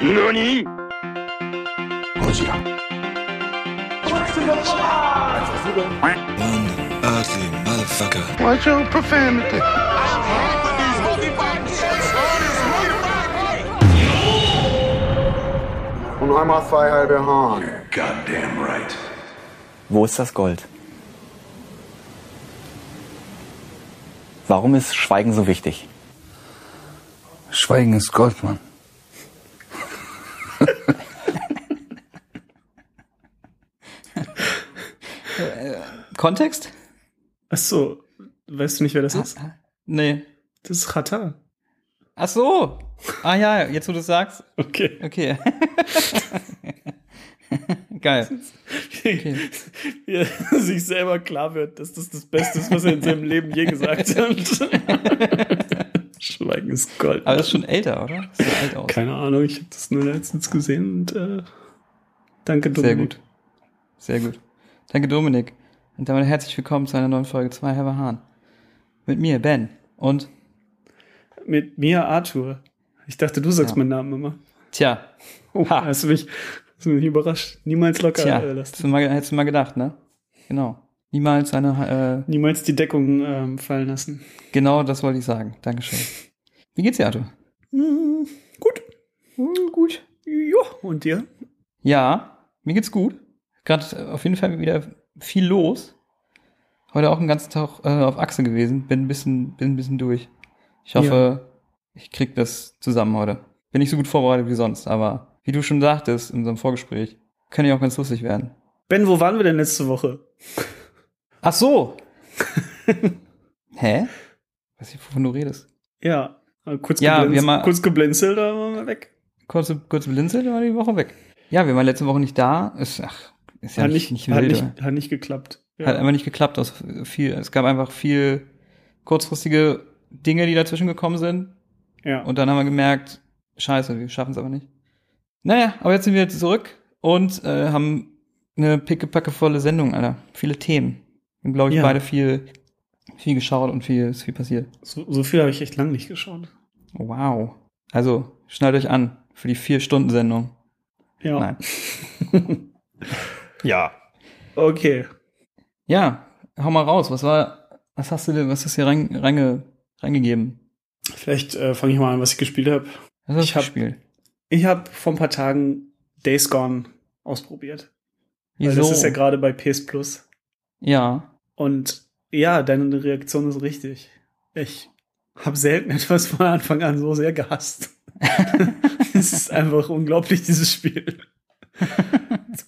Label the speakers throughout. Speaker 1: 何
Speaker 2: ゴジラ
Speaker 3: Ugly motherfucker.
Speaker 1: Watch your profanity.
Speaker 4: Und einmal zwei halbe Hahn.
Speaker 2: Goddamn right.
Speaker 5: Wo ist das Gold? Warum ist Schweigen so wichtig?
Speaker 6: Schweigen ist Gold, Mann.
Speaker 7: Kontext? Ah,
Speaker 8: Ach so, weißt du nicht, wer das ist?
Speaker 7: Nee.
Speaker 8: Das ist Rata.
Speaker 7: Ach so. Ah ja, jetzt wo du es sagst.
Speaker 8: Okay.
Speaker 7: Okay. Geil.
Speaker 8: Wie er sich selber klar wird, dass das das Beste ist, was er in seinem Leben je gesagt hat. Schweigen ist Gold. ne?
Speaker 7: Aber das ist schon älter, oder? Das sieht alt aus.
Speaker 8: Keine Ahnung, ich habe das nur letztens gesehen und äh, danke, Dominik.
Speaker 7: Sehr gut. Sehr gut. Danke, Dominik. Und damit herzlich willkommen zu einer neuen Folge 2 Herber Hahn. Mit mir, Ben. Und,
Speaker 8: Mit mir Arthur. Ich dachte, du sagst
Speaker 7: Ja.
Speaker 8: meinen Namen immer.
Speaker 7: tja,
Speaker 8: Oh,
Speaker 7: Ha.
Speaker 8: hast, du mich, hast du mich überrascht. Niemals locker
Speaker 7: tja,
Speaker 8: äh,
Speaker 7: hättest
Speaker 8: lassen.
Speaker 7: du, mal, hättest du mal gedacht, ne? Genau. Niemals eine,
Speaker 8: Niemals die Deckung ähm, fallen lassen.
Speaker 7: äh, genau das wollte ich sagen. Dankeschön. Wie geht's dir, Arthur?
Speaker 8: Hm, Gut.
Speaker 7: Hm, Gut.
Speaker 8: Ja, und dir?
Speaker 7: Ja, mir geht's gut. Gerade auf jeden Fall wieder viel los. Heute auch den ganzen Tag äh, auf Achse gewesen. Bin ein bisschen, bin ein bisschen durch. Ich hoffe, ich krieg das zusammen heute. Bin nicht so gut vorbereitet wie sonst, aber wie du schon sagtest in unserem Vorgespräch, kann ja auch ganz lustig werden.
Speaker 8: Ben, wo waren wir denn letzte Woche?
Speaker 7: Ach so! Hä? Weiß nicht, wovon du redest.
Speaker 8: Ja, äh, kurz,
Speaker 7: Ja,
Speaker 8: geblinz-
Speaker 7: wir haben mal-
Speaker 8: kurz geblenzelt, da waren wir weg.
Speaker 7: Kurze, kurze Blinzel, dann war die Woche weg. Ja, wir waren letzte Woche nicht da. Ist, ach, ist ja
Speaker 8: hat,
Speaker 7: nicht,
Speaker 8: nicht,
Speaker 7: nicht
Speaker 8: hat,
Speaker 7: wild. oder?
Speaker 8: nicht, hat nicht geklappt. Ja.
Speaker 7: Hat einfach nicht geklappt. Aus viel, es gab einfach viel kurzfristige Dinge, die dazwischen gekommen sind.
Speaker 8: ja.
Speaker 7: Und dann haben wir gemerkt, scheiße, wir schaffen es aber nicht. Naja, aber jetzt sind wir zurück und äh, haben eine pickepackevolle Sendung, Alter. Viele Themen. Wir glaube ich,
Speaker 8: Ja.
Speaker 7: beide viel, viel geschaut und viel, ist viel passiert.
Speaker 8: so, so viel habe ich echt lange nicht geschaut.
Speaker 7: Wow. Also, schnallt euch an für die Vier-Stunden-Sendung.
Speaker 8: Ja.
Speaker 7: Nein.
Speaker 8: ja. Okay.
Speaker 7: Ja, hau mal raus. Was war, was hast du denn, was hast du hier rein, reinge, reingegeben?
Speaker 8: Vielleicht äh, fange ich mal an, was ich gespielt habe.
Speaker 7: Was hast
Speaker 8: Ich
Speaker 7: du
Speaker 8: hab-
Speaker 7: gespielt?
Speaker 8: Ich habe vor ein paar Tagen Days Gone ausprobiert. Weil
Speaker 7: Wieso?
Speaker 8: das ist ja gerade bei PS Plus.
Speaker 7: ja.
Speaker 8: Und ja, deine Reaktion ist richtig. Ich habe selten etwas von Anfang an so sehr gehasst. es ist einfach unglaublich, dieses Spiel.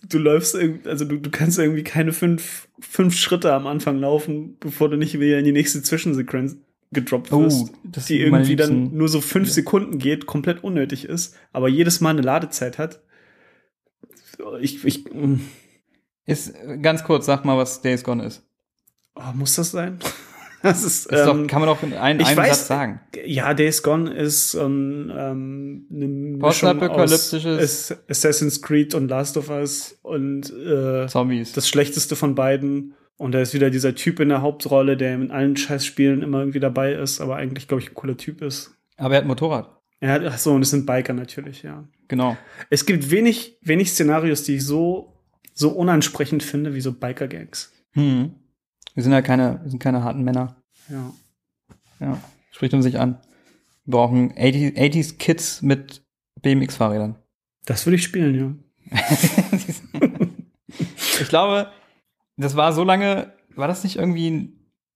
Speaker 8: Du läufst irgendwie, also du, du kannst irgendwie keine fünf, fünf Schritte am Anfang laufen, bevor du nicht wieder in die nächste Zwischensequenz gedroppt
Speaker 7: Oh,
Speaker 8: wirst,
Speaker 7: das
Speaker 8: die
Speaker 7: sind meine
Speaker 8: irgendwie dann
Speaker 7: liebsten-
Speaker 8: nur so fünf Sekunden geht, komplett unnötig ist, aber jedes Mal eine Ladezeit hat. Ich, ich, mm.
Speaker 7: Ist ganz kurz, sag mal, was Days Gone ist.
Speaker 8: oh, muss das sein? Das ist,
Speaker 7: ist
Speaker 8: ähm,
Speaker 7: doch, kann man doch in ein,
Speaker 8: ich
Speaker 7: einem
Speaker 8: weiß-
Speaker 7: Satz sagen.
Speaker 8: Ja, Days Gone ist ähm, ähm, eine Mischung aus
Speaker 7: Postapokalyptisches-
Speaker 8: Ass- Assassin's Creed und Last of Us und äh,
Speaker 7: Zombies.
Speaker 8: das Schlechteste von beiden. Und da ist wieder dieser Typ in der Hauptrolle, der in allen Scheißspielen immer irgendwie dabei ist, aber eigentlich, glaube ich, ein cooler Typ ist.
Speaker 7: Aber er hat ein Motorrad.
Speaker 8: Er hat, ach so, und es sind Biker natürlich, ja.
Speaker 7: Genau.
Speaker 8: Es gibt wenig, wenig Szenarios, die ich so, so unansprechend finde, wie so Biker-Gangs.
Speaker 7: Hm. Wir sind ja keine, wir sind keine harten Männer.
Speaker 8: Ja.
Speaker 7: Ja. Spricht uns sich an. Wir brauchen 80, 80s Kids mit BMX-Fahrrädern.
Speaker 8: Das würde ich spielen, ja.
Speaker 7: ich glaube, das war so lange, war das nicht irgendwie ein,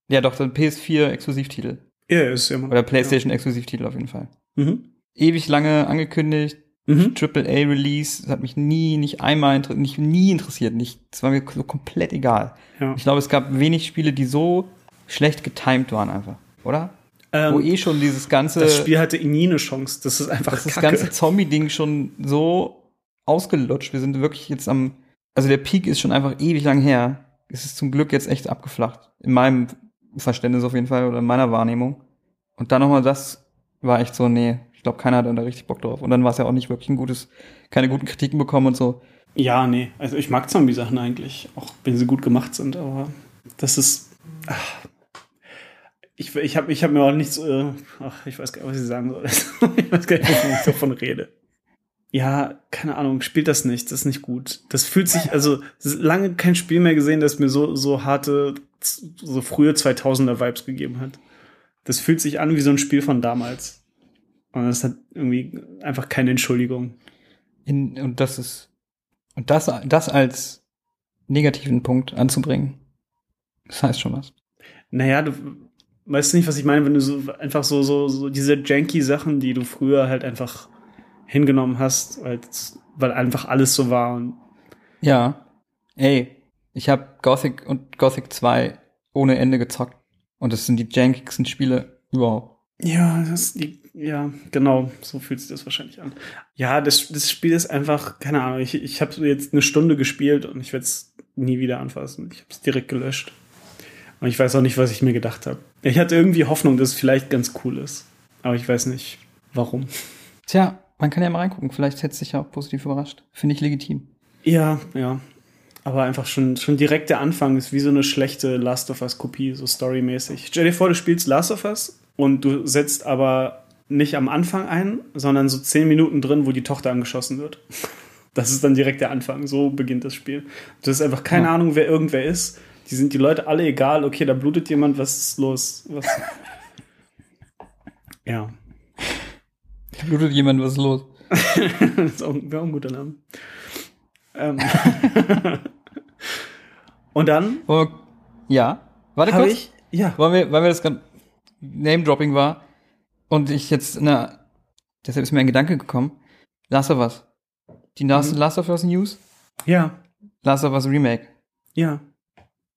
Speaker 7: ja doch, so ein PS4-Exklusivtitel.
Speaker 8: Ja, ist immer.
Speaker 7: Oder PlayStation-Exklusivtitel auf jeden Fall.
Speaker 8: Ja. Mhm.
Speaker 7: Ewig lange angekündigt,
Speaker 8: Mhm.
Speaker 7: Triple A Release, das hat mich nie, nicht einmal, inter- nicht, nie interessiert, nicht, das war mir so komplett egal.
Speaker 8: Ja.
Speaker 7: Ich glaube, es gab wenig Spiele, die so schlecht getimed waren einfach, oder?
Speaker 8: Ähm,
Speaker 7: Wo eh schon dieses ganze,
Speaker 8: Das Spiel hatte eh nie eine Chance. Das ist einfach
Speaker 7: das
Speaker 8: Kacke.
Speaker 7: ganze Zombie-Ding schon so ausgelutscht. Wir sind wirklich jetzt am, also der Peak ist schon einfach ewig lang her. Es ist zum Glück jetzt echt abgeflacht. In meinem Verständnis auf jeden Fall oder in meiner Wahrnehmung. Und dann nochmal das war echt so, nee, ich glaube, keiner hat da richtig Bock drauf. Und dann war es ja auch nicht wirklich ein gutes, keine guten Kritiken bekommen und so.
Speaker 8: Ja, nee. Also ich mag Zombie-Sachen eigentlich, auch wenn sie gut gemacht sind, aber das ist. Ach. Ich, ich habe ich hab mir auch nichts. Äh, ach, ich weiß gar nicht, was ich sagen soll. ich weiß gar nicht, wovon ich davon rede. ja, keine Ahnung, spielt das nicht, das ist nicht gut. Das fühlt sich, also s- lange kein Spiel mehr gesehen, das mir so, so harte, z- so frühe 2000er Vibes gegeben hat. Das fühlt sich an wie so ein Spiel von damals. Und das hat irgendwie einfach keine Entschuldigung.
Speaker 7: In, und das ist, und das, das als negativen Punkt anzubringen, das heißt schon was.
Speaker 8: Naja, du weißt nicht, was ich meine, wenn du so einfach so, so, so diese janky Sachen, die du früher halt einfach hingenommen hast, als, weil einfach alles so war und
Speaker 7: Ja. Ey, ich habe Gothic und Gothic 2 ohne Ende gezockt. Und das sind die jankigsten Spiele überhaupt.
Speaker 8: Ja, das, die- ja, genau, so fühlt sich das wahrscheinlich an. Ja, das, das Spiel ist einfach, keine Ahnung, ich, ich habe jetzt eine Stunde gespielt und ich werde es nie wieder anfassen. Ich habe es direkt gelöscht. Und ich weiß auch nicht, was ich mir gedacht habe. Ich hatte irgendwie Hoffnung, dass es vielleicht ganz cool ist. Aber ich weiß nicht, warum.
Speaker 7: Tja, man kann ja mal reingucken. Vielleicht hätte sich ja auch positiv überrascht. Finde ich legitim.
Speaker 8: Ja, ja. Aber einfach schon, schon direkt der Anfang ist wie so eine schlechte Last of Us-Kopie, so storymäßig. Stell dir vor, du spielst Last of Us und du setzt aber nicht am Anfang ein, sondern so zehn Minuten drin, wo die Tochter angeschossen wird. Das ist dann direkt der Anfang. So beginnt das Spiel. Du hast einfach keine Ahnung, wer irgendwer ist. Die sind die Leute alle egal. Okay, da blutet jemand. Was ist los? Was? ja.
Speaker 7: Da blutet jemand, was ist los?
Speaker 8: Das ist auch, wäre auch ein guter Name. Ähm. Und dann
Speaker 7: Wollen wir, ja. Warte
Speaker 8: habe
Speaker 7: kurz.
Speaker 8: ich, ja,
Speaker 7: Weil wir, weil wir das gerade Name-Dropping war und ich jetzt, na, deshalb ist mir ein Gedanke gekommen. Last of Us. Die Last,
Speaker 8: Mhm.
Speaker 7: Last of Us News?
Speaker 8: ja,
Speaker 7: Last of Us Remake.
Speaker 8: ja,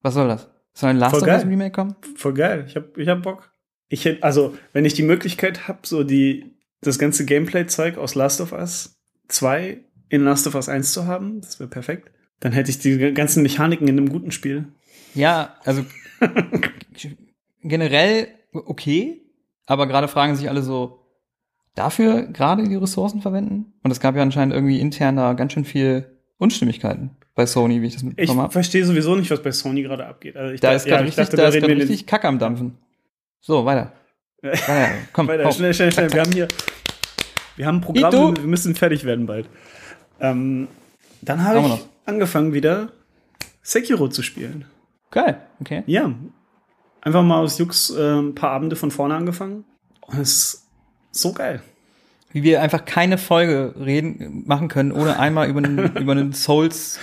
Speaker 7: Was soll das? Soll ein Last
Speaker 8: Voll
Speaker 7: of
Speaker 8: geil.
Speaker 7: Us Remake kommen?
Speaker 8: voll geil. Ich hab, ich hab Bock. Ich hätte, also, wenn ich die Möglichkeit habe, so die, das ganze Gameplay-Zeug aus Last of Us 2 in Last of Us 1 zu haben, das wäre perfekt. Dann hätte ich die ganzen Mechaniken in einem guten Spiel.
Speaker 7: Ja, also g- generell okay, aber gerade fragen sich alle so, dafür gerade die Ressourcen verwenden? Und es gab ja anscheinend irgendwie intern da ganz schön viel Unstimmigkeiten bei Sony, wie ich das
Speaker 8: Ich
Speaker 7: mitbekommen habe.
Speaker 8: verstehe sowieso nicht, was bei Sony gerade abgeht. Also ich
Speaker 7: Da
Speaker 8: dach-
Speaker 7: ist gerade
Speaker 8: ich
Speaker 7: richtig,
Speaker 8: dachte,
Speaker 7: da ist
Speaker 8: reden
Speaker 7: grad
Speaker 8: wir den-
Speaker 7: richtig Kacke am Dampfen. So, weiter. Weiter, komm,
Speaker 8: Weiter,
Speaker 7: hau.
Speaker 8: schnell, schnell, schnell. Wir haben hier, wir haben ein Programm,
Speaker 7: Ito.
Speaker 8: wir müssen fertig werden bald. Ähm, dann habe
Speaker 7: Haben wir
Speaker 8: ich angefangen wieder Sekiro zu spielen.
Speaker 7: Geil, okay.
Speaker 8: Ja, einfach mal aus Jux äh, ein paar Abende von vorne angefangen. Und es ist so geil.
Speaker 7: Wie wir einfach keine Folge reden, machen können, ohne einmal über einen, über einen Souls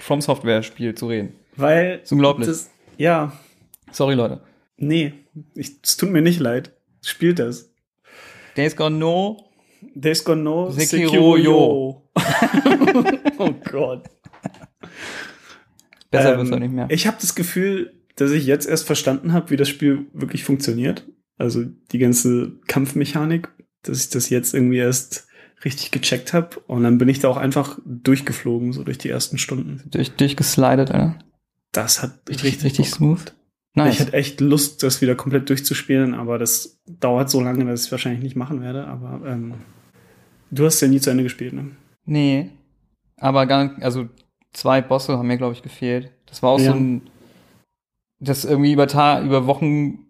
Speaker 7: From Software Spiel zu reden.
Speaker 8: Weil
Speaker 7: Ist unglaublich.
Speaker 8: das, ja,
Speaker 7: Sorry, Leute.
Speaker 8: nee, ich- es tut mir nicht leid. Spielt das.
Speaker 7: Days Gone No
Speaker 8: Days Gone No,
Speaker 7: Sekiro,
Speaker 8: yo. oh Gott.
Speaker 7: Besser
Speaker 8: Ähm,
Speaker 7: wird's auch nicht mehr.
Speaker 8: Ich habe das Gefühl, dass ich jetzt erst verstanden habe, wie das Spiel wirklich funktioniert. Also die ganze Kampfmechanik, dass ich das jetzt irgendwie erst richtig gecheckt habe. Und dann bin ich da auch einfach durchgeflogen, so durch die ersten Stunden.
Speaker 7: durch, durchgeslidet, Alter.
Speaker 8: Das hat
Speaker 7: Richtig, richtig, smooth.
Speaker 8: Bock.
Speaker 7: Nice.
Speaker 8: Ich hatte echt Lust, das wieder komplett durchzuspielen, aber das dauert so lange, dass ich es wahrscheinlich nicht machen werde. Aber ähm, du hast ja nie zu Ende gespielt, ne?
Speaker 7: nee. Aber gar also zwei Bosse haben mir, glaube ich, gefehlt. Das war auch
Speaker 8: Ja.
Speaker 7: so ein, das irgendwie über Ta über Wochen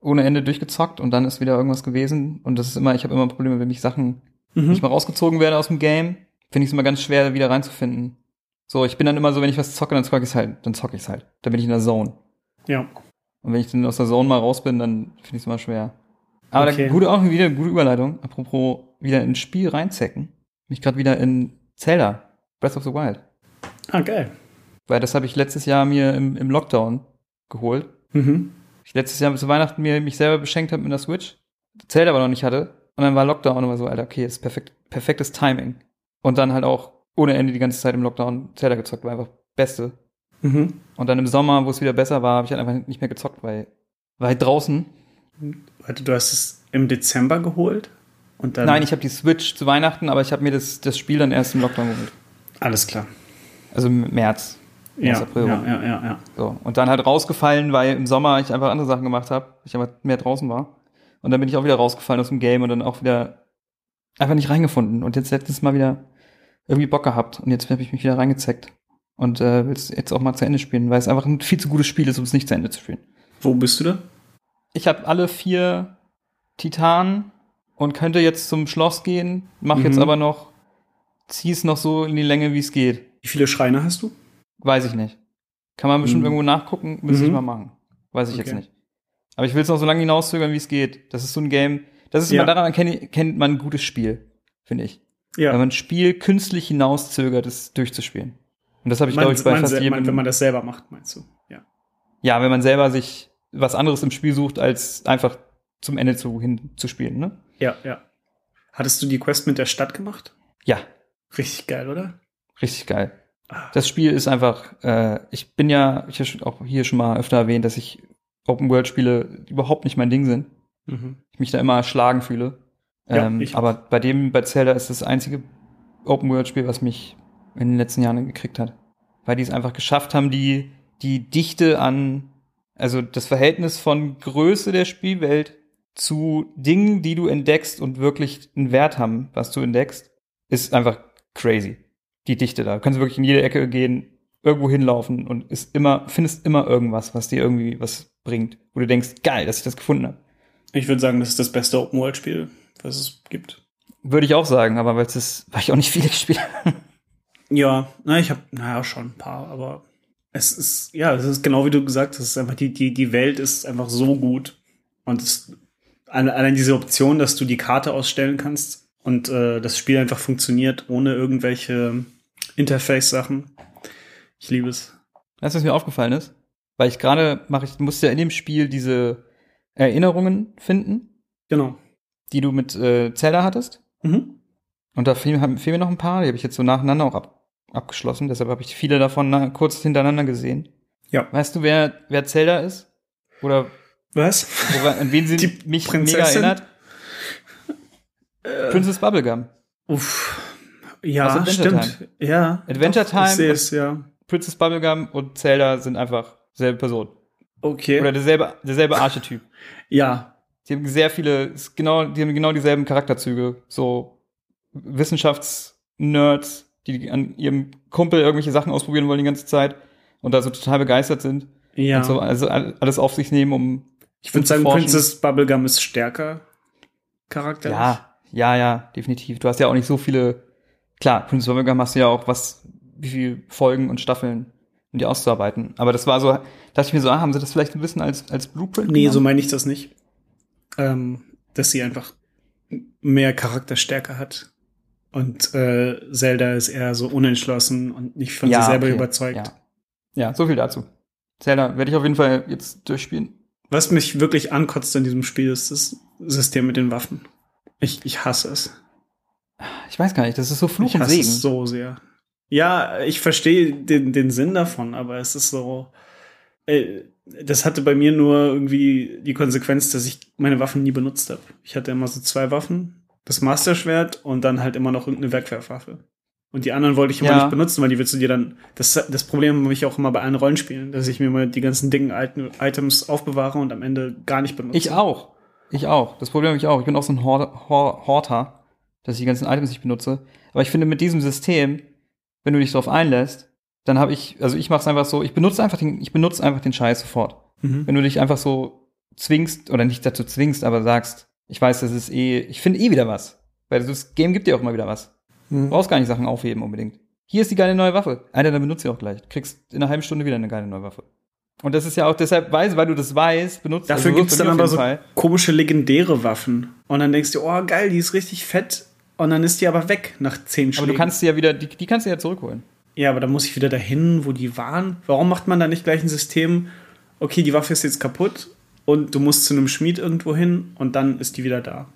Speaker 7: ohne Ende durchgezockt und dann ist wieder irgendwas gewesen. Und das ist immer, ich habe immer Probleme, wenn mich Sachen wenn
Speaker 8: Mhm.
Speaker 7: ich mal rausgezogen werde aus dem Game, finde ich es immer ganz schwer, wieder reinzufinden. So, ich bin dann immer so, wenn ich was zocke, dann zocke ich es halt, dann zocke ich es halt. Dann bin ich in der Zone.
Speaker 8: Ja.
Speaker 7: Und wenn ich dann aus der Zone mal raus bin, dann finde ich es immer schwer. Aber
Speaker 8: Okay.
Speaker 7: da, gute auch wieder gute Überleitung. Apropos wieder ins Spiel reinzecken. Mich gerade wieder in Zelda, Breath of the Wild.
Speaker 8: Ah, geil.
Speaker 7: Weil das habe ich letztes Jahr mir im, im Lockdown geholt.
Speaker 8: Mhm.
Speaker 7: Ich letztes Jahr zu Weihnachten mir mich selber beschenkt habe mit einer Switch, Zelda aber noch nicht hatte. Und dann war Lockdown und war so, Alter, okay, ist perfekt, perfektes Timing. Und dann halt auch ohne Ende die ganze Zeit im Lockdown Zelda gezockt, war einfach Beste.
Speaker 8: Mhm.
Speaker 7: Und dann im Sommer, wo es wieder besser war, habe ich halt einfach nicht mehr gezockt, weil weit draußen.
Speaker 8: Warte, du hast es im Dezember geholt? Und dann
Speaker 7: Nein, ich habe die Switch zu Weihnachten, aber ich habe mir das, das Spiel dann erst im Lockdown geholt.
Speaker 8: Alles klar.
Speaker 7: Also im März. März,
Speaker 8: Ja,
Speaker 7: April.
Speaker 8: ja, ja, ja, ja.
Speaker 7: So. Und dann halt rausgefallen, weil im Sommer ich einfach andere Sachen gemacht habe, ich einfach mehr draußen war. Und dann bin ich auch wieder rausgefallen aus dem Game und dann auch wieder einfach nicht reingefunden. Und jetzt letztes Mal wieder irgendwie Bock gehabt. Und jetzt habe ich mich wieder reingezeckt. Und äh, will es jetzt auch mal zu Ende spielen, weil es einfach ein viel zu gutes Spiel ist, um es nicht zu Ende zu spielen.
Speaker 8: Wo bist du da?
Speaker 7: Ich habe alle vier Titanen und könnte jetzt zum Schloss gehen, mache jetzt
Speaker 8: Mhm.
Speaker 7: aber noch zieh es noch so in die Länge, wie es geht.
Speaker 8: Wie viele Schreine hast du?
Speaker 7: Weiß ich nicht. Kann man bestimmt
Speaker 8: Mhm.
Speaker 7: irgendwo nachgucken, müsste ich
Speaker 8: Mhm.
Speaker 7: mal machen. Weiß ich jetzt
Speaker 8: Okay.
Speaker 7: nicht. Aber ich will es noch so lange hinauszögern, wie es geht. Das ist so ein Game. Das ist immer
Speaker 8: Ja.
Speaker 7: daran erkenne- kennt man ein gutes Spiel, finde ich.
Speaker 8: Ja.
Speaker 7: Wenn man ein Spiel künstlich hinauszögert, es durchzuspielen. Und das habe ich, glaube ich, bei fast
Speaker 8: se-
Speaker 7: jedem.
Speaker 8: wenn man das selber macht, meinst du? Ja.
Speaker 7: ja, wenn man selber sich was anderes im Spiel sucht, als einfach zum Ende zu, hin zu spielen, ne?
Speaker 8: Ja, ja. Hattest du die Quest mit der Stadt gemacht?
Speaker 7: Ja,
Speaker 8: Richtig geil, oder? Ah.
Speaker 7: richtig geil. Das Spiel ist einfach, äh, ich bin ja, ich habe schon- auch hier schon mal öfter erwähnt, dass ich Open-World-Spiele überhaupt nicht mein Ding sind.
Speaker 8: Mhm.
Speaker 7: Ich mich da immer erschlagen fühle.
Speaker 8: Ja,
Speaker 7: ähm,
Speaker 8: ich auch.
Speaker 7: aber bei dem, bei Zelda ist das einzige Open-World-Spiel, was mich in den letzten Jahren gekriegt hat. Weil die es einfach geschafft haben, die, die Dichte an, also das Verhältnis von Größe der Spielwelt zu Dingen, die du entdeckst und wirklich einen Wert haben, was du entdeckst, ist einfach crazy. Die Dichte da. Du kannst wirklich in jede Ecke gehen, irgendwo hinlaufen und ist immer, findest immer irgendwas, was dir irgendwie was bringt. Wo du denkst, geil, dass ich das gefunden habe.
Speaker 8: Ich würde sagen, das ist das beste Open-World-Spiel, was es gibt.
Speaker 7: Würde ich auch sagen, aber weil es ist, weil ich auch nicht viele gespielt habe.
Speaker 8: Ja, na, ich habe, naja, schon ein paar, aber es ist, ja, es ist genau wie du gesagt hast, es ist einfach die, die, die Welt ist einfach so gut. Und es, alle- allein diese Option, dass du die Karte ausstellen kannst und äh, das Spiel einfach funktioniert ohne irgendwelche Interface-Sachen. Ich liebe es.
Speaker 7: Weißt du, was mir aufgefallen ist? Weil ich gerade mache, ich musste ja in dem Spiel diese Erinnerungen finden,
Speaker 8: Genau.
Speaker 7: die du mit äh, Zelda hattest.
Speaker 8: Mhm.
Speaker 7: Und da fehlen, haben- fehlen mir noch ein paar, die habe ich jetzt so nacheinander auch ab, abgeschlossen. Deshalb habe ich viele davon na, kurz hintereinander gesehen.
Speaker 8: Ja.
Speaker 7: Weißt du, wer, wer Zelda ist? Oder
Speaker 8: Was?
Speaker 7: woran- an wen sie
Speaker 8: Die
Speaker 7: mich mega
Speaker 8: Prinzessin? Äh.
Speaker 7: erinnert? Princess Bubblegum.
Speaker 8: Uff. Ja,
Speaker 7: Aus Adventure
Speaker 8: stimmt. Ja.
Speaker 7: Adventure
Speaker 8: Doch,
Speaker 7: Time
Speaker 8: Ich sehe es, ja.
Speaker 7: Princess Bubblegum und Zelda sind einfach selbe Person.
Speaker 8: Okay.
Speaker 7: Oder derselbe, derselbe Archetyp.
Speaker 8: ja.
Speaker 7: Die haben sehr viele, ist genau, die haben genau dieselben Charakterzüge. So Wissenschaftsnerds, die an ihrem Kumpel irgendwelche Sachen ausprobieren wollen die ganze Zeit und da so total begeistert sind.
Speaker 8: Ja.
Speaker 7: Und so, also all- alles auf sich nehmen, um.
Speaker 8: ich würde
Speaker 7: zu
Speaker 8: sagen,
Speaker 7: forschen.
Speaker 8: Princess Bubblegum ist stärker Charakter.
Speaker 7: Ja, ja, ja, definitiv. Du hast ja auch nicht so viele. Klar, Prince Bubblegum hast du ja auch was, wie viel Folgen und Staffeln, um die auszuarbeiten. Aber das war so, dachte ich mir so, ah, haben sie das vielleicht ein bisschen als, als Blueprint?
Speaker 8: Nee, so
Speaker 7: genommen?
Speaker 8: meine ich das nicht. Ähm, dass sie einfach mehr Charakterstärke hat. Und äh, Zelda ist eher so unentschlossen und nicht von sich selber
Speaker 7: okay.
Speaker 8: überzeugt.
Speaker 7: Ja. ja, so viel dazu. Zelda werde ich auf jeden Fall jetzt durchspielen.
Speaker 8: Was mich wirklich ankotzt in diesem Spiel ist das System mit den Waffen. Ich, ich hasse es.
Speaker 7: Ich weiß gar nicht, das ist so Fluch
Speaker 8: ich
Speaker 7: und
Speaker 8: hasse
Speaker 7: Segen.
Speaker 8: es so sehr. Ja, ich verstehe den, den Sinn davon, aber es ist so. Äh, das hatte bei mir nur irgendwie die Konsequenz, dass ich meine Waffen nie benutzt habe. Ich hatte immer so zwei Waffen, das Masterschwert und dann halt immer noch irgendeine Wegwerfwaffe. Und die anderen wollte ich immer
Speaker 7: Ja.
Speaker 8: nicht benutzen, weil die willst du dir dann. Das, das Problem habe ich auch immer bei allen Rollenspielen, dass ich mir mal die ganzen dicken alten Items aufbewahre und am Ende gar nicht benutze.
Speaker 7: Ich auch. Ich auch. Das Problem habe ich auch. Ich bin auch so ein Hor Hor Horter, dass ich die ganzen Items nicht benutze. Aber ich finde, mit diesem System, wenn du dich darauf einlässt, dann habe ich, also ich mache es einfach so, ich benutze einfach den, ich benutze einfach den Scheiß sofort.
Speaker 8: Mhm.
Speaker 7: Wenn du dich einfach so zwingst, oder nicht dazu zwingst, aber sagst, ich weiß, das ist eh, ich finde eh wieder was. Weil das Game gibt dir auch immer wieder was. Du brauchst gar nicht Sachen aufheben unbedingt. Hier ist die geile neue Waffe. Alter, dann benutzt sie auch gleich. Kriegst in einer halben Stunde wieder eine geile neue Waffe. Und das ist ja auch deshalb, weiß, weil du das weißt, benutzt
Speaker 8: Dafür
Speaker 7: also so
Speaker 8: gibt's
Speaker 7: ist bei
Speaker 8: dann
Speaker 7: mir
Speaker 8: aber
Speaker 7: auf
Speaker 8: so
Speaker 7: jeden Fall.
Speaker 8: komische legendäre Waffen. Und dann denkst du, oh geil, die ist richtig fett. Und dann ist die aber weg nach zehn
Speaker 7: Aber
Speaker 8: Schlägen.
Speaker 7: du kannst sie ja wieder, die, die kannst du ja zurückholen.
Speaker 8: ja, aber dann muss ich wieder dahin, wo die waren. Warum macht man da nicht gleich ein System, okay, die Waffe ist jetzt kaputt und du musst zu einem Schmied irgendwo hin und dann ist die wieder da.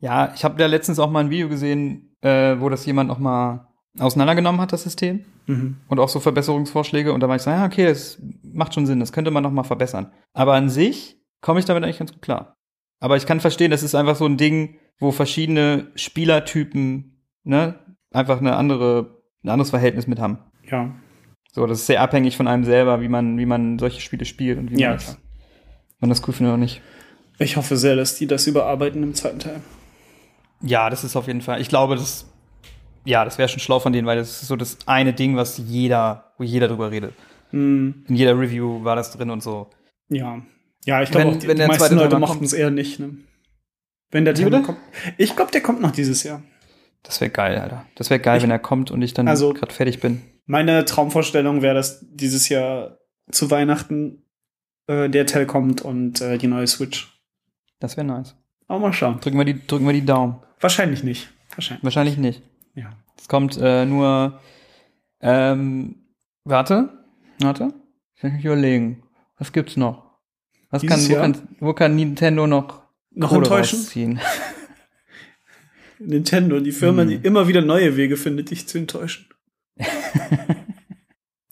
Speaker 7: Ja, ich habe da letztens auch mal ein Video gesehen, äh, wo das jemand noch mal auseinandergenommen hat, das System.
Speaker 8: Mhm.
Speaker 7: Und auch so Verbesserungsvorschläge. Und da war ich so, ja, okay, das macht schon Sinn, das könnte man noch mal verbessern. Aber an sich komme ich damit eigentlich ganz gut klar. Aber ich kann verstehen, das ist einfach so ein Ding, wo verschiedene Spielertypen ne, einfach eine andere, ein anderes Verhältnis mit haben.
Speaker 8: Ja.
Speaker 7: So, das ist sehr abhängig von einem selber, wie man, wie man solche Spiele spielt und wie
Speaker 8: Ja,
Speaker 7: man,
Speaker 8: klar.
Speaker 7: das, man das cool findet oder nicht.
Speaker 8: Ich hoffe sehr, dass die das überarbeiten im zweiten Teil.
Speaker 7: Ja, das ist auf jeden Fall. Ich glaube, das, ja, das wäre schon schlau von denen, weil das ist so das eine Ding, was jeder, wo jeder drüber redet. In jeder Review war das drin und so.
Speaker 8: Mhm. Ja. Ja, ich
Speaker 7: Wenn-
Speaker 8: glaube auch, die,
Speaker 7: wenn
Speaker 8: die
Speaker 7: der
Speaker 8: meisten
Speaker 7: zweite Teil
Speaker 8: Leute
Speaker 7: dann
Speaker 8: mochten
Speaker 7: kommt.
Speaker 8: es eher nicht. Ne? Wenn der
Speaker 7: Wie
Speaker 8: Teil
Speaker 7: bitte?
Speaker 8: kommt. Ich glaube, der kommt noch dieses Jahr.
Speaker 7: Das wäre geil, Alter. Das wäre geil,
Speaker 8: Ich-
Speaker 7: wenn er kommt und ich dann
Speaker 8: Also-
Speaker 7: gerade fertig bin.
Speaker 8: Meine Traumvorstellung wäre, dass dieses Jahr zu Weihnachten äh, der Teil kommt und äh, die neue Switch.
Speaker 7: Das wäre nice.
Speaker 8: Auch mal schauen.
Speaker 7: Drücken wir, die, drücken wir die Daumen.
Speaker 8: Wahrscheinlich nicht. Wahrscheinlich.
Speaker 7: Wahrscheinlich nicht.
Speaker 8: Ja.
Speaker 7: Es kommt äh, nur. Ähm, warte, warte. Ich muss mich überlegen. Was gibt's noch? Was kann
Speaker 8: Dieses
Speaker 7: wo,
Speaker 8: Jahr?
Speaker 7: kann, wo kann Nintendo noch,
Speaker 8: Noch
Speaker 7: Kohle
Speaker 8: enttäuschen?
Speaker 7: rausziehen?
Speaker 8: Nintendo, die Firma,
Speaker 7: Hm.
Speaker 8: die immer wieder neue Wege findet, dich zu enttäuschen.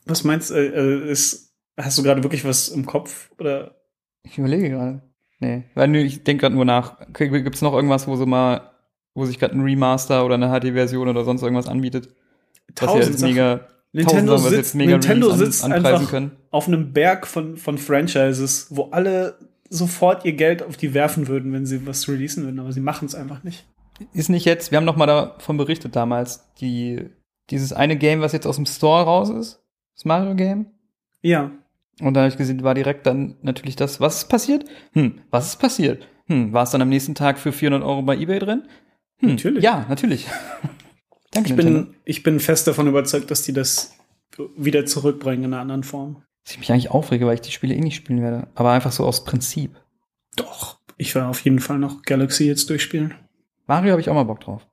Speaker 8: was meinst du, äh, äh, ist, hast du gerade wirklich was im Kopf? Oder
Speaker 7: Ich überlege gerade. Nee, weil nö, ich denke gerade nur nach. Okay, Gibt's noch irgendwas, wo so mal, wo sich gerade ein Remaster oder eine HD-Version oder sonst irgendwas anbietet? Was ja
Speaker 8: tausend
Speaker 7: jetzt
Speaker 8: Sachen?
Speaker 7: mega,
Speaker 8: Nintendo
Speaker 7: tausend Sachen, was
Speaker 8: sitzt,
Speaker 7: jetzt mega
Speaker 8: Nintendo
Speaker 7: Reviews an-
Speaker 8: sitzt
Speaker 7: anpreisen
Speaker 8: einfach
Speaker 7: können.
Speaker 8: auf einem Berg von, von Franchises, wo alle sofort ihr Geld auf die werfen würden, wenn sie was releasen würden, aber sie machen es einfach nicht.
Speaker 7: Ist nicht jetzt, wir haben noch mal davon berichtet damals, die, dieses eine Game, was jetzt aus dem Store raus ist, das Mario-Game.
Speaker 8: Ja,
Speaker 7: Und da habe ich gesehen, war direkt dann natürlich das, was ist passiert? Hm, was ist passiert? Hm, war es dann am nächsten Tag für 400 Euro bei Ebay drin? Hm,
Speaker 8: Natürlich.
Speaker 7: Ja, natürlich. Danke,
Speaker 8: ich
Speaker 7: Nintendo.
Speaker 8: bin, ich bin fest davon überzeugt, dass die das wieder zurückbringen in einer anderen Form.
Speaker 7: Dass ich mich eigentlich aufrege, weil ich die Spiele eh nicht spielen werde. Aber einfach so aus Prinzip.
Speaker 8: Doch, ich werde auf jeden Fall noch Galaxy jetzt durchspielen.
Speaker 7: Mario habe ich auch mal Bock drauf.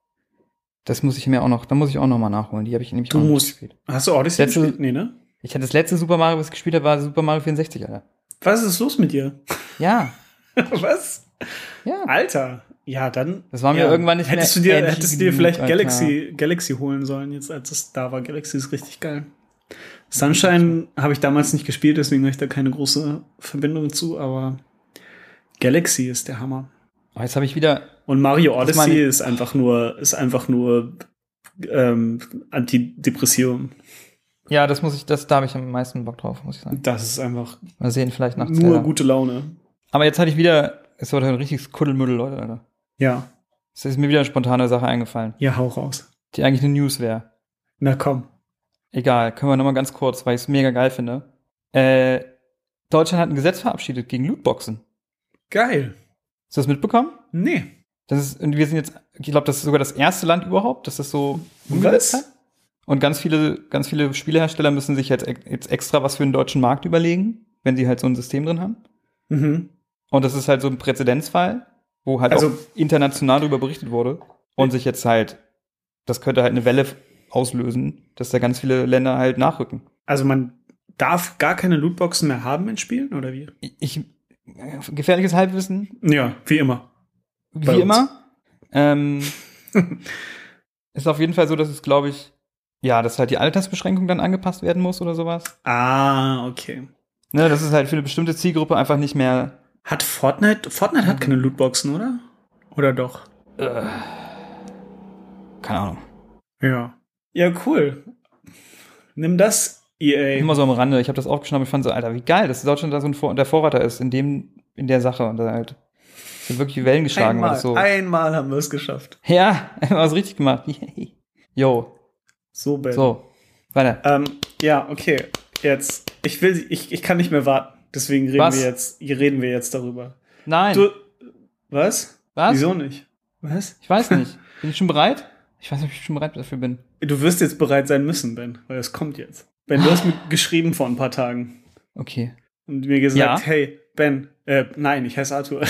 Speaker 7: Das muss ich mir auch noch, da muss ich auch noch mal nachholen. Die habe ich nämlich
Speaker 8: Du
Speaker 7: auch noch nicht
Speaker 8: musst-
Speaker 7: gespielt.
Speaker 8: Hast du Odyssey
Speaker 7: Letzte-
Speaker 8: gespielt? Nee, ne?
Speaker 7: Ich hatte das letzte Super Mario, was ich gespielt habe, war Super Mario 64, Alter.
Speaker 8: Was ist los mit dir?
Speaker 7: Ja,
Speaker 8: Was?
Speaker 7: ja.
Speaker 8: Alter. Ja, dann.
Speaker 7: Das war mir
Speaker 8: ja.
Speaker 7: irgendwann nicht
Speaker 8: hättest
Speaker 7: mehr
Speaker 8: Du dir,
Speaker 7: edgy
Speaker 8: hättest du dir
Speaker 7: genug,
Speaker 8: vielleicht
Speaker 7: Alter.
Speaker 8: Galaxy, Galaxy holen sollen, jetzt als es da war. Galaxy ist richtig geil. Sunshine habe ich damals nicht gespielt, deswegen habe ich da keine große Verbindung zu, aber Galaxy ist der Hammer.
Speaker 7: Oh, jetzt habe ich wieder,
Speaker 8: Und Mario
Speaker 7: Das meine
Speaker 8: Odyssey
Speaker 7: ich-
Speaker 8: ist einfach nur, ist einfach nur ähm, Antidepressium.
Speaker 7: ja, das muss ich, das, da habe ich am meisten Bock drauf, muss ich sagen.
Speaker 8: Das ist einfach
Speaker 7: Mal sehen, vielleicht nach
Speaker 8: nur
Speaker 7: Zelda.
Speaker 8: gute Laune.
Speaker 7: Aber jetzt hatte ich wieder, es war heute ein richtiges Kuddelmüddel, Leute, Alter.
Speaker 8: Ja,
Speaker 7: Es ist mir wieder eine spontane Sache eingefallen,
Speaker 8: ja, hau raus.
Speaker 7: die eigentlich eine News wäre.
Speaker 8: Na komm.
Speaker 7: Egal, können wir nochmal ganz kurz, weil ich es mega geil finde. Äh, Deutschland hat ein Gesetz verabschiedet gegen Lootboxen.
Speaker 8: Geil.
Speaker 7: Hast du das mitbekommen?
Speaker 8: Nee.
Speaker 7: Das ist, und wir sind jetzt, ich glaube, das ist sogar das erste Land überhaupt, das das so
Speaker 8: Was?
Speaker 7: umgesetzt hat. Und ganz viele, ganz viele Spielehersteller müssen sich jetzt, ex- jetzt extra was für den deutschen Markt überlegen, wenn sie halt so ein System drin haben.
Speaker 8: Mhm.
Speaker 7: Und das ist halt so ein Präzedenzfall, wo halt
Speaker 8: Also-
Speaker 7: auch international darüber berichtet wurde und sich jetzt halt, das könnte halt eine Welle auslösen, dass da ganz viele Länder halt nachrücken.
Speaker 8: Also man darf gar keine Lootboxen mehr haben in Spielen, oder wie?
Speaker 7: Ich, ich äh, gefährliches Halbwissen,
Speaker 8: Ja, wie immer.
Speaker 7: wie
Speaker 8: Bei uns.
Speaker 7: immer. Ähm, ist auf jeden Fall so, dass es, glaube ich, ja, dass halt die Altersbeschränkung dann angepasst werden muss oder sowas.
Speaker 8: Ah, okay.
Speaker 7: Ne, das ist halt für eine bestimmte Zielgruppe einfach nicht mehr.
Speaker 8: Hat Fortnite, Fortnite hat keine Lootboxen, oder? Oder doch?
Speaker 7: Keine Ahnung.
Speaker 8: Ja. Ja, cool. Nimm das, E EA.
Speaker 7: Immer so am Rande. Ich habe das aufgeschnappt und fand so, Alter, wie geil, dass Deutschland da so ein Vor der Vorreiter ist in dem, in der Sache. Und da halt sind wirklich Wellen geschlagen, weil
Speaker 8: einmal,
Speaker 7: das so.
Speaker 8: einmal haben wir es geschafft.
Speaker 7: Ja, was richtig gemacht. Yay. Jo,
Speaker 8: So, Ben.
Speaker 7: so. Weiter.
Speaker 8: Ähm, ja, okay. Jetzt, ich will, ich, ich kann nicht mehr warten. Deswegen reden
Speaker 7: Was?
Speaker 8: wir jetzt, hier reden wir jetzt darüber.
Speaker 7: Nein,
Speaker 8: Du, was?
Speaker 7: was?
Speaker 8: Wieso nicht? Was?
Speaker 7: Ich weiß nicht. Bin ich schon bereit? Ich weiß nicht, ob ich schon bereit dafür bin.
Speaker 8: Du wirst jetzt bereit sein müssen, Ben, weil es kommt jetzt. Ben, du hast mir geschrieben vor ein paar Tagen
Speaker 7: Okay.
Speaker 8: und mir gesagt,
Speaker 7: Ja.
Speaker 8: hey, Ben, äh, nein, ich heiße Arthur.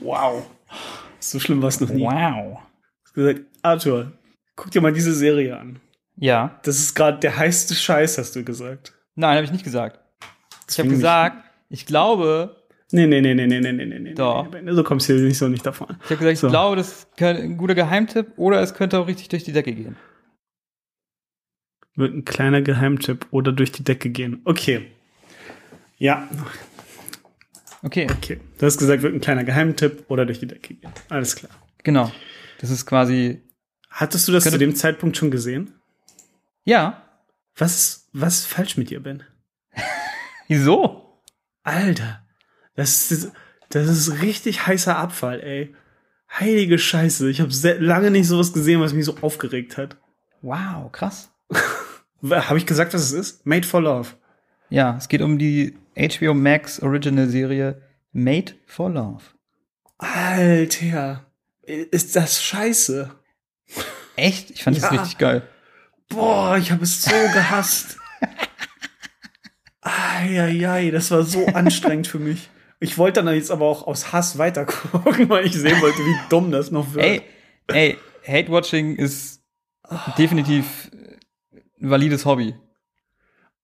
Speaker 8: wow. So schlimm war es noch nie. Du
Speaker 7: Wow.
Speaker 8: hast gesagt, Arthur, guck dir mal diese Serie an.
Speaker 7: Ja.
Speaker 8: Das ist gerade der heißeste Scheiß, hast du gesagt.
Speaker 7: Nein, habe ich nicht gesagt. Ich habe
Speaker 8: Zwing mich.
Speaker 7: gesagt, ich glaube,
Speaker 8: Nee, nee, nee, nee, nee, nee, nee, nee, nee.
Speaker 7: Doch.
Speaker 8: nee, Ben, so kommst du hier nicht so nicht davon.
Speaker 7: ich habe gesagt, ich
Speaker 8: So.
Speaker 7: glaube, das ist kein- ein guter Geheimtipp oder es könnte auch richtig durch die Decke gehen.
Speaker 8: Wird ein kleiner Geheimtipp oder durch die Decke gehen. Okay. Ja,
Speaker 7: Okay,
Speaker 8: okay. Du hast gesagt, wird ein kleiner Geheimtipp oder durch die Decke gehen. Alles klar.
Speaker 7: genau. Das ist quasi,
Speaker 8: Hattest du das
Speaker 7: Könnte-
Speaker 8: zu dem Zeitpunkt schon gesehen?
Speaker 7: ja,
Speaker 8: Was ist, was ist falsch mit dir, Ben?
Speaker 7: Wieso?
Speaker 8: Alter, das ist, das ist richtig heißer Abfall, ey. Heilige Scheiße, ich habe lange nicht sowas gesehen, was mich so aufgeregt hat.
Speaker 7: Wow, krass.
Speaker 8: Habe ich gesagt, was es ist? Made for Love.
Speaker 7: Ja, es geht um die HBO Max Original Serie Made for Love.
Speaker 8: Alter, ist das scheiße.
Speaker 7: Echt? Ich fand das
Speaker 8: Ja.
Speaker 7: richtig geil.
Speaker 8: Boah, ich habe es so gehasst. Eieiei, das war so anstrengend für mich. Ich wollte dann jetzt aber auch aus Hass weitergucken, weil ich sehen wollte, wie dumm das noch wird.
Speaker 7: Ey, ey, Hate-Watching ist definitiv ein valides Hobby.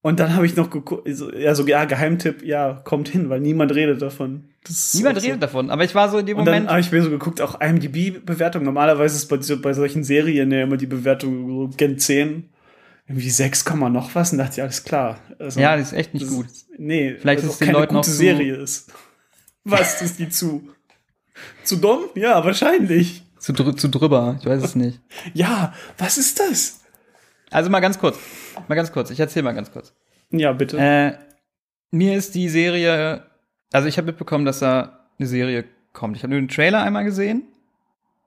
Speaker 8: Und dann habe ich noch geguckt, also, ja, so, ja, Geheimtipp, ja, kommt hin, weil niemand redet davon. Das ist
Speaker 7: Niemand
Speaker 8: auch so.
Speaker 7: redet davon, aber ich war so in dem
Speaker 8: Und dann
Speaker 7: Moment.
Speaker 8: habe ich mir so geguckt, auch IMDb-Bewertung. Normalerweise ist bei, so- bei solchen Serien ja immer die Bewertung so Gen 10, irgendwie 6, Komma noch was. Und dachte ich, alles klar. Also,
Speaker 7: ja, das ist echt nicht
Speaker 8: das-
Speaker 7: gut.
Speaker 8: Nee,
Speaker 7: Vielleicht
Speaker 8: weil
Speaker 7: ist
Speaker 8: auch
Speaker 7: es den
Speaker 8: keine
Speaker 7: Leuten auch
Speaker 8: gute
Speaker 7: zu-
Speaker 8: Serie ist. Was ist die zu? Zu dumm? Ja, wahrscheinlich.
Speaker 7: Zu, drü zu drüber, ich weiß es nicht.
Speaker 8: Ja, was ist das?
Speaker 7: Also mal ganz kurz, mal ganz kurz, ich erzähl mal ganz kurz.
Speaker 8: Ja, bitte.
Speaker 7: Äh, mir ist die Serie, also ich habe mitbekommen, dass da eine Serie kommt. Ich habe nur den Trailer einmal gesehen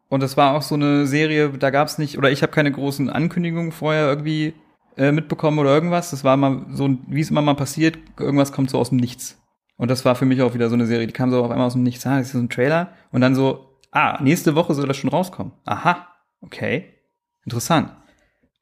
Speaker 7: und das war auch so eine Serie, da gab es nicht, oder ich habe keine großen Ankündigungen vorher irgendwie äh, mitbekommen oder irgendwas. Das war mal so, ein- wie es immer mal passiert, irgendwas kommt so aus dem Nichts. Und das war für mich auch wieder so eine Serie, die kam so auf einmal aus dem Nichts. Ah, das ist so ein Trailer und dann so, ah, nächste Woche soll das schon rauskommen. Aha, okay, interessant.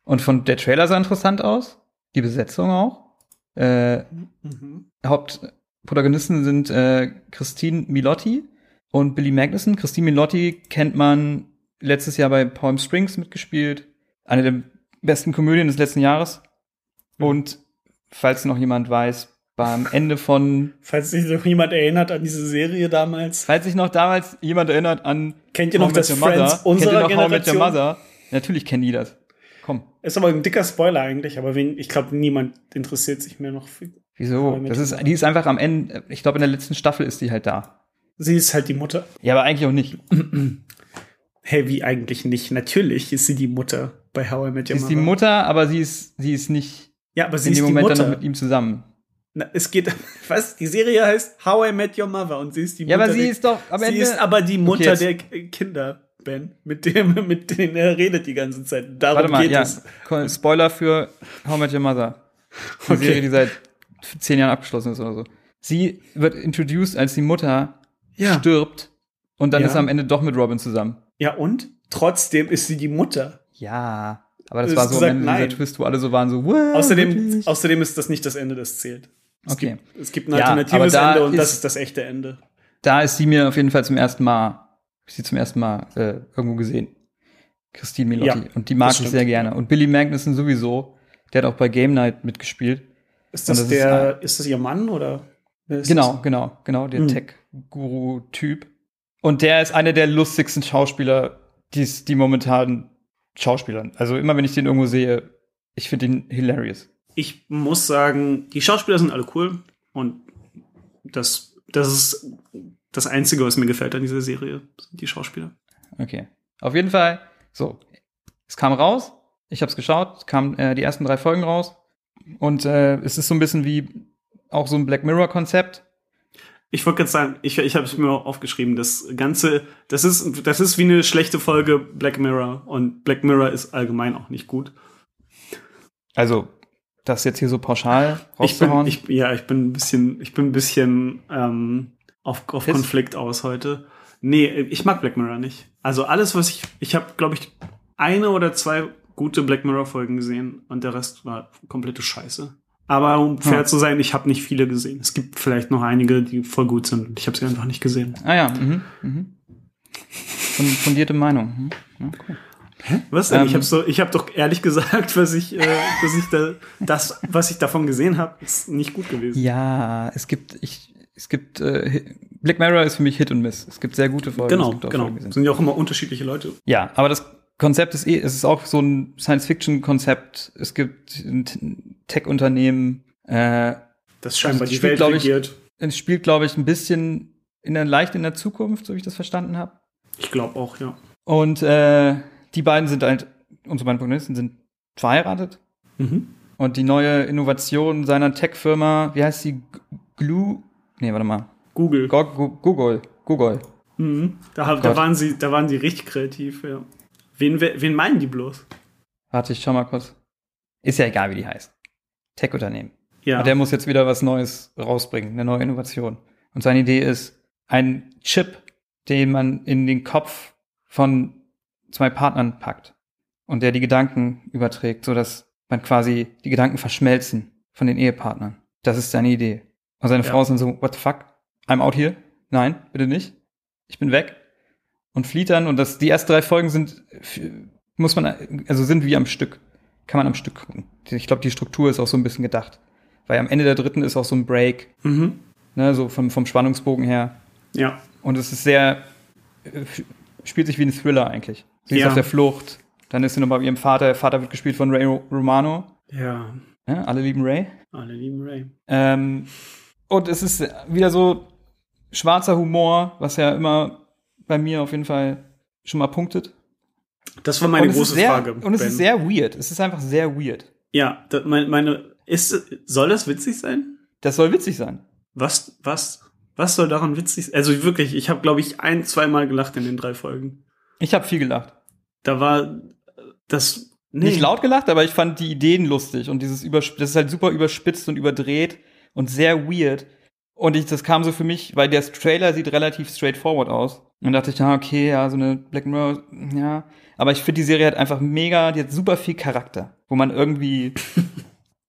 Speaker 7: Und von der Trailer sah interessant aus, die Besetzung auch. Äh,
Speaker 8: mhm.
Speaker 7: Hauptprotagonisten sind äh, Christine Milotti und Billy Magnussen. Christine Milotti kennt man letztes Jahr bei Palm Springs mitgespielt. Eine der besten Komödien des letzten Jahres.
Speaker 8: Mhm.
Speaker 7: Und falls noch jemand weiß, beim Ende von,
Speaker 8: Falls sich noch jemand erinnert an diese Serie damals,
Speaker 7: falls sich noch damals jemand erinnert an
Speaker 8: kennt ihr noch
Speaker 7: How I Met
Speaker 8: das
Speaker 7: Your
Speaker 8: Friends
Speaker 7: Mother, kennt ihr
Speaker 8: unserer
Speaker 7: noch How I Met Your
Speaker 8: Generation?
Speaker 7: Mother? Natürlich kennen die das. Komm,
Speaker 8: Ist aber ein dicker Spoiler eigentlich, aber wen, ich glaube, niemand interessiert sich mehr noch. Für. How I
Speaker 7: wieso?
Speaker 8: Met
Speaker 7: Das
Speaker 8: Your
Speaker 7: ist,
Speaker 8: Mother.
Speaker 7: die ist einfach am Ende, ich glaube in der letzten Staffel ist die halt da.
Speaker 8: Sie ist halt die Mutter.
Speaker 7: Ja, aber eigentlich auch nicht.
Speaker 8: Hey, wie eigentlich nicht? Natürlich ist sie die Mutter bei How I Met
Speaker 7: Sie
Speaker 8: Your
Speaker 7: ist die
Speaker 8: Mother.
Speaker 7: Mutter, aber sie ist, sie ist nicht
Speaker 8: Ja, aber sie
Speaker 7: in
Speaker 8: ist
Speaker 7: dem
Speaker 8: die
Speaker 7: Moment dann
Speaker 8: Mutter.
Speaker 7: noch mit ihm zusammen.
Speaker 8: Na, es geht, was? Die Serie heißt How I Met Your Mother und sie ist die
Speaker 7: Ja,
Speaker 8: Mutter.
Speaker 7: aber sie
Speaker 8: der-
Speaker 7: ist doch am
Speaker 8: sie
Speaker 7: Ende.
Speaker 8: ist aber die
Speaker 7: Okay,
Speaker 8: Mutter
Speaker 7: jetzt-
Speaker 8: der K- Kinder, Ben, mit dem, mit denen er redet die ganze Zeit. Darum
Speaker 7: warte mal,
Speaker 8: geht
Speaker 7: ja.
Speaker 8: es.
Speaker 7: Ko- Spoiler für How I Met Your Mother. Eine
Speaker 8: Okay.
Speaker 7: Serie, die seit zehn Jahren abgeschlossen ist oder so. Sie wird introduced, als die Mutter
Speaker 8: Ja.
Speaker 7: stirbt und dann
Speaker 8: Ja.
Speaker 7: ist er am Ende doch mit Robin zusammen.
Speaker 8: ja, und? Trotzdem ist sie die Mutter.
Speaker 7: Ja. Aber das
Speaker 8: Du
Speaker 7: war
Speaker 8: hast
Speaker 7: so
Speaker 8: gesagt,
Speaker 7: am Ende
Speaker 8: nein.
Speaker 7: dieser Twist, wo alle so waren so, wow,
Speaker 8: Außerdem,
Speaker 7: wirklich?
Speaker 8: außerdem ist das nicht das Ende, das zählt. Es
Speaker 7: Okay.
Speaker 8: Gibt, es gibt ein
Speaker 7: Ja, aber
Speaker 8: alternatives
Speaker 7: da
Speaker 8: Ende und
Speaker 7: ist-
Speaker 8: das ist das echte Ende.
Speaker 7: da ist sie mir auf jeden Fall zum ersten Mal, hab ich sie zum ersten Mal äh, irgendwo gesehen. Christine Milotti.
Speaker 8: Ja,
Speaker 7: und die mag
Speaker 8: das
Speaker 7: ich
Speaker 8: stimmt.
Speaker 7: sehr gerne. Und Billy Magnussen sowieso. Der hat auch bei Game Night mitgespielt.
Speaker 8: Ist
Speaker 7: Und
Speaker 8: das,
Speaker 7: das ist
Speaker 8: der, ist, das ihr Mann oder? wer ist
Speaker 7: genau, genau, genau, der
Speaker 8: Hm.
Speaker 7: Tech-Guru-Typ. Und der ist einer der lustigsten Schauspieler, die's, die momentanen Schauspielern. Also immer wenn ich den irgendwo sehe, ich finde ihn hilarious.
Speaker 8: ich muss sagen, die Schauspieler sind alle cool und das, das ist das Einzige, was mir gefällt an dieser Serie, sind die Schauspieler.
Speaker 7: Okay. Auf jeden Fall, so. Es kam raus, ich hab's geschaut, es kamen äh, die ersten drei Folgen raus. Und äh, es ist so ein bisschen wie auch so ein Black Mirror-Konzept.
Speaker 8: Ich wollte gerade sagen, ich, ich habe es mir auch aufgeschrieben, das Ganze, das ist, das ist wie eine schlechte Folge Black Mirror und Black Mirror ist allgemein auch nicht gut.
Speaker 7: Also, das jetzt hier so pauschal
Speaker 8: Ich bin,
Speaker 7: rauszuhauen.
Speaker 8: ich, ja, ich bin ein bisschen, ich bin ein bisschen ähm, auf, auf
Speaker 7: Piss?
Speaker 8: Konflikt aus heute. Nee, ich mag Black Mirror nicht. Also alles, was ich, ich habe, glaube ich, eine oder zwei gute Black Mirror Folgen gesehen und der Rest war komplette Scheiße. Aber um fair
Speaker 7: Hm.
Speaker 8: zu sein, ich habe nicht viele gesehen. Es gibt vielleicht noch einige, die voll gut sind. und Ich habe sie einfach nicht gesehen.
Speaker 7: ah ja, mhm, mhm. Fun- Fundierte Meinung. Hm? Ja, cool.
Speaker 8: Was denn? ich
Speaker 7: Ähm.
Speaker 8: habe so, ich habe doch ehrlich gesagt, was ich, äh, dass ich da, das, was ich davon gesehen habe, ist nicht gut gewesen.
Speaker 7: Ja, es gibt, ich, es gibt, äh, Hi- Black Mirror ist für mich Hit und Miss. Es gibt sehr gute Folgen. es
Speaker 8: Genau,
Speaker 7: gibt auch
Speaker 8: genau.
Speaker 7: Folgen, die sind-
Speaker 8: Sind ja auch immer unterschiedliche Leute.
Speaker 7: Ja, aber das Konzept ist eh, es ist auch so ein Science-Fiction-Konzept. Es gibt ein T- ein Tech-Unternehmen. Äh,
Speaker 8: Das scheinbar
Speaker 7: Also die
Speaker 8: die
Speaker 7: spielt,
Speaker 8: Welt
Speaker 7: glaub ich-
Speaker 8: regiert.
Speaker 7: es spielt, glaube ich, ein bisschen in der, leicht in der Zukunft, so wie ich das verstanden habe.
Speaker 8: Ich glaube auch, ja.
Speaker 7: Und äh, die beiden sind halt, unsere beiden Protagonisten sind verheiratet.
Speaker 8: Mhm.
Speaker 7: Und die neue Innovation seiner Tech-Firma, wie heißt sie? G- Glue? Nee, warte mal.
Speaker 8: Google.
Speaker 7: Go- Go- Google. Google.
Speaker 8: Mhm. Da, hab- da
Speaker 7: Oh Gott.
Speaker 8: waren sie, da waren die richtig kreativ, ja. Wen, we- wen meinen die bloß?
Speaker 7: Warte, ich schau mal kurz. Ist ja egal, wie die heißt. Tech-Unternehmen.
Speaker 8: Ja.
Speaker 7: Und der muss jetzt wieder was Neues rausbringen, eine neue Innovation. Und seine Idee ist, ein Chip, den man in den Kopf von zwei Partnern packt und der die Gedanken überträgt, sodass man quasi die Gedanken verschmelzen von den Ehepartnern. Das ist seine Idee. Und seine
Speaker 8: Ja.
Speaker 7: Frau ist dann so, what the fuck? I'm out here? Nein, bitte nicht. Ich bin weg. Und flieht dann und das, die ersten drei Folgen sind, f- muss man, also sind wie am Stück. Kann man am Stück gucken. Ich glaube, die Struktur ist auch so ein bisschen gedacht. Weil am Ende der dritten ist auch so ein Break,
Speaker 8: Mhm.
Speaker 7: ne, so vom, vom Spannungsbogen her.
Speaker 8: Ja.
Speaker 7: Und es ist sehr, äh, f- spielt sich wie ein Thriller eigentlich. Sie ist
Speaker 8: Ja.
Speaker 7: auf der Flucht, dann ist sie noch bei ihrem Vater, der Vater wird gespielt von Ray Ro- Romano,
Speaker 8: Ja.
Speaker 7: ne? alle lieben Ray.
Speaker 8: Alle lieben Ray.
Speaker 7: Ähm, und es ist wieder so schwarzer Humor, was ja immer bei mir auf jeden Fall schon mal punktet.
Speaker 8: Das war meine
Speaker 7: und es
Speaker 8: große
Speaker 7: ist sehr,
Speaker 8: Frage.
Speaker 7: Und es
Speaker 8: Ben.
Speaker 7: ist sehr weird, es ist einfach sehr weird.
Speaker 8: ja, da, mein, meine, ist, soll das witzig sein?
Speaker 7: Das soll witzig sein.
Speaker 8: Was, was, was soll daran witzig sein? Also wirklich, ich habe, glaube ich, ein, zweimal gelacht in den drei Folgen.
Speaker 7: Ich habe viel gelacht.
Speaker 8: Da war äh, das. nee.
Speaker 7: Nicht laut gelacht, aber ich fand die Ideen lustig und dieses übersp das ist halt super überspitzt und überdreht und sehr weird. Und ich, das kam so für mich, weil der Trailer sieht relativ straightforward aus. Und dachte ich, ja, okay, ja, so eine Black Mirror, ja. Aber ich finde, die Serie hat einfach mega, die hat super viel Charakter, wo man irgendwie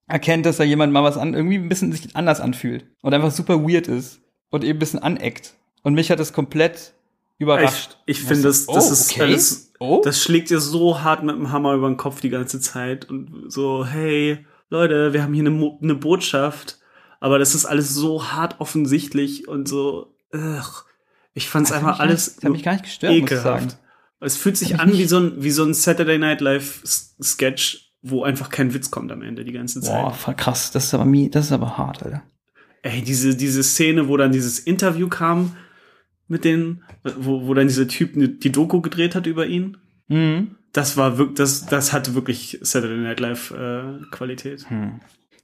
Speaker 7: erkennt, dass da jemand mal was an, irgendwie ein bisschen sich anders anfühlt und einfach super weird ist und eben ein bisschen aneckt. Und mich hat das komplett überrascht.
Speaker 8: Ich, ich finde, das, das
Speaker 7: Oh,
Speaker 8: ist
Speaker 7: okay.
Speaker 8: alles.
Speaker 7: Oh.
Speaker 8: Das schlägt dir so hart mit dem Hammer über den Kopf die ganze Zeit. Und so, hey, Leute, wir haben hier eine, Mo- eine Botschaft. Aber das ist alles so hart offensichtlich und so. Ugh. Ich fand's
Speaker 7: Das hat
Speaker 8: einfach
Speaker 7: mich gar
Speaker 8: alles.
Speaker 7: nicht- das hat mich gar nicht gestört, muss ich sagen.
Speaker 8: Es fühlt sich an wie so, ein, wie so ein Saturday Night Live S- Sketch, wo einfach kein Witz kommt am Ende die ganze Zeit.
Speaker 7: Boah, voll krass, das ist aber, mi- das ist aber hart, Alter.
Speaker 8: Ey, diese, diese Szene, wo dann dieses Interview kam mit denen, wo, wo dann dieser Typ ne- die Doku gedreht hat über ihn.
Speaker 7: Mhm.
Speaker 8: Das war wirklich, das, das hatte wirklich Saturday Night Live äh, Qualität.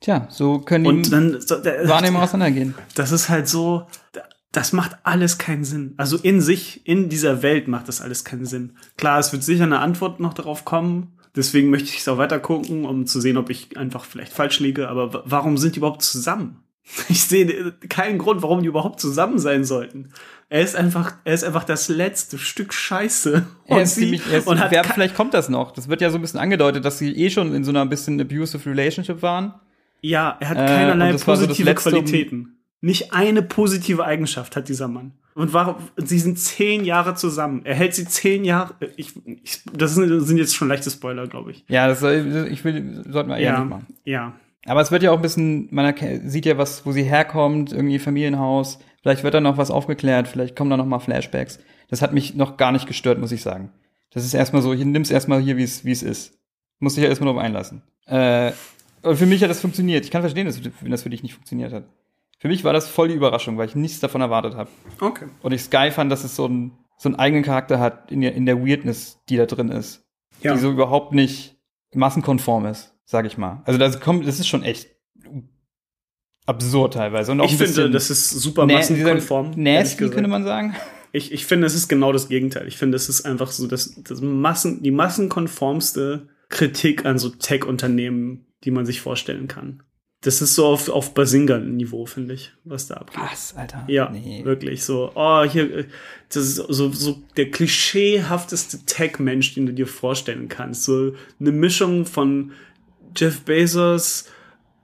Speaker 7: Tja, so können
Speaker 8: Und
Speaker 7: die
Speaker 8: dann, so, da-
Speaker 7: Hm. Wahrnehmung auseinandergehen.
Speaker 8: das ist halt so, da- das macht alles keinen Sinn. Also in sich, in dieser Welt macht das alles keinen Sinn. Klar, es wird sicher eine Antwort noch darauf kommen. Deswegen möchte ich es auch weiter gucken, um zu sehen, ob ich einfach vielleicht falsch liege. Aber wa- warum sind die überhaupt zusammen? Ich sehe äh, keinen Grund, warum die überhaupt zusammen sein sollten. Er ist einfach, er ist einfach das letzte Stück Scheiße.
Speaker 7: Er ist ziemlich, er ist,
Speaker 8: und hat
Speaker 7: wer,
Speaker 8: ke-
Speaker 7: vielleicht kommt das noch. Das wird ja so ein bisschen angedeutet, dass sie eh schon in so einer ein bisschen abusive Relationship waren.
Speaker 8: Ja, er hat
Speaker 7: Äh,
Speaker 8: keinerlei
Speaker 7: und das war so das
Speaker 8: positive
Speaker 7: Letzte, um-
Speaker 8: Qualitäten. Nicht eine positive Eigenschaft hat dieser Mann. Und warum, sie sind zehn Jahre zusammen. Er hält sie zehn Jahre. äh, Ich, ich, das sind sind jetzt schon leichte Spoiler, glaube ich.
Speaker 7: Ja, das soll, ich will, sollten wir eher nicht
Speaker 8: Ja,
Speaker 7: machen.
Speaker 8: ja.
Speaker 7: Aber es wird ja auch ein bisschen, man erke- sieht ja was, wo sie herkommt, irgendwie Familienhaus. Vielleicht wird da noch was aufgeklärt, vielleicht kommen da noch mal Flashbacks. Das hat mich noch gar nicht gestört, muss ich sagen. Das ist erstmal so, hier, nimm's erstmal hier, wie es wie es ist. Muss dich ja erstmal drauf einlassen. Äh, und für mich hat das funktioniert. Ich kann verstehen, dass, wenn das für dich nicht funktioniert hat. Für mich war das voll die Überraschung, weil ich nichts davon erwartet habe.
Speaker 8: Okay.
Speaker 7: Und ich Sky fand, dass es so, einen so einen eigenen Charakter hat in der, in der Weirdness, die da drin ist
Speaker 8: Ja.
Speaker 7: die so überhaupt nicht massenkonform ist, sag ich mal. Also das kommt, das ist schon echt absurd teilweise. Und auch
Speaker 8: ich
Speaker 7: ein
Speaker 8: finde,
Speaker 7: bisschen
Speaker 8: das ist super
Speaker 7: nä-
Speaker 8: massenkonform.
Speaker 7: dieser
Speaker 8: ehrlich
Speaker 7: Nasty,
Speaker 8: gesagt.
Speaker 7: könnte man sagen.
Speaker 8: Ich, ich finde, es ist genau das Gegenteil. Ich finde, es ist einfach so das, das Massen, die massenkonformste Kritik an so Tech-Unternehmen, die man sich vorstellen kann. Das ist so auf, auf Basinga-Niveau, finde ich, was da abgeht.
Speaker 7: Was, Alter?
Speaker 8: Ja,
Speaker 7: Nee.
Speaker 8: wirklich so. Oh, hier, äh, das ist so, so der klischeehafteste Tech-Mensch, den du dir vorstellen kannst. So eine Mischung von Jeff Bezos,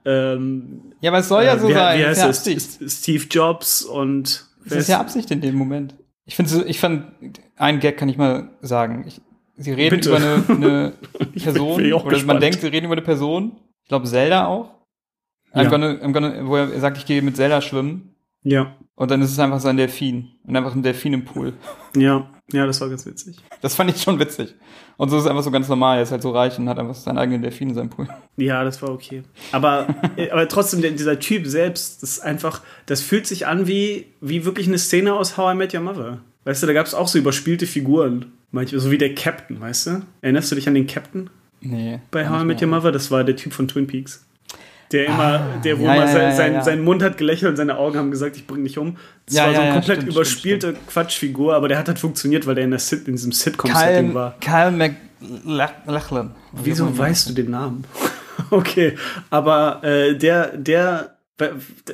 Speaker 8: ähm,
Speaker 7: Ja, aber es soll ja
Speaker 8: äh,
Speaker 7: so
Speaker 8: wie,
Speaker 7: sein.
Speaker 8: wie
Speaker 7: Das
Speaker 8: heißt
Speaker 7: ist ja
Speaker 8: er?
Speaker 7: Absicht.
Speaker 8: S- Steve Jobs und
Speaker 7: Das ist ja Absicht in dem Moment. Ich finde, so- ich fand, einen Gag kann ich mal sagen. Ich, sie reden
Speaker 8: Bitte.
Speaker 7: über eine, eine Person,
Speaker 8: bin ich auch
Speaker 7: oder man
Speaker 8: gespannt.
Speaker 7: denkt, sie reden über eine Person. Ich glaube, Zelda auch. I'm
Speaker 8: Ja.
Speaker 7: gonna, I'm gonna, wo er sagt, ich gehe mit Zelda schwimmen.
Speaker 8: ja,
Speaker 7: Und dann ist es einfach so ein Delfin. Und einfach ein Delfin im Pool.
Speaker 8: ja, ja, das war ganz witzig.
Speaker 7: Das fand ich schon witzig. Und so ist es einfach so ganz normal. Er ist halt so reich und hat einfach seinen eigenen Delfin in seinem Pool.
Speaker 8: Ja, das war okay. Aber, äh, aber trotzdem, der, dieser Typ selbst, das ist einfach, das fühlt sich an wie, wie wirklich eine Szene aus How I Met Your Mother. Weißt du, da gab es auch so überspielte Figuren. Manchmal, so wie der Captain, weißt du? Erinnerst du dich an den Captain
Speaker 7: Nee.
Speaker 8: bei
Speaker 7: kann
Speaker 8: How I
Speaker 7: ich
Speaker 8: Met Your Mother? Das war der Typ von Twin Peaks. Der immer, der, wo
Speaker 7: Ah.
Speaker 8: immer
Speaker 7: ja, ja,
Speaker 8: sein,
Speaker 7: ja, ja,
Speaker 8: sein,
Speaker 7: ja.
Speaker 8: seinen Mund hat gelächelt und seine Augen haben gesagt, ich bring dich um. Das
Speaker 7: Ja,
Speaker 8: war so
Speaker 7: ja,
Speaker 8: eine
Speaker 7: ja,
Speaker 8: komplett
Speaker 7: stimmt,
Speaker 8: überspielte
Speaker 7: stimmt,
Speaker 8: Quatschfigur, aber der hat halt funktioniert, weil der in, der Sit in diesem Sitcom-Setting
Speaker 7: Kyle,
Speaker 8: war.
Speaker 7: Kyle McLachlan.
Speaker 8: Wieso weißt du den Namen? okay, aber äh, der, der,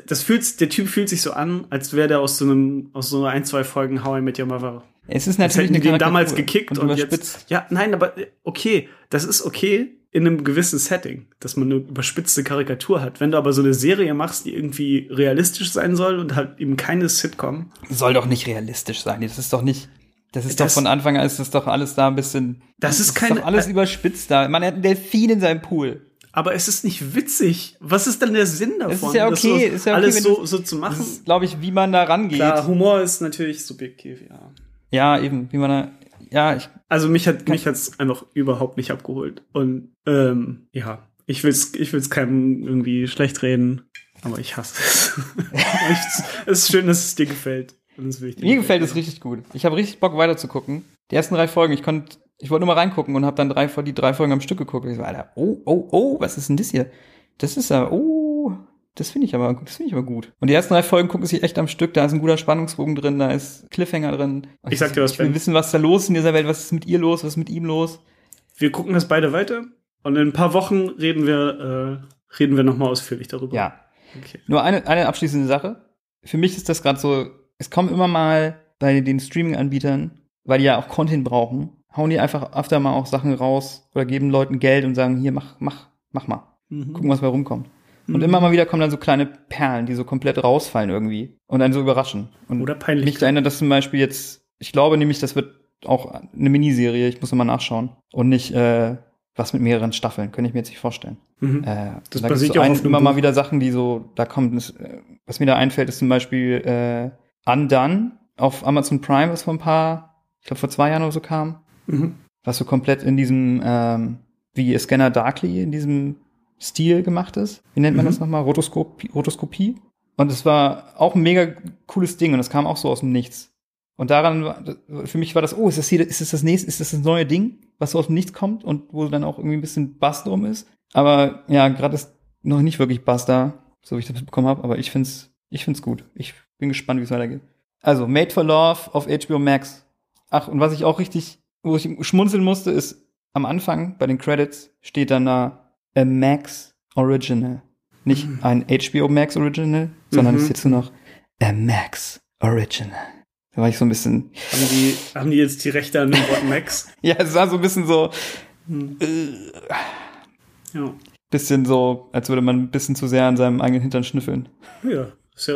Speaker 8: das fühlt, der Typ fühlt sich so an, als wäre der aus so einem, aus so ein, zwei Folgen How I Met Your Mother
Speaker 7: Es ist
Speaker 8: Das
Speaker 7: natürlich
Speaker 8: hätten die den
Speaker 7: Karikatur
Speaker 8: damals gekickt und,
Speaker 7: überspitzt.
Speaker 8: jetzt. Ja, nein, aber äh, okay, das ist okay in einem gewissen Setting, dass man eine überspitzte Karikatur hat. Wenn du aber so eine Serie machst, die irgendwie realistisch sein soll und halt eben keine Sitcom,
Speaker 7: soll doch nicht realistisch sein. Das ist doch nicht. Das ist
Speaker 8: Das-
Speaker 7: doch von Anfang an ist das doch alles da ein bisschen.
Speaker 8: Das ist keine-
Speaker 7: doch alles
Speaker 8: äh,
Speaker 7: überspitzt da. Man hat einen Delfin in seinem Pool.
Speaker 8: aber es ist nicht witzig. Was ist denn der Sinn davon?
Speaker 7: Es ist ja
Speaker 8: das
Speaker 7: okay,
Speaker 8: so,
Speaker 7: ist ja okay,
Speaker 8: alles
Speaker 7: wenn
Speaker 8: so,
Speaker 7: du-
Speaker 8: so zu
Speaker 7: Das
Speaker 8: machen.
Speaker 7: ist, glaube ich, wie man da rangeht.
Speaker 8: Klar, Humor ist natürlich subjektiv, ja.
Speaker 7: Ja, eben, wie man da. Ja, ich,
Speaker 8: Also mich hat mich hat's einfach überhaupt nicht abgeholt und ähm, ja, ich will's ich will's keinem irgendwie schlecht reden, aber ich hasse es. ich, es ist schön, dass es dir gefällt. Und das will ich dir
Speaker 7: mir gefällt es richtig gut. Ich habe richtig Bock weiterzugucken. Die ersten drei Folgen, ich konnte, ich wollte nur mal reingucken und habe dann drei, die drei Folgen am Stück geguckt. Und ich so, Alter, oh, oh, oh, was ist denn das hier? Das ist ja, oh, das finde ich aber, das finde ich aber gut. Und die ersten drei Folgen gucken sich echt am Stück. Da ist ein guter Spannungsbogen drin, da ist Cliffhanger drin.
Speaker 8: Ich sag dir was,
Speaker 7: Ich will
Speaker 8: Ben.
Speaker 7: wissen, was da los ist in dieser Welt, was ist mit ihr los, was ist mit ihm los.
Speaker 8: Wir gucken das beide weiter und in ein paar Wochen reden wir äh, reden wir noch mal ausführlich darüber.
Speaker 7: Ja,
Speaker 8: Okay.
Speaker 7: Nur eine, eine abschließende Sache. Für mich ist das gerade so, es kommen immer mal bei den Streaming-Anbietern, weil die ja auch Content brauchen, hauen die einfach öfter mal auch Sachen raus oder geben Leuten Geld und sagen, hier, mach, mach, mach mal. Gucken, was bei rumkommt. Mhm. Und
Speaker 8: Mhm.
Speaker 7: immer mal wieder kommen dann so kleine Perlen, die so komplett rausfallen irgendwie und einen so überraschen. Und
Speaker 8: Mhm. Oder peinlich.
Speaker 7: Mich erinnert das zum Beispiel jetzt, ich glaube nämlich, das wird auch eine Miniserie, ich muss nochmal nachschauen. Und nicht äh, was mit mehreren Staffeln, könnte ich mir jetzt nicht vorstellen.
Speaker 8: Mhm.
Speaker 7: Äh,
Speaker 8: Das
Speaker 7: da gibt's
Speaker 8: basiert
Speaker 7: so
Speaker 8: ja auch
Speaker 7: ein-
Speaker 8: auf einem
Speaker 7: immer
Speaker 8: Buch.
Speaker 7: mal wieder Sachen, die so, da kommt, das, äh, was mir da einfällt, ist zum Beispiel äh, Undone auf Amazon Prime, was vor ein paar, ich glaube vor zwei Jahren oder so kam,
Speaker 8: Mhm.
Speaker 7: was so komplett in diesem, ähm, wie Scanner Darkly, in diesem Stil gemacht ist. Wie nennt man
Speaker 8: Mhm.
Speaker 7: das nochmal? Rotoskopie, Rotoskopie. Und es war auch ein mega cooles Ding und es kam auch so aus dem Nichts. Und daran, war- für mich war das, oh, ist das hier, ist das das nächste, ist das das neue Ding, was so aus dem Nichts kommt und wo dann auch irgendwie ein bisschen Bass drum ist. Aber ja, gerade ist noch nicht wirklich Bass da, so wie ich das bekommen habe, aber ich find's, ich find's gut. Ich bin gespannt, wie es weitergeht. Also, Made for Love auf HBO Max. Ach, und was ich auch richtig, wo ich schmunzeln musste, ist, am Anfang bei den Credits steht dann da a Max Original. Nicht ein HBO Max Original, sondern
Speaker 8: Mhm.
Speaker 7: es ist jetzt nur noch a Max Original. Da war ich so ein bisschen,
Speaker 8: Haben die haben die jetzt die Rechte an dem Wort Max? Mhm.
Speaker 7: ja, es war so ein bisschen so, äh,
Speaker 8: Ja.
Speaker 7: bisschen so, als würde man ein bisschen zu sehr an seinem eigenen Hintern schnüffeln.
Speaker 8: Ja. Ist ja,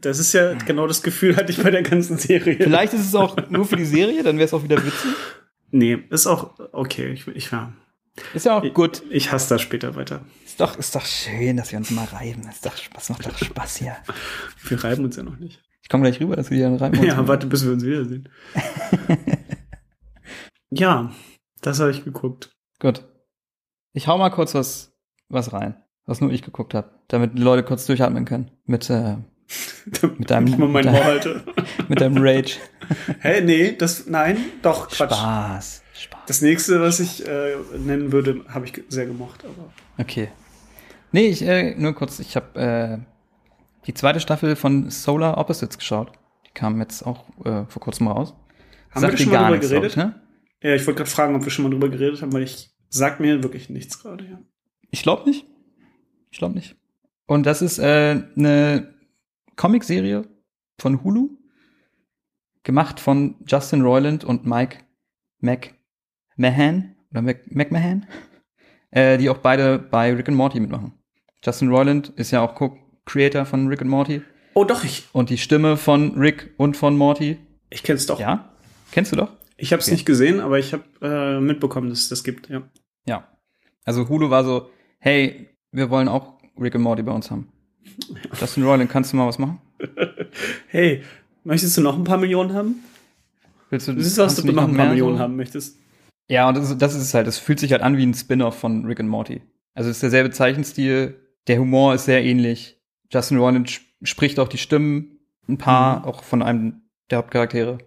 Speaker 8: das ist ja genau das Gefühl, hatte ich bei der ganzen Serie.
Speaker 7: Hm. Vielleicht ist es auch nur für die Serie, dann wäre es auch wieder witzig.
Speaker 8: Nee, ist auch okay. Ich, ich, ja.
Speaker 7: Ist ja auch Oh, gut.
Speaker 8: Ich hasse das später weiter.
Speaker 7: Ist doch, ist doch schön, dass wir uns mal reiben. Ist doch, das macht doch Spaß hier.
Speaker 8: Wir reiben uns ja noch nicht.
Speaker 7: Ich komme gleich rüber, dass wir hier einen Reiben
Speaker 8: ja, warte, bis wir uns wiedersehen. ja, das habe ich geguckt.
Speaker 7: Gut. Ich hau mal kurz was, was rein, was nur ich geguckt habe, damit die Leute kurz durchatmen können. Mit, äh, Mit deinem-
Speaker 8: ich mal mein
Speaker 7: mit
Speaker 8: Ohr
Speaker 7: deinem-
Speaker 8: halte.
Speaker 7: mit deinem Rage.
Speaker 8: Hä, nee, das, nein, doch, Quatsch.
Speaker 7: Spaß. Spaß.
Speaker 8: Das nächste, was ich äh, nennen würde, habe ich ge- sehr gemocht. Aber
Speaker 7: Okay. Nee, ich, äh, nur kurz, ich habe äh, die zweite Staffel von Solar Opposites geschaut. Die kam jetzt auch äh, vor kurzem raus.
Speaker 8: haben wir
Speaker 7: Sagt
Speaker 8: da
Speaker 7: dir
Speaker 8: schon mal drüber
Speaker 7: nichts, glaub
Speaker 8: geredet?
Speaker 7: Ich, ne?
Speaker 8: Ja, ich wollte gerade fragen, ob wir schon mal drüber geredet haben, weil ich sag mir wirklich nichts gerade. Ja.
Speaker 7: Ich glaube nicht. Ich glaube nicht. Und das ist äh, eine Comicserie von Hulu, gemacht von Justin Roiland und Mike McMahon oder Mac McMahon, äh, die auch beide bei Rick and Morty mitmachen. Justin Roiland ist ja auch Co-Creator von Rick and Morty
Speaker 8: Oh, doch, ich,
Speaker 7: und die Stimme von Rick und von Morty.
Speaker 8: ich kenne es doch.
Speaker 7: Ja, kennst du doch?
Speaker 8: Ich habe es
Speaker 7: Okay.
Speaker 8: nicht gesehen, aber ich habe äh, mitbekommen, dass es das gibt. Ja.
Speaker 7: Ja. Also Hulu war so, hey, wir wollen auch Rick and Morty bei uns haben. Justin Roiland, kannst du mal was machen?
Speaker 8: Hey, möchtest du noch ein paar Millionen haben?
Speaker 7: Willst du,
Speaker 8: Das ist, was
Speaker 7: hast
Speaker 8: du
Speaker 7: nicht
Speaker 8: noch ein
Speaker 7: mehr
Speaker 8: paar Millionen
Speaker 7: so?
Speaker 8: haben möchtest.
Speaker 7: Ja, und das, ist- das ist es halt. Es fühlt sich halt an wie ein Spin-off von Rick and Morty. Also es ist derselbe Zeichenstil. Der Humor ist sehr ähnlich. Justin Roiland sp- spricht auch die Stimmen ein
Speaker 8: Mhm.
Speaker 7: paar, auch von einem der Hauptcharaktere.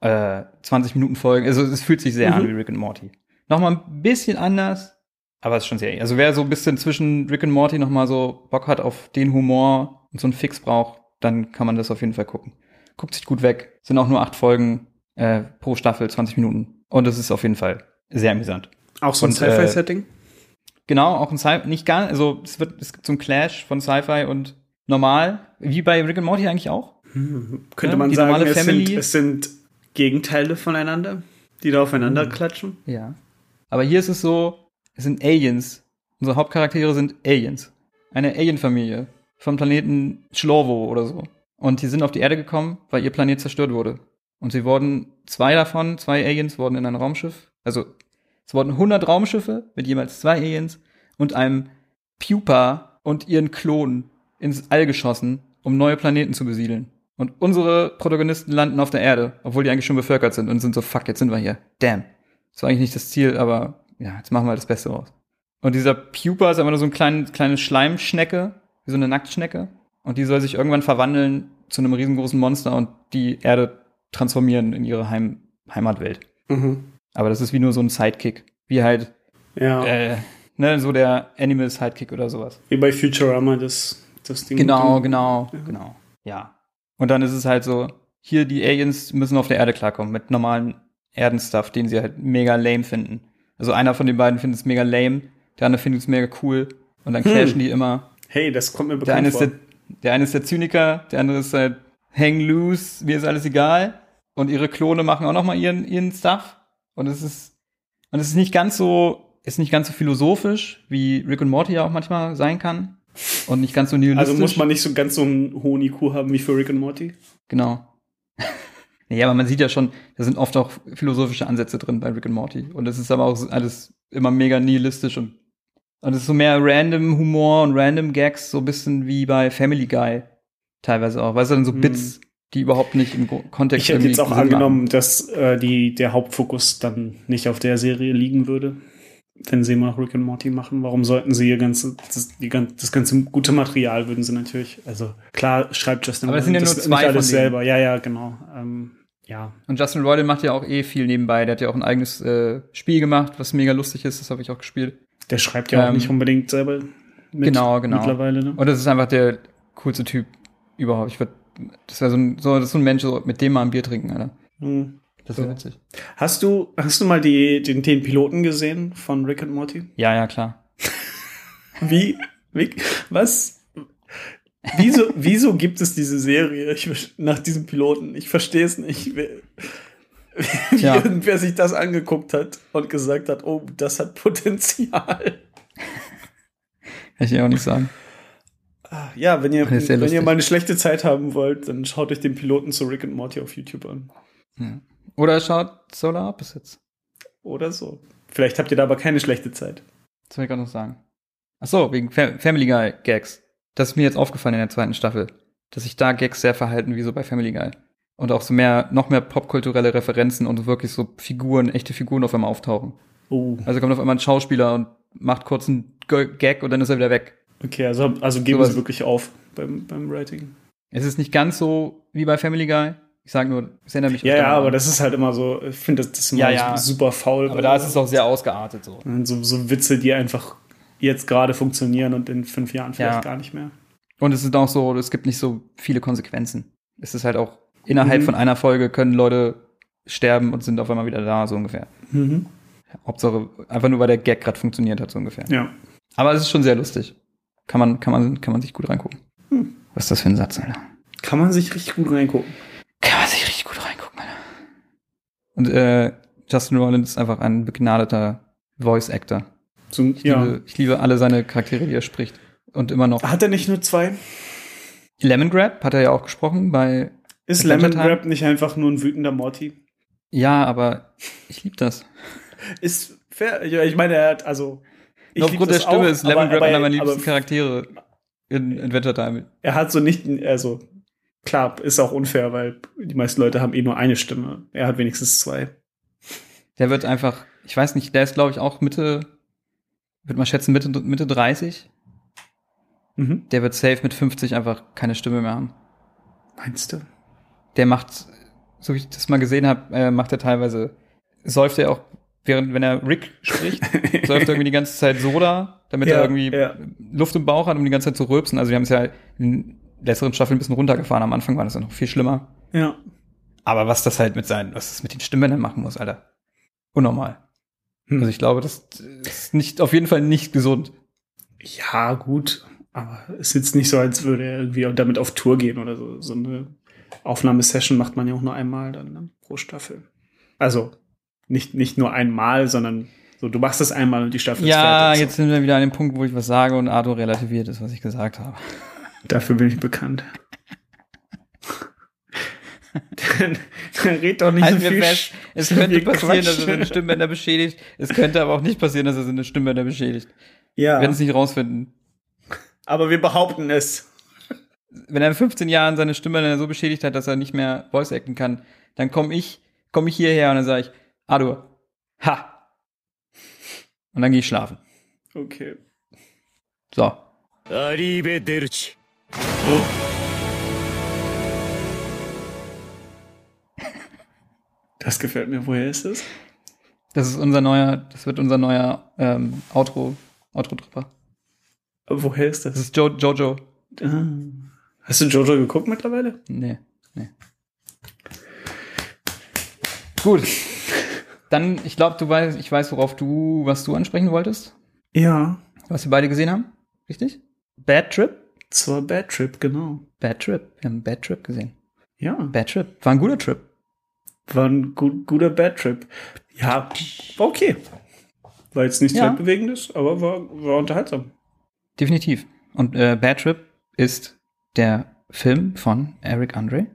Speaker 7: Äh, 20 Minuten Folgen. Also es fühlt sich sehr
Speaker 8: Mhm.
Speaker 7: an wie Rick and Morty. Nochmal ein bisschen anders, aber es ist schon sehr ähnlich. Also wer so ein bisschen zwischen Rick and Morty nochmal so Bock hat auf den Humor und so einen Fix braucht, dann kann man das auf jeden Fall gucken. Guckt sich gut weg. Sind auch nur acht Folgen äh, pro Staffel, 20 Minuten. Und es ist auf jeden Fall sehr amüsant.
Speaker 8: Auch so ein
Speaker 7: Und, äh,
Speaker 8: Sci-Fi-Setting?
Speaker 7: Genau, auch ein Sci-Fi, nicht gar, also es wird, es gibt so einen Clash von Sci-Fi und normal, wie bei Rick and Morty eigentlich auch.
Speaker 8: Hm, Könnte
Speaker 7: ja,
Speaker 8: man
Speaker 7: die
Speaker 8: sagen,
Speaker 7: normale
Speaker 8: es
Speaker 7: Family-
Speaker 8: sind, es sind Gegenteile voneinander, die da
Speaker 7: Mhm.
Speaker 8: aufeinander klatschen.
Speaker 7: Ja. Aber hier ist es so, es sind Aliens. Unsere Hauptcharaktere sind Aliens. Eine Alien-Familie vom Planeten Schlorvo oder so. Und die sind auf die Erde gekommen, weil ihr Planet zerstört wurde. Und sie wurden, zwei davon, zwei Aliens wurden in ein Raumschiff, also es wurden 100 Raumschiffe mit jeweils zwei Aliens und einem Pupa und ihren Klonen ins All geschossen, um neue Planeten zu besiedeln. Und unsere Protagonisten landen auf der Erde, obwohl die eigentlich schon bevölkert sind und sind so, fuck, jetzt sind wir hier. Damn. Das war eigentlich nicht das Ziel, aber ja, jetzt machen wir das Beste raus. Und dieser Pupa ist einfach nur so eine kleine, kleine Schleimschnecke, wie so eine Nacktschnecke. Und die soll sich irgendwann verwandeln zu einem riesengroßen Monster und die Erde transformieren in ihre Heim Heimatwelt.
Speaker 8: Mhm.
Speaker 7: Aber das ist wie nur so ein Sidekick. Wie halt,
Speaker 8: Ja,
Speaker 7: äh, ne, so der Animal Sidekick oder sowas.
Speaker 8: wie bei Futurama das, das Ding.
Speaker 7: Genau,
Speaker 8: mit dem-
Speaker 7: genau, genau. Ja. Und dann ist es halt so, hier die Aliens müssen auf der Erde klarkommen mit normalen Erdenstuff, den sie halt mega lame finden. Also einer von den beiden findet es mega lame, der andere findet es mega cool
Speaker 8: Hm.
Speaker 7: und dann clashen die immer.
Speaker 8: Hey, das kommt mir
Speaker 7: Der eine,
Speaker 8: bekannt
Speaker 7: ist
Speaker 8: vor.
Speaker 7: der, der eine ist der Zyniker, der andere ist halt hang loose, mir ist alles egal. Und ihre Klone machen auch nochmal ihren, ihren Stuff. Und es ist, und es ist nicht ganz so, ist nicht ganz so philosophisch, wie Rick und Morty ja auch manchmal sein kann. Und nicht ganz so nihilistisch.
Speaker 8: Also muss man nicht so ganz so einen hohen IQ haben wie für Rick und Morty.
Speaker 7: Genau. ja, aber man sieht ja schon, da sind oft auch philosophische Ansätze drin bei Rick and Morty. Und es ist aber auch alles immer mega nihilistisch und, und es ist so mehr random Humor und random Gags, so ein bisschen wie bei Family Guy teilweise auch. Weißt du, dann so Bits, die überhaupt nicht im Gro- Kontext
Speaker 8: Hm. Ich hätte
Speaker 7: irgendwie
Speaker 8: jetzt auch
Speaker 7: Sinn machen.
Speaker 8: angenommen, dass äh, die, der Hauptfokus dann nicht auf der Serie liegen würde, wenn sie immer noch Rick und Morty machen. Warum sollten sie ihr ganze, das, die, gan- das ganze gute Material würden sie natürlich, also klar schreibt Justin
Speaker 7: Aber es sind ja
Speaker 8: Roiland
Speaker 7: nur zwei
Speaker 8: nicht alles
Speaker 7: von denen.
Speaker 8: selber. Ja, ja, genau. Ähm, ja,
Speaker 7: Und Justin Roiland macht ja auch eh viel nebenbei. Der hat ja auch ein eigenes äh, Spiel gemacht, was mega lustig ist. Das habe ich auch gespielt.
Speaker 8: der schreibt ja auch
Speaker 7: Ähm,
Speaker 8: nicht unbedingt selber mit
Speaker 7: genau, genau.
Speaker 8: mittlerweile. Ne?
Speaker 7: Und das ist einfach der coolste Typ überhaupt. Ich würde, das wäre so ein, so, das ist so ein Mensch, so, mit dem mal ein Bier trinken, Alter.
Speaker 8: Hm.
Speaker 7: Das wäre witzig.
Speaker 8: Hast du, hast du mal die, den, den Piloten gesehen von Rick und Morty?
Speaker 7: Ja, ja, klar.
Speaker 8: Wie, wie was? Wieso, wieso gibt es diese Serie ich, nach diesem Piloten? Ich verstehe es nicht. Wer,
Speaker 7: Ja.
Speaker 8: irgendwer sich das angeguckt hat und gesagt hat, oh, das hat Potenzial.
Speaker 7: Kann ich dir auch nicht sagen.
Speaker 8: Ja, wenn ihr,
Speaker 7: Das ist sehr
Speaker 8: wenn ihr
Speaker 7: lustig.
Speaker 8: mal eine schlechte Zeit haben wollt, dann schaut euch den Piloten zu Rick and Morty auf YouTube an.
Speaker 7: Oder schaut Solar Opposites.
Speaker 8: Oder so. Vielleicht habt ihr da aber keine schlechte Zeit.
Speaker 7: Das will ich gerade noch sagen. Ach so, wegen Fa Family Guy Gags. Das ist mir jetzt aufgefallen in der zweiten Staffel, dass sich da Gags sehr verhalten wie so bei Family Guy. Und auch so mehr, noch mehr popkulturelle Referenzen und wirklich so Figuren, echte Figuren auf einmal auftauchen.
Speaker 8: Oh.
Speaker 7: Also kommt auf einmal ein Schauspieler und macht kurz einen G- Gag und dann ist er wieder weg.
Speaker 8: Okay, also, also geben
Speaker 7: Sowas-
Speaker 8: sie wirklich auf beim, beim Writing.
Speaker 7: Es ist nicht ganz so wie bei Family Guy. Ich sage nur, es erinnert mich
Speaker 8: Ja,
Speaker 7: öfter
Speaker 8: ja,
Speaker 7: mal
Speaker 8: aber
Speaker 7: an.
Speaker 8: das ist halt immer so, ich finde das, das ist immer
Speaker 7: Ja, ja.
Speaker 8: super faul.
Speaker 7: Aber da ist es auch sehr ausgeartet so.
Speaker 8: Und So, so Witze, die einfach jetzt gerade funktionieren und in fünf Jahren vielleicht
Speaker 7: Ja.
Speaker 8: gar nicht mehr.
Speaker 7: Und es ist auch so, es gibt nicht so viele Konsequenzen. Es ist halt auch, innerhalb
Speaker 8: Mhm.
Speaker 7: von einer Folge können Leute sterben und sind auf einmal wieder da, so ungefähr.
Speaker 8: Mhm.
Speaker 7: Hauptsache, einfach nur, weil der Gag gerade funktioniert hat, so ungefähr.
Speaker 8: Ja.
Speaker 7: Aber es ist schon sehr lustig. Kann man, kann man, kann man sich gut reingucken.
Speaker 8: Hm.
Speaker 7: Was ist das für ein Satz, Alter?
Speaker 8: Kann man sich richtig gut reingucken.
Speaker 7: Kann man sich richtig gut reingucken, Alter. Und äh, Justin Roiland ist einfach ein begnadeter Voice-Actor.
Speaker 8: So, ein-
Speaker 7: Ich,
Speaker 8: ja. Ah.
Speaker 7: liebe, ich liebe alle seine Charaktere, die er spricht. Und immer noch.
Speaker 8: Hat er nicht nur zwei?
Speaker 7: Lemon Grab hat er ja auch gesprochen bei
Speaker 8: Ist Lemon
Speaker 7: Adventure Time?
Speaker 8: Grab nicht einfach nur ein wütender Morty?
Speaker 7: Ja, aber ich liebe das.
Speaker 8: Ist fair. Ja, ich meine, er hat also.
Speaker 7: Nur aufgrund
Speaker 8: lieb
Speaker 7: der
Speaker 8: das
Speaker 7: Stimme
Speaker 8: auch,
Speaker 7: ist Lemon Grab einer meiner liebsten
Speaker 8: aber
Speaker 7: Charaktere in Adventure Time.
Speaker 8: Er hat so nicht, also klar, ist auch unfair, weil die meisten Leute haben eh nur eine Stimme. Er hat wenigstens zwei.
Speaker 7: Der wird einfach, ich weiß nicht, der ist glaube ich auch Mitte, würde man schätzen Mitte, Mitte 30.
Speaker 8: Mhm.
Speaker 7: Der wird safe mit 50 einfach keine Stimme mehr haben.
Speaker 8: Meinst du?
Speaker 7: Der macht, so wie ich das mal gesehen habe, äh, macht er teilweise, säuft er auch, während, wenn er Rick spricht, säuft er irgendwie die ganze Zeit Soda, damit
Speaker 8: Ja,
Speaker 7: er irgendwie
Speaker 8: ja.
Speaker 7: Luft im Bauch hat, um die ganze Zeit zu rülpsen. Also wir haben es ja in letzteren Staffeln ein bisschen runtergefahren. Am Anfang war das ja noch viel schlimmer.
Speaker 8: Ja.
Speaker 7: Aber was das halt mit seinen, was das mit den Stimmbändern machen muss, Alter. Unnormal. Also ich glaube, das ist nicht, auf jeden Fall nicht gesund.
Speaker 8: Ja, gut, aber es ist jetzt nicht so, als würde er irgendwie damit auf Tour gehen oder so. So eine Aufnahmesession macht man ja auch nur einmal dann ne? pro Staffel. Also nicht, nicht nur einmal, sondern so, du machst es einmal und die Staffel
Speaker 7: Ja,
Speaker 8: ist fertig.
Speaker 7: jetzt sind wir wieder an dem Punkt, wo ich was sage und Arthur relativiert ist, was ich gesagt habe.
Speaker 8: Dafür bin ich bekannt. dann, dann red doch nicht
Speaker 7: Halten
Speaker 8: so
Speaker 7: wir
Speaker 8: viel
Speaker 7: fest, es
Speaker 8: so
Speaker 7: könnte
Speaker 8: viel
Speaker 7: passieren, dass er
Speaker 8: Quatsch.
Speaker 7: seine Stimmbänder beschädigt. Es könnte aber auch nicht passieren, dass er seine Stimmbänder beschädigt. Wir
Speaker 8: Ja,
Speaker 7: werden es nicht rausfinden.
Speaker 8: aber wir behaupten es.
Speaker 7: Wenn er in 15 Jahren seine Stimmbänder so beschädigt hat, dass er nicht mehr Voice acten kann, dann komme ich, komme ich hierher und dann sage ich, Arthur, ha. Und dann gehe ich schlafen.
Speaker 8: Okay.
Speaker 7: So.
Speaker 8: Das gefällt mir. Woher ist es?
Speaker 7: Das ist unser neuer, das wird unser neuer ähm, Outro, Outro-Tripper.
Speaker 8: Aber Woher ist
Speaker 7: Das
Speaker 8: das?
Speaker 7: ist jo Jojo.
Speaker 8: Ah. Hast du Jojo geguckt mittlerweile?
Speaker 7: Nee, nee. Gut. Dann, ich glaube, du weißt, ich weiß, worauf du, was du ansprechen wolltest,
Speaker 8: Ja.
Speaker 7: was wir beide gesehen haben, richtig? Bad Trip?
Speaker 8: Zur Bad Trip, genau.
Speaker 7: Bad Trip. Wir haben Bad Trip gesehen.
Speaker 8: Ja.
Speaker 7: Bad Trip. War ein guter Trip.
Speaker 8: War ein gut, guter Bad Trip. Ja, war okay. War jetzt nichts
Speaker 7: Ja.
Speaker 8: Weltbewegendes, aber war, war unterhaltsam.
Speaker 7: Definitiv. Und äh, Bad Trip ist der Film von Eric Andre,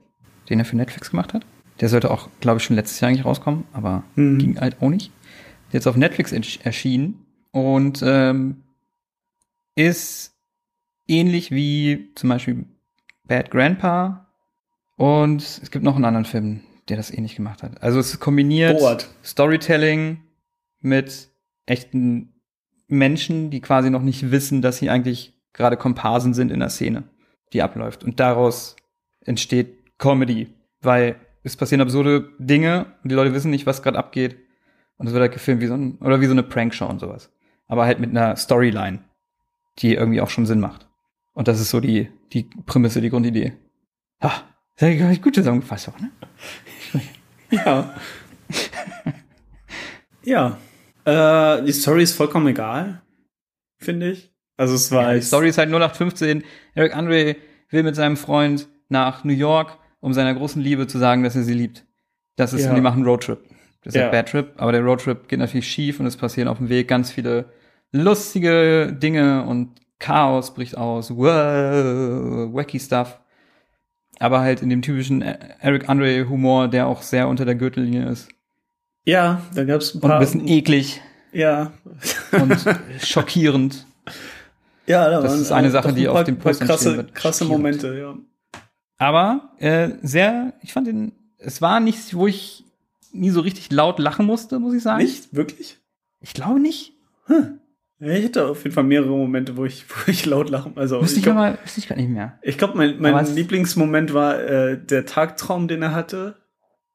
Speaker 7: den er für Netflix gemacht hat. Der sollte auch, glaube ich, schon letztes Jahr eigentlich rauskommen, aber
Speaker 8: Mhm.
Speaker 7: ging halt auch nicht. Jetzt auf Netflix ersch- erschienen und ähm, ist ähnlich wie zum Beispiel Bad Grandpa und es gibt noch einen anderen Film, der das ähnlich gemacht hat. Also es kombiniert
Speaker 8: Borat.
Speaker 7: Storytelling mit echten Menschen, die quasi noch nicht wissen, dass sie eigentlich gerade Komparsen sind in der Szene, die abläuft. Und daraus entsteht Comedy, weil es passieren absurde Dinge und die Leute wissen nicht, was gerade abgeht. Und es wird halt gefilmt wie so ein, oder wie so eine Prankshow und sowas. Aber halt mit einer Storyline, die irgendwie auch schon Sinn macht. Und das ist so die, die Prämisse, die Grundidee. Ha, sehr glaube ich, gut zusammengefasst auch, ne?
Speaker 8: Ja. ja. Äh, die Story ist vollkommen egal, finde ich. Also es war
Speaker 7: Die
Speaker 8: jetzt-
Speaker 7: Story ist halt 0815. Eric Andre will mit seinem Freund nach New York, um seiner großen Liebe zu sagen, dass er sie liebt. Das ist,
Speaker 8: Ja.
Speaker 7: und die machen einen Roadtrip. Das ist
Speaker 8: Ja.
Speaker 7: ein Bad Trip, aber der Roadtrip geht natürlich schief und es passieren auf dem Weg ganz viele lustige Dinge und Chaos bricht aus. Wow, wacky Stuff. Aber halt in dem typischen Eric Andre Humor, der auch sehr unter der Gürtellinie ist.
Speaker 8: Ja, da gab es ein
Speaker 7: Und
Speaker 8: paar.
Speaker 7: ein bisschen E- eklig
Speaker 8: ja.
Speaker 7: und schockierend.
Speaker 8: ja, da
Speaker 7: Das
Speaker 8: waren,
Speaker 7: ist eine
Speaker 8: äh,
Speaker 7: Sache,
Speaker 8: doch
Speaker 7: die
Speaker 8: ein
Speaker 7: auf
Speaker 8: paar-
Speaker 7: dem
Speaker 8: paar
Speaker 7: Post entstehen
Speaker 8: krasse,
Speaker 7: wird.
Speaker 8: krasse
Speaker 7: Schockierend.
Speaker 8: Momente, ja.
Speaker 7: Aber äh, sehr, ich fand den, es war nichts, wo ich nie so richtig laut lachen musste, muss ich sagen.
Speaker 8: Nicht? Wirklich?
Speaker 7: Ich glaube nicht.
Speaker 8: Ja, Ich hätte auf jeden Fall mehrere Momente, wo ich, wo ich laut lachen. Also
Speaker 7: Wüsste ich,
Speaker 8: glaub-
Speaker 7: aber, wüsste ich gar nicht mehr.
Speaker 8: Ich glaube, mein,
Speaker 7: Aber
Speaker 8: mein
Speaker 7: es-
Speaker 8: Lieblingsmoment war äh, der Tagtraum, den er hatte,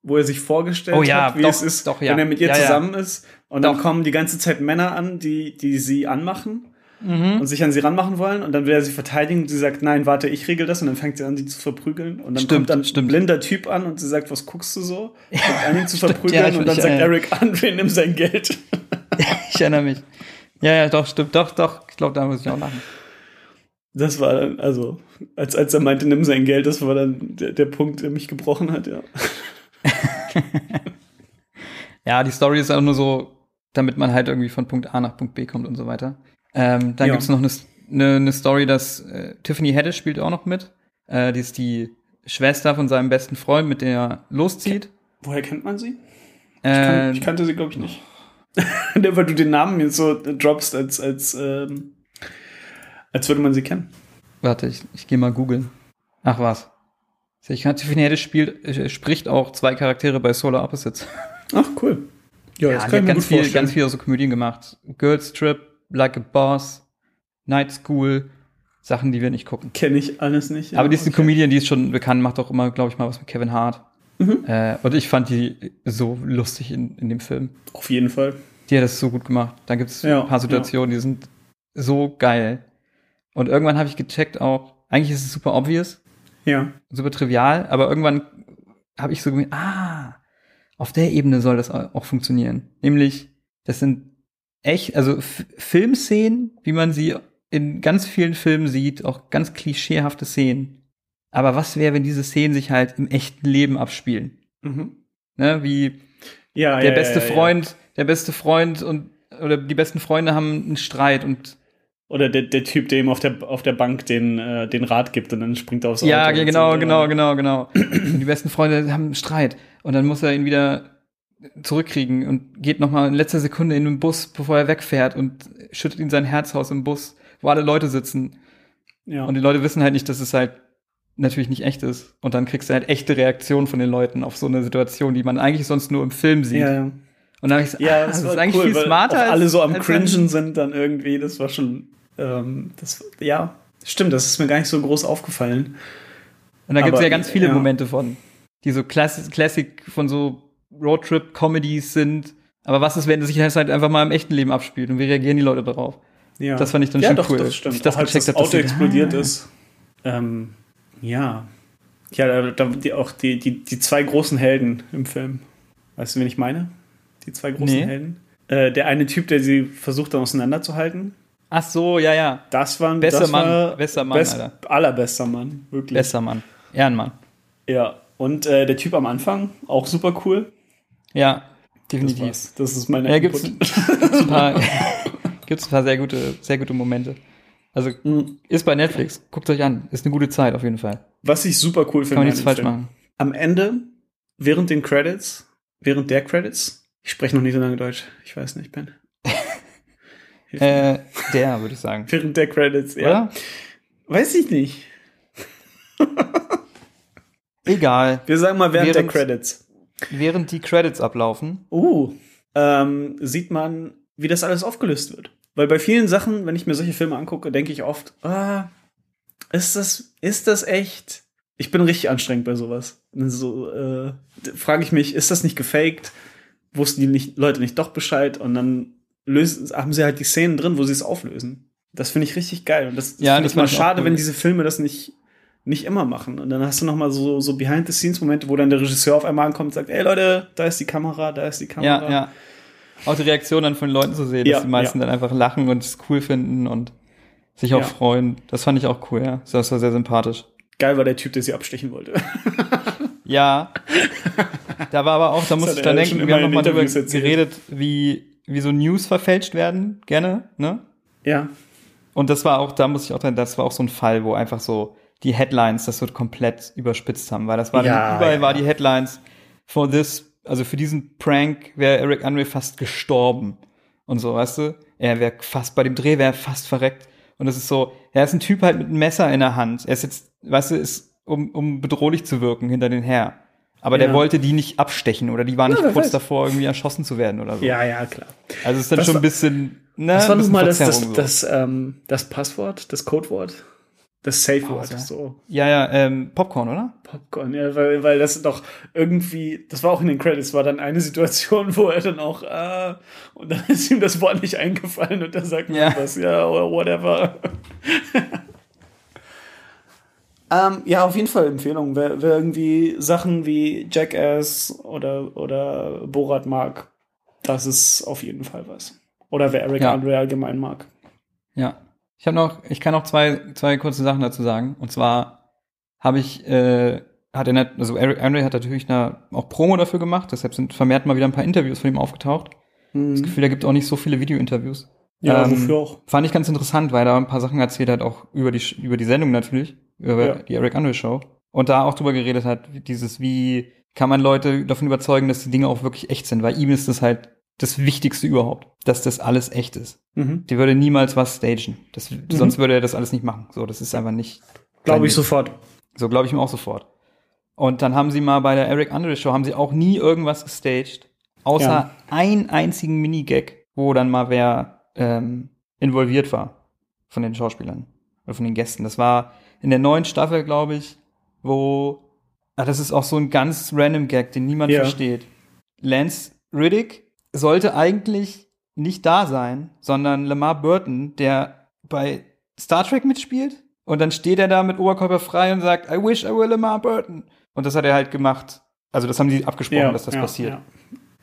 Speaker 8: wo er sich vorgestellt
Speaker 7: Oh ja,
Speaker 8: hat, wie
Speaker 7: doch,
Speaker 8: es ist,
Speaker 7: doch, ja.
Speaker 8: wenn er mit ihr
Speaker 7: Ja, ja.
Speaker 8: zusammen ist. Und dann
Speaker 7: Doch.
Speaker 8: kommen die ganze Zeit Männer an, die, die sie anmachen
Speaker 7: Mhm.
Speaker 8: und sich an sie ranmachen wollen. Und dann will er sie verteidigen und sie sagt, nein, warte, ich regel das. Und dann fängt sie an, sie zu verprügeln. Und dann
Speaker 7: Stimmt,
Speaker 8: kommt dann
Speaker 7: stimmt.
Speaker 8: ein blinder Typ an und sie sagt, was guckst du so? Fängt an, ihn zu
Speaker 7: ja,
Speaker 8: verprügeln.
Speaker 7: ich-
Speaker 8: und dann
Speaker 7: ich-
Speaker 8: sagt
Speaker 7: ja, ja.
Speaker 8: Eric Andre, nimm sein Geld.
Speaker 7: Ich erinnere mich. Ja, ja, doch, stimmt, doch, doch. Ich glaube, da muss ich auch lachen.
Speaker 8: Das war dann, also, als, als er meinte, nimm sein Geld, das war dann der, der Punkt, der mich gebrochen hat, ja.
Speaker 7: Ja, die Story ist auch nur so, damit man halt irgendwie von Punkt A nach Punkt B kommt und so weiter. Ähm, dann
Speaker 8: Ja.
Speaker 7: gibt's noch eine, eine, eine Story, dass äh, Tiffany Haddish spielt auch noch mit. Äh, die ist die Schwester von seinem besten Freund, mit der er loszieht.
Speaker 8: Woher kennt man sie?
Speaker 7: Äh,
Speaker 8: ich kannte sie, glaube ich, nicht. Ja, Weil du den Namen jetzt so äh, droppst, als, als, ähm, als würde man sie kennen.
Speaker 7: Warte, ich, ich gehe mal googeln. Ach was. Ich kann Tiffany Haddish spielt, äh, spricht auch zwei Charaktere bei Solar Opposites.
Speaker 8: Ach, cool. Ja, das kann
Speaker 7: die
Speaker 8: ich
Speaker 7: hat
Speaker 8: mir
Speaker 7: ganz
Speaker 8: gut
Speaker 7: viel,
Speaker 8: vorstellen.
Speaker 7: ganz viel so Komödien gemacht. Girls Trip, Like a Boss, Night School, Sachen, die wir nicht gucken.
Speaker 8: Kenne ich alles nicht. ja.
Speaker 7: Aber die ist eine Comedian, die ist schon bekannt, macht auch immer, glaube ich, mal was mit Kevin Hart.
Speaker 8: Mhm.
Speaker 7: Äh, und ich fand die so lustig in, in dem Film.
Speaker 8: Auf jeden Fall.
Speaker 7: Die hat das so gut gemacht. Da gibt es
Speaker 8: Ja,
Speaker 7: ein paar Situationen, die sind so geil. Und irgendwann habe ich gecheckt auch, eigentlich ist es super obvious,
Speaker 8: Ja.
Speaker 7: super trivial, aber irgendwann habe ich so gemerkt, ah, auf der Ebene soll das au- auch funktionieren. Nämlich, das sind echt, also F Filmszenen, wie man sie in ganz vielen Filmen sieht, auch ganz klischeehafte Szenen, Aber was wäre, wenn diese Szenen sich halt im echten Leben abspielen?
Speaker 8: Mhm.
Speaker 7: Ne? Wie
Speaker 8: Ja,
Speaker 7: der
Speaker 8: Ah, ja,
Speaker 7: beste
Speaker 8: ja, ja.
Speaker 7: Freund, der beste Freund und oder die besten Freunde haben einen Streit und
Speaker 8: Oder der, der Typ, der ihm auf der, auf der Bank den, äh, den Rat gibt und dann springt er aufs Auto.
Speaker 7: ja,
Speaker 8: und
Speaker 7: genau,
Speaker 8: so.
Speaker 7: genau, genau, genau. Und die besten Freunde haben einen Streit und dann muss er ihn wieder zurückkriegen und geht noch mal in letzter Sekunde in den Bus, bevor er wegfährt und schüttet ihm sein Herz aus im Bus, wo alle Leute sitzen
Speaker 8: Ja.
Speaker 7: und die Leute wissen halt nicht, dass es halt natürlich nicht echt ist und dann kriegst du halt echte Reaktionen von den Leuten auf so eine Situation, die man eigentlich sonst nur im Film sieht.
Speaker 8: ja, ja.
Speaker 7: Und dann hab ich gesagt,
Speaker 8: Ja,
Speaker 7: ah,
Speaker 8: das,
Speaker 7: das,
Speaker 8: war
Speaker 7: ist eigentlich
Speaker 8: cool,
Speaker 7: viel
Speaker 8: weil
Speaker 7: smarter.
Speaker 8: auch
Speaker 7: als-
Speaker 8: alle so am
Speaker 7: als wenn-
Speaker 8: Cringen sind dann irgendwie, das war schon, ähm, das, ja, stimmt, das ist mir gar nicht so groß aufgefallen.
Speaker 7: Und da gibt es
Speaker 8: Aber,
Speaker 7: ja ganz viele
Speaker 8: ja.
Speaker 7: Momente von, die so Classic, Classic von so Roadtrip-Comedies sind. Aber was ist, wenn sich das halt einfach mal im echten Leben abspielt und wie reagieren die Leute darauf?
Speaker 8: Ja.
Speaker 7: Das fand ich dann
Speaker 8: ja,
Speaker 7: schon
Speaker 8: doch,
Speaker 7: cool,
Speaker 8: Das stimmt.
Speaker 7: dass ich das
Speaker 8: Auch als
Speaker 7: gecheckt
Speaker 8: das
Speaker 7: hab, dass
Speaker 8: Auto
Speaker 7: sie- Ah.
Speaker 8: explodiert ist. Ähm, ja. Ja, da, da, die, auch die, die, die zwei großen Helden im Film. Weißt du, wen ich meine? Die zwei großen
Speaker 7: Nee.
Speaker 8: Helden. Äh, der eine Typ, der sie versucht, dann auseinanderzuhalten.
Speaker 7: Ach so, ja, ja.
Speaker 8: Das war ein
Speaker 7: Bester
Speaker 8: das
Speaker 7: Mann,
Speaker 8: war
Speaker 7: bester Mann, Alter.
Speaker 8: Allerbester Mann, wirklich.
Speaker 7: Besser Mann. Ehrenmann.
Speaker 8: Ja. Und äh, der Typ am Anfang, auch super cool.
Speaker 7: Ja,
Speaker 8: Das,
Speaker 7: definitiv.
Speaker 8: war's. das ist meine
Speaker 7: Ja, gibt's, gibt's ein paar, gibt's ein paar sehr gute, sehr gute Momente. Also,
Speaker 8: Mhm.
Speaker 7: ist bei Netflix. Guckt euch an. Ist eine gute Zeit auf jeden Fall.
Speaker 8: Was ich super cool finde.
Speaker 7: Kann man
Speaker 8: an
Speaker 7: nichts
Speaker 8: dem
Speaker 7: falsch
Speaker 8: Film.
Speaker 7: machen.
Speaker 8: am Ende, während den Credits, während der Credits, ich spreche noch nicht so lange Deutsch, ich weiß nicht, Ben. Hilf mir.
Speaker 7: Äh, der, würde ich sagen.
Speaker 8: während der Credits, ja.
Speaker 7: Oder?
Speaker 8: Weiß ich nicht.
Speaker 7: Egal.
Speaker 8: Wir sagen mal während,
Speaker 7: Während-
Speaker 8: der Credits.
Speaker 7: Während die Credits ablaufen,
Speaker 8: Uh, ähm, sieht man, wie das alles aufgelöst wird. Weil bei vielen Sachen, wenn ich mir solche Filme angucke, denke ich oft, ah, ist das, ist das echt? Ich bin richtig anstrengend bei sowas. So, äh, d- frage ich mich, ist das nicht gefaked? Wussten die nicht, Leute nicht doch Bescheid? Und dann lösen, haben sie halt die Szenen drin, wo sie es auflösen. Das finde ich richtig geil. Und das, das
Speaker 7: Ja,
Speaker 8: finde
Speaker 7: das
Speaker 8: ich mal
Speaker 7: fand ich auch
Speaker 8: schade,
Speaker 7: cool.
Speaker 8: wenn diese Filme das nicht, nicht immer machen. Und dann hast du noch mal so, so Behind-the-Scenes-Momente, wo dann der Regisseur auf einmal ankommt und sagt, ey Leute, da ist die Kamera, da ist die Kamera.
Speaker 7: Ja, ja. Auch die Reaktion dann von den Leuten zu sehen,
Speaker 8: Ja,
Speaker 7: dass die meisten
Speaker 8: ja.
Speaker 7: dann einfach lachen und es cool finden und sich auch
Speaker 8: Ja.
Speaker 7: freuen. Das fand ich auch cool, ja. Das war sehr sympathisch.
Speaker 8: Geil war der Typ, der sie abstechen wollte.
Speaker 7: Ja. da war aber auch, da musste
Speaker 8: hat er
Speaker 7: ich dann
Speaker 8: ja schon
Speaker 7: denken, wir
Speaker 8: immer in
Speaker 7: haben nochmal drüber
Speaker 8: Interviews erzählt.
Speaker 7: geredet, wie, wie so News verfälscht werden, gerne, ne?
Speaker 8: ja.
Speaker 7: Und das war auch, da muss ich auch sagen, das war auch so ein Fall, wo einfach so die Headlines das so komplett überspitzt haben, weil das war
Speaker 8: Ja,
Speaker 7: dann, überall
Speaker 8: ja,
Speaker 7: war die Headlines for this, also für diesen Prank wäre Eric Andre fast gestorben und so, weißt du? Er wäre fast bei dem Dreh wäre er fast verreckt und das ist so, er ist ein Typ halt mit einem Messer in der Hand. Er ist jetzt, weißt du, ist um, um bedrohlich zu wirken hinter den her. Aber
Speaker 8: Ja.
Speaker 7: der wollte die nicht abstechen oder die waren nicht
Speaker 8: wer
Speaker 7: kurz
Speaker 8: weiß.
Speaker 7: davor irgendwie erschossen zu werden oder so.
Speaker 8: Ja, ja, klar.
Speaker 7: Also es ist dann
Speaker 8: Das
Speaker 7: schon
Speaker 8: war-
Speaker 7: ein bisschen, ne,
Speaker 8: Was war noch
Speaker 7: ein bisschen
Speaker 8: mal das, das,
Speaker 7: Verzerrung so.
Speaker 8: das, ähm, das Passwort, das Codewort? Das Safe-Wort,
Speaker 7: Pause.
Speaker 8: so.
Speaker 7: Ja, ja, ähm, Popcorn, oder?
Speaker 8: Popcorn, ja, weil, weil das doch irgendwie, das war auch in den Credits, war dann eine Situation, wo er dann auch, äh, und dann ist ihm das Wort nicht eingefallen und er sagt
Speaker 7: Ja.
Speaker 8: ja. was, ja, oder whatever. Ähm, ja, auf jeden Fall Empfehlung. Wer, wer irgendwie Sachen wie Jackass oder, oder Borat mag, das ist auf jeden Fall was. Oder wer Eric
Speaker 7: Ja.
Speaker 8: Andre allgemein mag.
Speaker 7: Ja. Ich habe noch, ich kann noch zwei, zwei kurze Sachen dazu sagen. Und zwar habe ich, äh, hat er nicht, also Eric Andre hat natürlich na, auch Promo dafür gemacht, deshalb sind vermehrt mal wieder ein paar Interviews von ihm aufgetaucht.
Speaker 8: Mhm.
Speaker 7: Das Gefühl, da gibt auch nicht so viele Video-Interviews.
Speaker 8: Ja,
Speaker 7: Ähm,
Speaker 8: wofür auch.
Speaker 7: Fand ich ganz interessant, weil er ein paar Sachen erzählt hat, auch über die, Sch- über die Sendung natürlich, über
Speaker 8: Ja.
Speaker 7: die Eric Andre Show. Und da auch drüber geredet hat, dieses, wie kann man Leute davon überzeugen, dass die Dinge auch wirklich echt sind, weil ihm ist das halt das Wichtigste überhaupt, dass das alles echt ist.
Speaker 8: Mhm.
Speaker 7: Die würde niemals was stagen. Das, Sonst würde er das alles nicht machen. So, das ist einfach nicht.
Speaker 8: Glaube ich sofort.
Speaker 7: So glaube ich ihm auch sofort. Und dann haben sie mal bei der Eric Andre Show haben sie auch nie irgendwas gestaged, außer
Speaker 8: Ja.
Speaker 7: einen einzigen Minigag, wo dann mal wer ähm, involviert war von den Schauspielern oder von den Gästen. Das war in der neuen Staffel, glaube ich, wo ah, das ist auch so ein ganz random Gag, den niemand
Speaker 8: Ja.
Speaker 7: versteht. Lance Riddick sollte eigentlich nicht da sein, sondern Lamar Burton, der bei Star Trek mitspielt. Und dann steht er da mit Oberkörper frei und sagt, I wish I were Lamar Burton. Und das hat er halt gemacht. Also das haben die abgesprochen, dass das passiert.
Speaker 8: ja.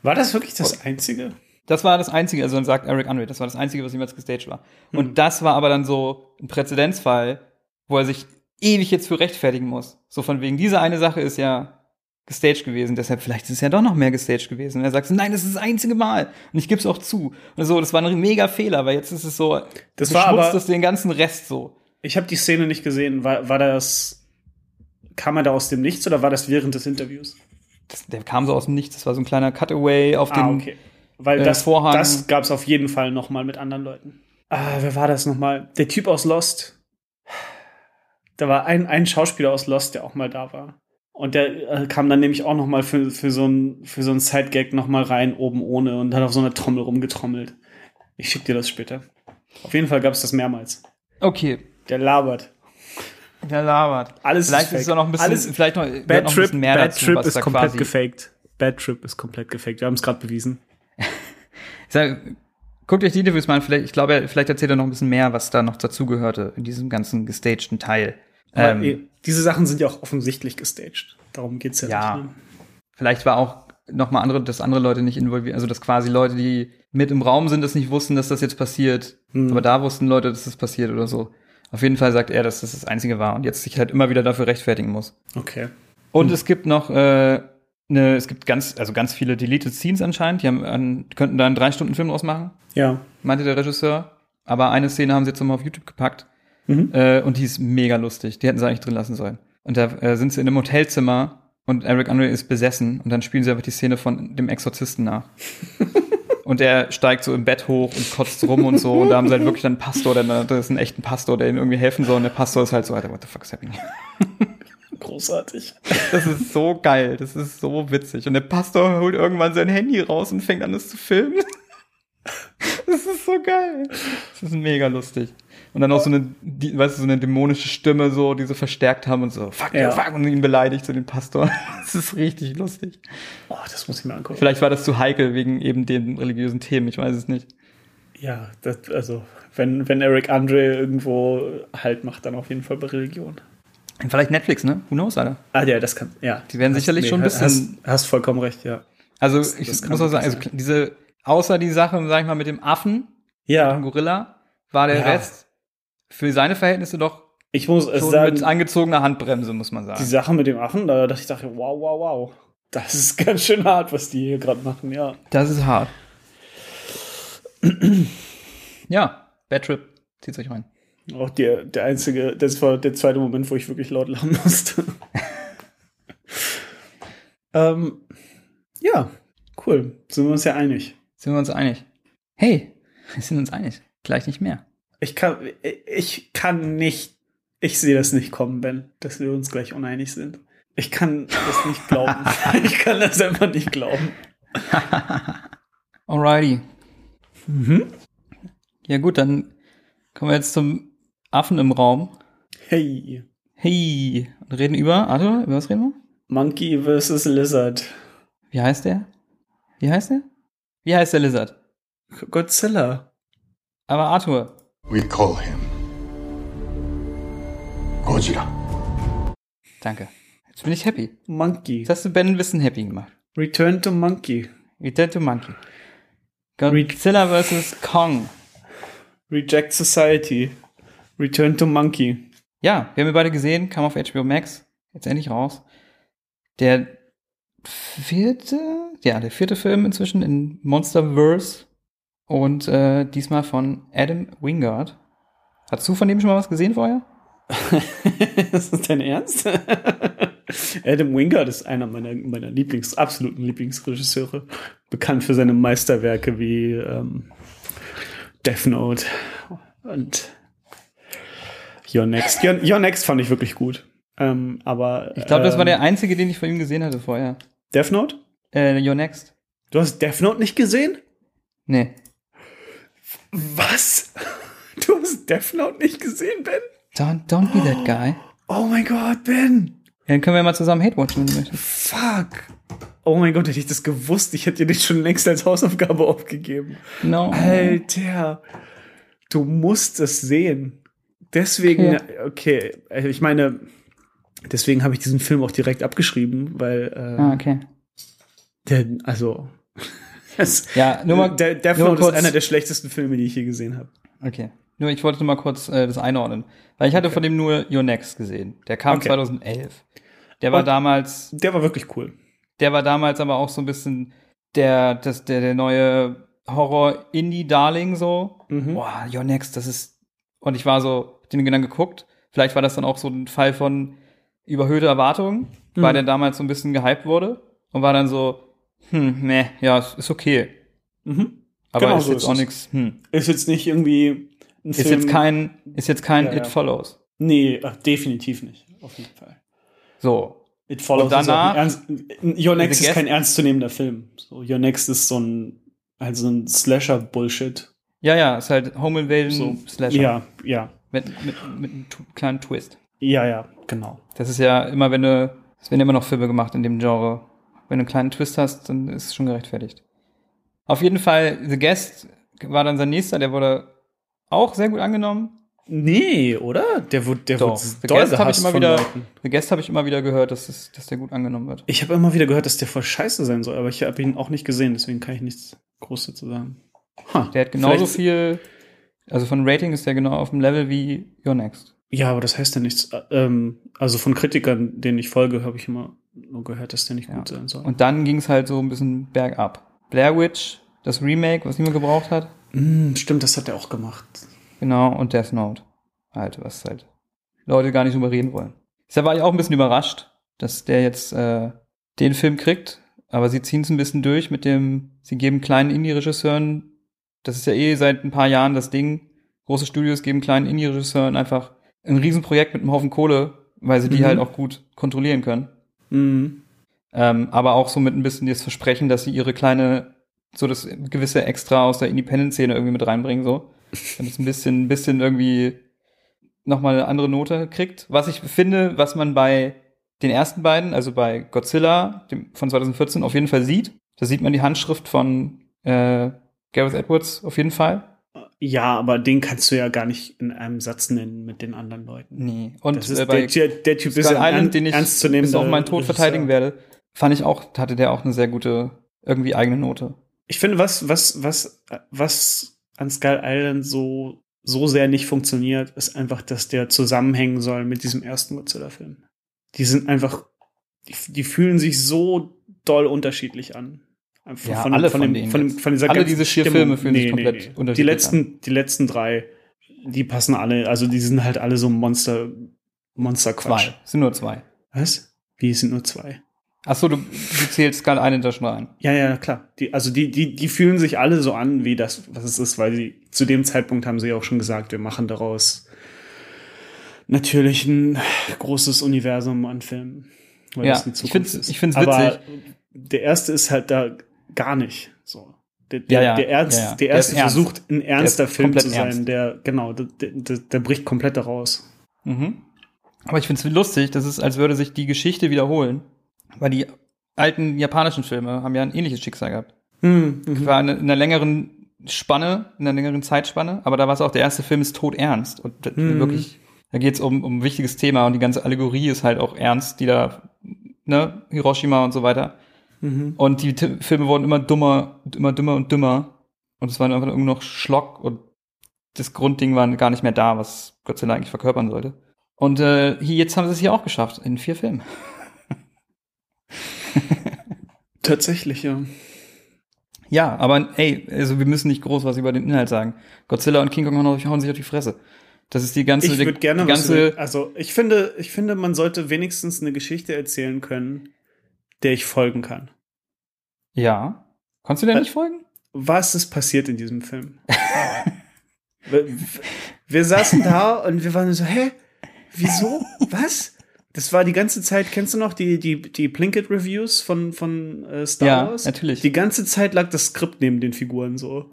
Speaker 8: War das wirklich das Einzige?
Speaker 7: Das war das Einzige, also dann sagt Eric Andre, das war
Speaker 8: Mhm.
Speaker 7: das Einzige, was jemals gestaged war. Und das war aber dann so ein Präzedenzfall, wo er sich ewig jetzt für rechtfertigen muss. So von wegen, diese eine Sache ist ja gestaged gewesen, deshalb vielleicht ist es ja doch noch mehr gestaged gewesen. Und er sagt so, nein, das ist das einzige Mal. Und ich gebe es auch zu. Und so, das war ein mega Fehler, weil jetzt ist es so,
Speaker 8: Das war aber-
Speaker 7: beschmutzt das den ganzen Rest so.
Speaker 8: Ich habe die Szene nicht gesehen. War, war das. Kam er da aus dem Nichts oder war das während des Interviews?
Speaker 7: Das, der kam so aus dem Nichts, das war so ein kleiner Cutaway auf den,
Speaker 8: ah, okay. Weil
Speaker 7: äh,
Speaker 8: das,
Speaker 7: Vorhang-
Speaker 8: das gab es auf jeden Fall nochmal mit anderen Leuten. Ah, wer war das nochmal? Der Typ aus Lost. Da war ein, ein Schauspieler aus Lost, der auch mal da war. Und der äh, kam dann nämlich auch nochmal für, für so einen für so einen Sidegag nochmal rein, oben ohne, und hat auf so einer Trommel rumgetrommelt. Ich schick dir das später. Auf jeden Fall gab es das mehrmals.
Speaker 7: okay,
Speaker 8: Der labert.
Speaker 7: der labert.
Speaker 8: Alles ist
Speaker 7: vielleicht ist,
Speaker 8: fake.
Speaker 7: da noch ein bisschen,
Speaker 8: Alles-
Speaker 7: vielleicht noch, gehört
Speaker 8: Bad
Speaker 7: noch ein
Speaker 8: Trip,
Speaker 7: bisschen mehr
Speaker 8: Bad
Speaker 7: dazu,
Speaker 8: Trip
Speaker 7: was
Speaker 8: ist
Speaker 7: da
Speaker 8: komplett
Speaker 7: quasi-
Speaker 8: gefaked. Bad Trip ist komplett gefaked. Wir haben es gerade bewiesen.
Speaker 7: Ich sag, guckt euch die Interviews mal an, vielleicht, ich glaube, er- vielleicht erzählt er noch ein bisschen mehr, was da noch dazugehörte in diesem ganzen gestagten Teil.
Speaker 8: Aber,
Speaker 7: Ähm,
Speaker 8: eh, diese Sachen sind ja auch offensichtlich gestaged. Darum geht's ja,
Speaker 7: Ja.
Speaker 8: nicht. Ne?
Speaker 7: Vielleicht war auch noch mal andere, dass andere Leute nicht involviert, also dass quasi Leute, die mit im Raum sind, das nicht wussten, dass das jetzt passiert. Aber da wussten Leute, dass das passiert oder so. Auf jeden Fall sagt er, dass das das Einzige war und jetzt sich halt immer wieder dafür rechtfertigen muss.
Speaker 8: Okay.
Speaker 7: Und es gibt noch äh, ne, es gibt ganz, also ganz viele deleted Scenes anscheinend. Die haben, an, könnten da einen drei Stunden Film draus machen,
Speaker 8: Ja.
Speaker 7: meinte der Regisseur. Aber eine Szene haben sie jetzt nochmal auf YouTube gepackt äh, und die ist mega lustig. Die hätten sie eigentlich drin lassen sollen. Und da äh, sind sie in einem Hotelzimmer und Eric Andre ist besessen und dann spielen sie einfach die Szene von dem Exorzisten nach. und er steigt so im Bett hoch und kotzt rum und so. Und da haben sie halt wirklich dann einen Pastor, der, da ist ein echten Pastor, der ihnen irgendwie helfen soll. Und der Pastor ist halt so, Alter, what the fuck is happening?
Speaker 8: Großartig.
Speaker 7: Das ist so geil, das ist so witzig. Und der Pastor holt irgendwann sein Handy raus und fängt an, das zu filmen. Das ist so geil. Das ist mega lustig. Und dann auch so eine, die, weißt du, so eine dämonische Stimme, so, die so verstärkt haben und so, fuck,
Speaker 8: Ja.
Speaker 7: fuck, und ihn beleidigt zu so den Pastor. Das ist richtig lustig.
Speaker 8: Oh, das muss ich mir angucken.
Speaker 7: Vielleicht war das zu heikel wegen eben den religiösen Themen, ich weiß es nicht.
Speaker 8: Ja, das, also, wenn, wenn Eric Andre irgendwo Halt macht, dann auf jeden Fall bei Religion.
Speaker 7: Und vielleicht Netflix, ne? Who knows, Alter.
Speaker 8: Ah, ja, das kann, ja.
Speaker 7: Die werden sicherlich schon ein bisschen-
Speaker 8: Hast, hast vollkommen recht, ja.
Speaker 7: Also,
Speaker 8: Das-
Speaker 7: ich
Speaker 8: das kann
Speaker 7: muss auch sagen,
Speaker 8: wirklich
Speaker 7: also diese, außer die Sache, sag ich mal, mit dem Affen, dem
Speaker 8: Ja,
Speaker 7: Gorilla, war der
Speaker 8: Ja.
Speaker 7: Rest für seine Verhältnisse doch
Speaker 8: ich muss es
Speaker 7: Schon
Speaker 8: sagen,
Speaker 7: mit angezogener Handbremse, muss man
Speaker 8: die
Speaker 7: sagen.
Speaker 8: Sache mit dem Affen, da dachte ich, dachte, wow, wow, wow. Das ist ganz schön hart, was die hier gerade machen, ja.
Speaker 7: Das ist hart. ja, Bad Trip. Zieht's euch rein.
Speaker 8: Auch der, der einzige, das war der zweite Moment, wo ich wirklich laut lachen musste. ähm, ja, cool. Sind wir uns ja einig.
Speaker 7: Sind wir uns einig? Hey, wir sind uns einig. Gleich nicht mehr.
Speaker 8: Ich kann, ich kann nicht, ich sehe das nicht kommen, Ben, dass wir uns gleich uneinig sind. Ich kann das nicht glauben. ich kann das einfach nicht glauben.
Speaker 7: Alrighty. Mhm. Ja gut, dann kommen wir jetzt zum Affen im Raum.
Speaker 8: Hey,
Speaker 7: Hey, und reden über, Arthur, über was reden wir?
Speaker 8: Monkey vs. Lizard.
Speaker 7: Wie heißt der? Wie heißt der? Wie heißt der Lizard?
Speaker 8: Godzilla.
Speaker 7: Aber Arthur,
Speaker 2: We call him Gojira.
Speaker 7: danke. Jetzt bin ich happy.
Speaker 8: Monkey.
Speaker 7: Jetzt hast du Ben ein bisschen happy gemacht.
Speaker 8: Return to Monkey.
Speaker 7: Return to Monkey. Godzilla vs. Kong.
Speaker 8: Reject Society. Return to Monkey.
Speaker 7: Ja, wir haben ihn beide gesehen, kam auf HBO Max, jetzt endlich raus. Der vierte, ja, der vierte Film inzwischen in Monsterverse und äh, diesmal von Adam Wingard. Hast du von dem schon mal was gesehen vorher?
Speaker 8: ist das dein Ernst? Adam Wingard ist einer meiner, meiner Lieblings, absoluten Lieblingsregisseure. Bekannt für seine Meisterwerke wie ähm, Death Note und Your Next. Your, Your Next fand ich wirklich gut. Ähm, aber
Speaker 7: Ich glaube, das war
Speaker 8: ähm,
Speaker 7: der einzige, den ich von ihm gesehen hatte vorher.
Speaker 8: Death Note?
Speaker 7: Äh, Your Next?
Speaker 8: Du hast Death Note nicht gesehen?
Speaker 7: Nee.
Speaker 8: Was? Du hast Death Note nicht gesehen, Ben?
Speaker 7: Don't, don't be that guy.
Speaker 8: Oh mein Gott, Ben!
Speaker 7: Ja, dann können wir mal zusammen Hate watchen, wenn du möchtest.
Speaker 8: Fuck. Oh mein Gott, hätte ich das gewusst, ich hätte dir das schon längst als Hausaufgabe aufgegeben.
Speaker 7: No.
Speaker 8: Alter, du musst es sehen. Deswegen, okay, also ich meine, deswegen habe ich diesen Film auch direkt abgeschrieben, weil, äh,
Speaker 7: Ah, okay.
Speaker 8: der, also, das,
Speaker 7: Ja, nur mal-
Speaker 8: der, der
Speaker 7: nur mal
Speaker 8: Film ist
Speaker 7: kurz-
Speaker 8: einer der schlechtesten Filme, die ich je gesehen habe.
Speaker 7: Okay. Nur ich wollte nur mal kurz äh, das einordnen. Weil ich hatte von dem nur Your Next gesehen. Der kam
Speaker 8: Okay.
Speaker 7: 2011. Der war
Speaker 8: Und-
Speaker 7: damals,
Speaker 8: Der war wirklich cool.
Speaker 7: der war damals aber auch so ein bisschen der, das, der, der neue Horror-Indie-Darling so.
Speaker 8: Mhm.
Speaker 7: Boah, Your Next, das ist. Und ich war so, hab den dann geguckt. Vielleicht war das dann auch so ein Fall von überhöhter Erwartung, weil
Speaker 8: Mhm.
Speaker 7: der damals so ein bisschen gehypt wurde und war dann so, hm, meh, ja, es ist okay.
Speaker 8: Mhm.
Speaker 7: Aber
Speaker 8: Genau
Speaker 7: ist
Speaker 8: so
Speaker 7: jetzt
Speaker 8: ist
Speaker 7: auch
Speaker 8: es.
Speaker 7: nix, hm.
Speaker 8: Ist jetzt nicht irgendwie ein
Speaker 7: Ist jetzt kein, ist jetzt kein
Speaker 8: Ja,
Speaker 7: It
Speaker 8: ja.
Speaker 7: Follows.
Speaker 8: Nee, ach, definitiv nicht. Auf jeden Fall.
Speaker 7: So.
Speaker 8: It Follows
Speaker 7: Und danach-
Speaker 8: ist auch ein ernst, Your Next
Speaker 7: The
Speaker 8: ist
Speaker 7: Guest-
Speaker 8: kein ernstzunehmender Film. So, Your Next ist so ein, also ein Slasher-Bullshit.
Speaker 7: Ja, ja, ist halt Home Invasion
Speaker 8: So,
Speaker 7: Slasher.
Speaker 8: ja, ja.
Speaker 7: Mit, mit, mit einem tu- kleinen Twist.
Speaker 8: Ja, ja, genau.
Speaker 7: Das ist ja immer, wenn du, es werden immer noch Filme gemacht in dem Genre. Wenn du einen kleinen Twist hast, dann ist es schon gerechtfertigt. Auf jeden Fall, The Guest war dann sein nächster, der wurde auch sehr gut angenommen.
Speaker 8: Nee, oder? Der wird, der
Speaker 7: Doch,
Speaker 8: wird
Speaker 7: The
Speaker 8: doll
Speaker 7: Guest habe ich
Speaker 8: gehasst
Speaker 7: immer
Speaker 8: von
Speaker 7: wieder,
Speaker 8: Leuten.
Speaker 7: The Guest habe ich immer wieder gehört, dass, es, dass der gut angenommen wird.
Speaker 8: Ich habe immer wieder gehört, dass der voll scheiße sein soll, aber ich habe ihn auch nicht gesehen, deswegen kann ich nichts groß dazu sagen. Ha,
Speaker 7: Der hat genauso
Speaker 8: vielleicht-
Speaker 7: viel, also von Rating ist der genau auf dem Level wie Your Next.
Speaker 8: Ja, aber das heißt ja nichts. Ä- Ähm, also von Kritikern, denen ich folge, habe ich immer nur gehört, dass der nicht
Speaker 7: Ja.
Speaker 8: gut sein soll.
Speaker 7: Und dann ging es halt so ein bisschen bergab. Blair Witch, das Remake, was niemand gebraucht hat.
Speaker 8: Mm, stimmt, das hat er auch gemacht.
Speaker 7: Genau, und Death Note. Halt, was halt Leute gar nicht drüber reden wollen. Deshalb war ich auch ein bisschen überrascht, dass der jetzt äh, den Film kriegt. Aber sie ziehen es ein bisschen durch mit dem, sie geben kleinen Indie-Regisseuren, das ist ja eh seit ein paar Jahren das Ding, große Studios geben kleinen Indie-Regisseuren einfach ein Riesenprojekt mit einem Haufen Kohle, weil sie die
Speaker 8: Mhm.
Speaker 7: halt auch gut kontrollieren können.
Speaker 8: Mm,
Speaker 7: Ähm, aber auch so mit ein bisschen das Versprechen, dass sie ihre kleine, so das gewisse Extra aus der Independent-Szene irgendwie mit reinbringen, so. Damit es ein bisschen, ein bisschen irgendwie nochmal eine andere Note kriegt. Was ich finde, was man bei den ersten beiden, also bei Godzilla dem, von 2014 auf jeden Fall sieht, da sieht man die Handschrift von äh, Gareth Edwards auf jeden Fall.
Speaker 8: Ja, aber den kannst du ja gar nicht in einem Satz nennen mit den anderen Leuten.
Speaker 7: Nee. Und
Speaker 8: das ist,
Speaker 7: äh, bei
Speaker 8: der, der Typ ist
Speaker 7: Skull
Speaker 8: ja
Speaker 7: Island, den ich bis
Speaker 8: ernstzunehmender
Speaker 7: auf meinen Tod
Speaker 8: Regisseur.
Speaker 7: verteidigen werde, fand ich auch, hatte der auch eine sehr gute, irgendwie eigene Note.
Speaker 8: Ich finde, was, was, was, was an Skull Island so, so sehr nicht funktioniert, ist einfach, dass der zusammenhängen soll mit diesem ersten Godzilla-Film. Die sind einfach, die, die fühlen sich so doll unterschiedlich an. Einfach
Speaker 7: Ja, alle von
Speaker 8: dem-
Speaker 7: denen
Speaker 8: von, dem,
Speaker 7: jetzt.
Speaker 8: von dieser
Speaker 7: Alle
Speaker 8: ganzen
Speaker 7: diese vier
Speaker 8: Stimmung.
Speaker 7: Filme fühlen sich komplett unterschiedlich
Speaker 8: Die letzten, die letzten drei, die passen alle, also die sind halt alle so Monster, Monster-Quatsch.
Speaker 7: Zwei. Es sind nur zwei.
Speaker 8: Was? Wie es sind nur zwei?
Speaker 7: Achso, du, du zählst Skull Island da schon rein.
Speaker 8: Ja, ja, klar. Die, also die, die, die fühlen sich alle so an, wie das, was es ist, weil sie zu dem Zeitpunkt haben sie ja auch schon gesagt, wir machen daraus natürlich ein großes Universum an Filmen. Weil
Speaker 7: Ja,
Speaker 8: das eine
Speaker 7: ich
Speaker 8: Zukunft
Speaker 7: find's-
Speaker 8: ist.
Speaker 7: ich find's
Speaker 8: Aber der erste ist halt da gar nicht so. Der, der,
Speaker 7: Ja, ja,
Speaker 8: der, Ernst,
Speaker 7: ja, ja.
Speaker 8: der
Speaker 7: Der
Speaker 8: erste
Speaker 7: ist ernst.
Speaker 8: versucht, ein ernster
Speaker 7: ist
Speaker 8: Film zu
Speaker 7: komplett
Speaker 8: sein,
Speaker 7: ernst.
Speaker 8: der, genau, der, der, der, der bricht komplett daraus.
Speaker 7: Mhm. Aber ich finde es lustig, das ist, als würde sich die Geschichte wiederholen. Weil die alten japanischen Filme haben ja ein ähnliches Schicksal gehabt.
Speaker 8: Hm, mhm,
Speaker 7: War eine, in einer längeren Spanne, in einer längeren Zeitspanne, aber da war es auch, der erste Film ist tot ernst. Und d-
Speaker 8: Mhm.
Speaker 7: wirklich, da geht es um, um ein wichtiges Thema und die ganze Allegorie ist halt auch ernst, die da, ne, Hiroshima und so weiter.
Speaker 8: mhm.
Speaker 7: Und die T Filme wurden immer dummer, und immer dümmer und dümmer. Und es war einfach irgendwo noch Schlock und das Grundding war gar nicht mehr da, was Godzilla eigentlich verkörpern sollte. Und äh, hier, jetzt haben sie es hier auch geschafft, in vier Filmen.
Speaker 8: Tatsächlich, ja.
Speaker 7: Ja, aber ey, also wir müssen nicht groß was über den Inhalt sagen. Godzilla und King Kong hauen auf- hauen sich auf die Fresse. Das ist die ganze,
Speaker 8: Ich würde
Speaker 7: die,
Speaker 8: gerne
Speaker 7: die
Speaker 8: was
Speaker 7: ganze
Speaker 8: über, also ich finde, ich finde, man sollte wenigstens eine Geschichte erzählen können, der ich folgen kann.
Speaker 7: Ja. Konntest du
Speaker 8: Äh,
Speaker 7: der nicht folgen?
Speaker 8: Was ist passiert in diesem Film? wir, wir saßen da und wir waren so, hä? Wieso? Was? Das war die ganze Zeit, kennst du noch die, die, die Plinkett-Reviews von, von äh, Star
Speaker 7: Ja,
Speaker 8: Wars?
Speaker 7: natürlich.
Speaker 8: Die ganze Zeit lag das Skript neben den Figuren so.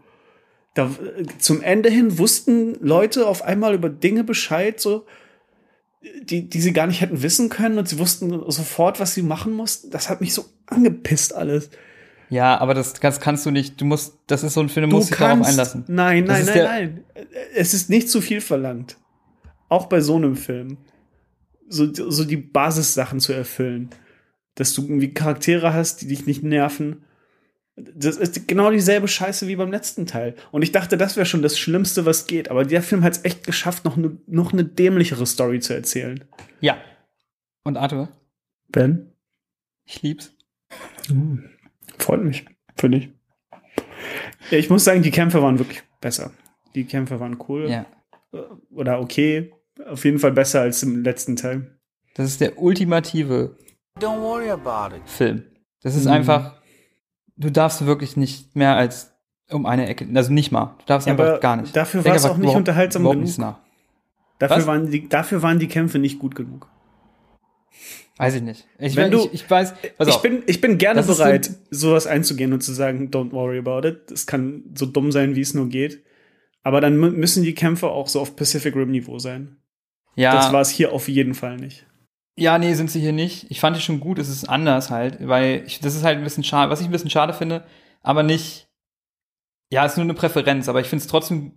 Speaker 8: Da, äh, zum Ende hin wussten Leute auf einmal über Dinge Bescheid, so, die, die sie gar nicht hätten wissen können und sie wussten sofort, was sie machen mussten. Das hat mich so angepisst alles.
Speaker 7: Ja, aber das, das kannst du nicht. Du musst, das ist so ein Film,
Speaker 8: Du
Speaker 7: du musst dich darauf
Speaker 8: kannst.
Speaker 7: einlassen.
Speaker 8: Nein, nein,
Speaker 7: Das ist
Speaker 8: nein,
Speaker 7: der-
Speaker 8: nein. Es ist nicht zu viel verlangt. Auch bei so einem Film. So, so die Basissachen zu erfüllen. Dass du irgendwie Charaktere hast, die dich nicht nerven. Das ist genau dieselbe Scheiße wie beim letzten Teil. Und ich dachte, das wäre schon das Schlimmste, was geht. Aber der Film hat es echt geschafft, noch eine noch ne dämlichere Story zu erzählen.
Speaker 7: Ja. Und Arthur,
Speaker 8: Ben?
Speaker 7: ich lieb's.
Speaker 8: Freut mich, finde ich. Ja, ich muss sagen, die Kämpfe waren wirklich besser. Die Kämpfe waren cool.
Speaker 7: Ja.
Speaker 8: Oder okay. Auf jeden Fall besser als im letzten Teil.
Speaker 7: Das ist der ultimative Film. Das
Speaker 8: Mhm.
Speaker 7: ist einfach, du darfst wirklich nicht mehr als um eine Ecke, also nicht mal. Du darfst
Speaker 8: Ja, aber
Speaker 7: einfach gar nicht.
Speaker 8: dafür
Speaker 7: Denk
Speaker 8: war's
Speaker 7: einfach
Speaker 8: auch nicht
Speaker 7: überhaupt-
Speaker 8: unterhaltsam
Speaker 7: überhaupt
Speaker 8: genug.
Speaker 7: nichts nach.
Speaker 8: Dafür
Speaker 7: Was?
Speaker 8: waren, die, dafür waren die Kämpfe nicht gut genug.
Speaker 7: Weiß ich nicht. Ich,
Speaker 8: Wenn
Speaker 7: weiß-
Speaker 8: du-
Speaker 7: ich, ich weiß, pass
Speaker 8: ich,
Speaker 7: auf.
Speaker 8: bin, ich bin gerne
Speaker 7: Das ist so-
Speaker 8: bereit, sowas einzugehen und zu sagen, don't worry about it. Es kann so dumm sein, wie es nur geht. Aber dann mü- müssen die Kämpfe auch so auf Pacific Rim Niveau sein.
Speaker 7: ja,
Speaker 8: Das war es hier auf jeden Fall nicht.
Speaker 7: Ja, nee, sind sie hier nicht. Ich fand die schon gut, es ist anders halt, weil ich, das ist halt ein bisschen schade, was ich ein bisschen schade finde, aber nicht, ja, ist nur eine Präferenz, aber ich find's trotzdem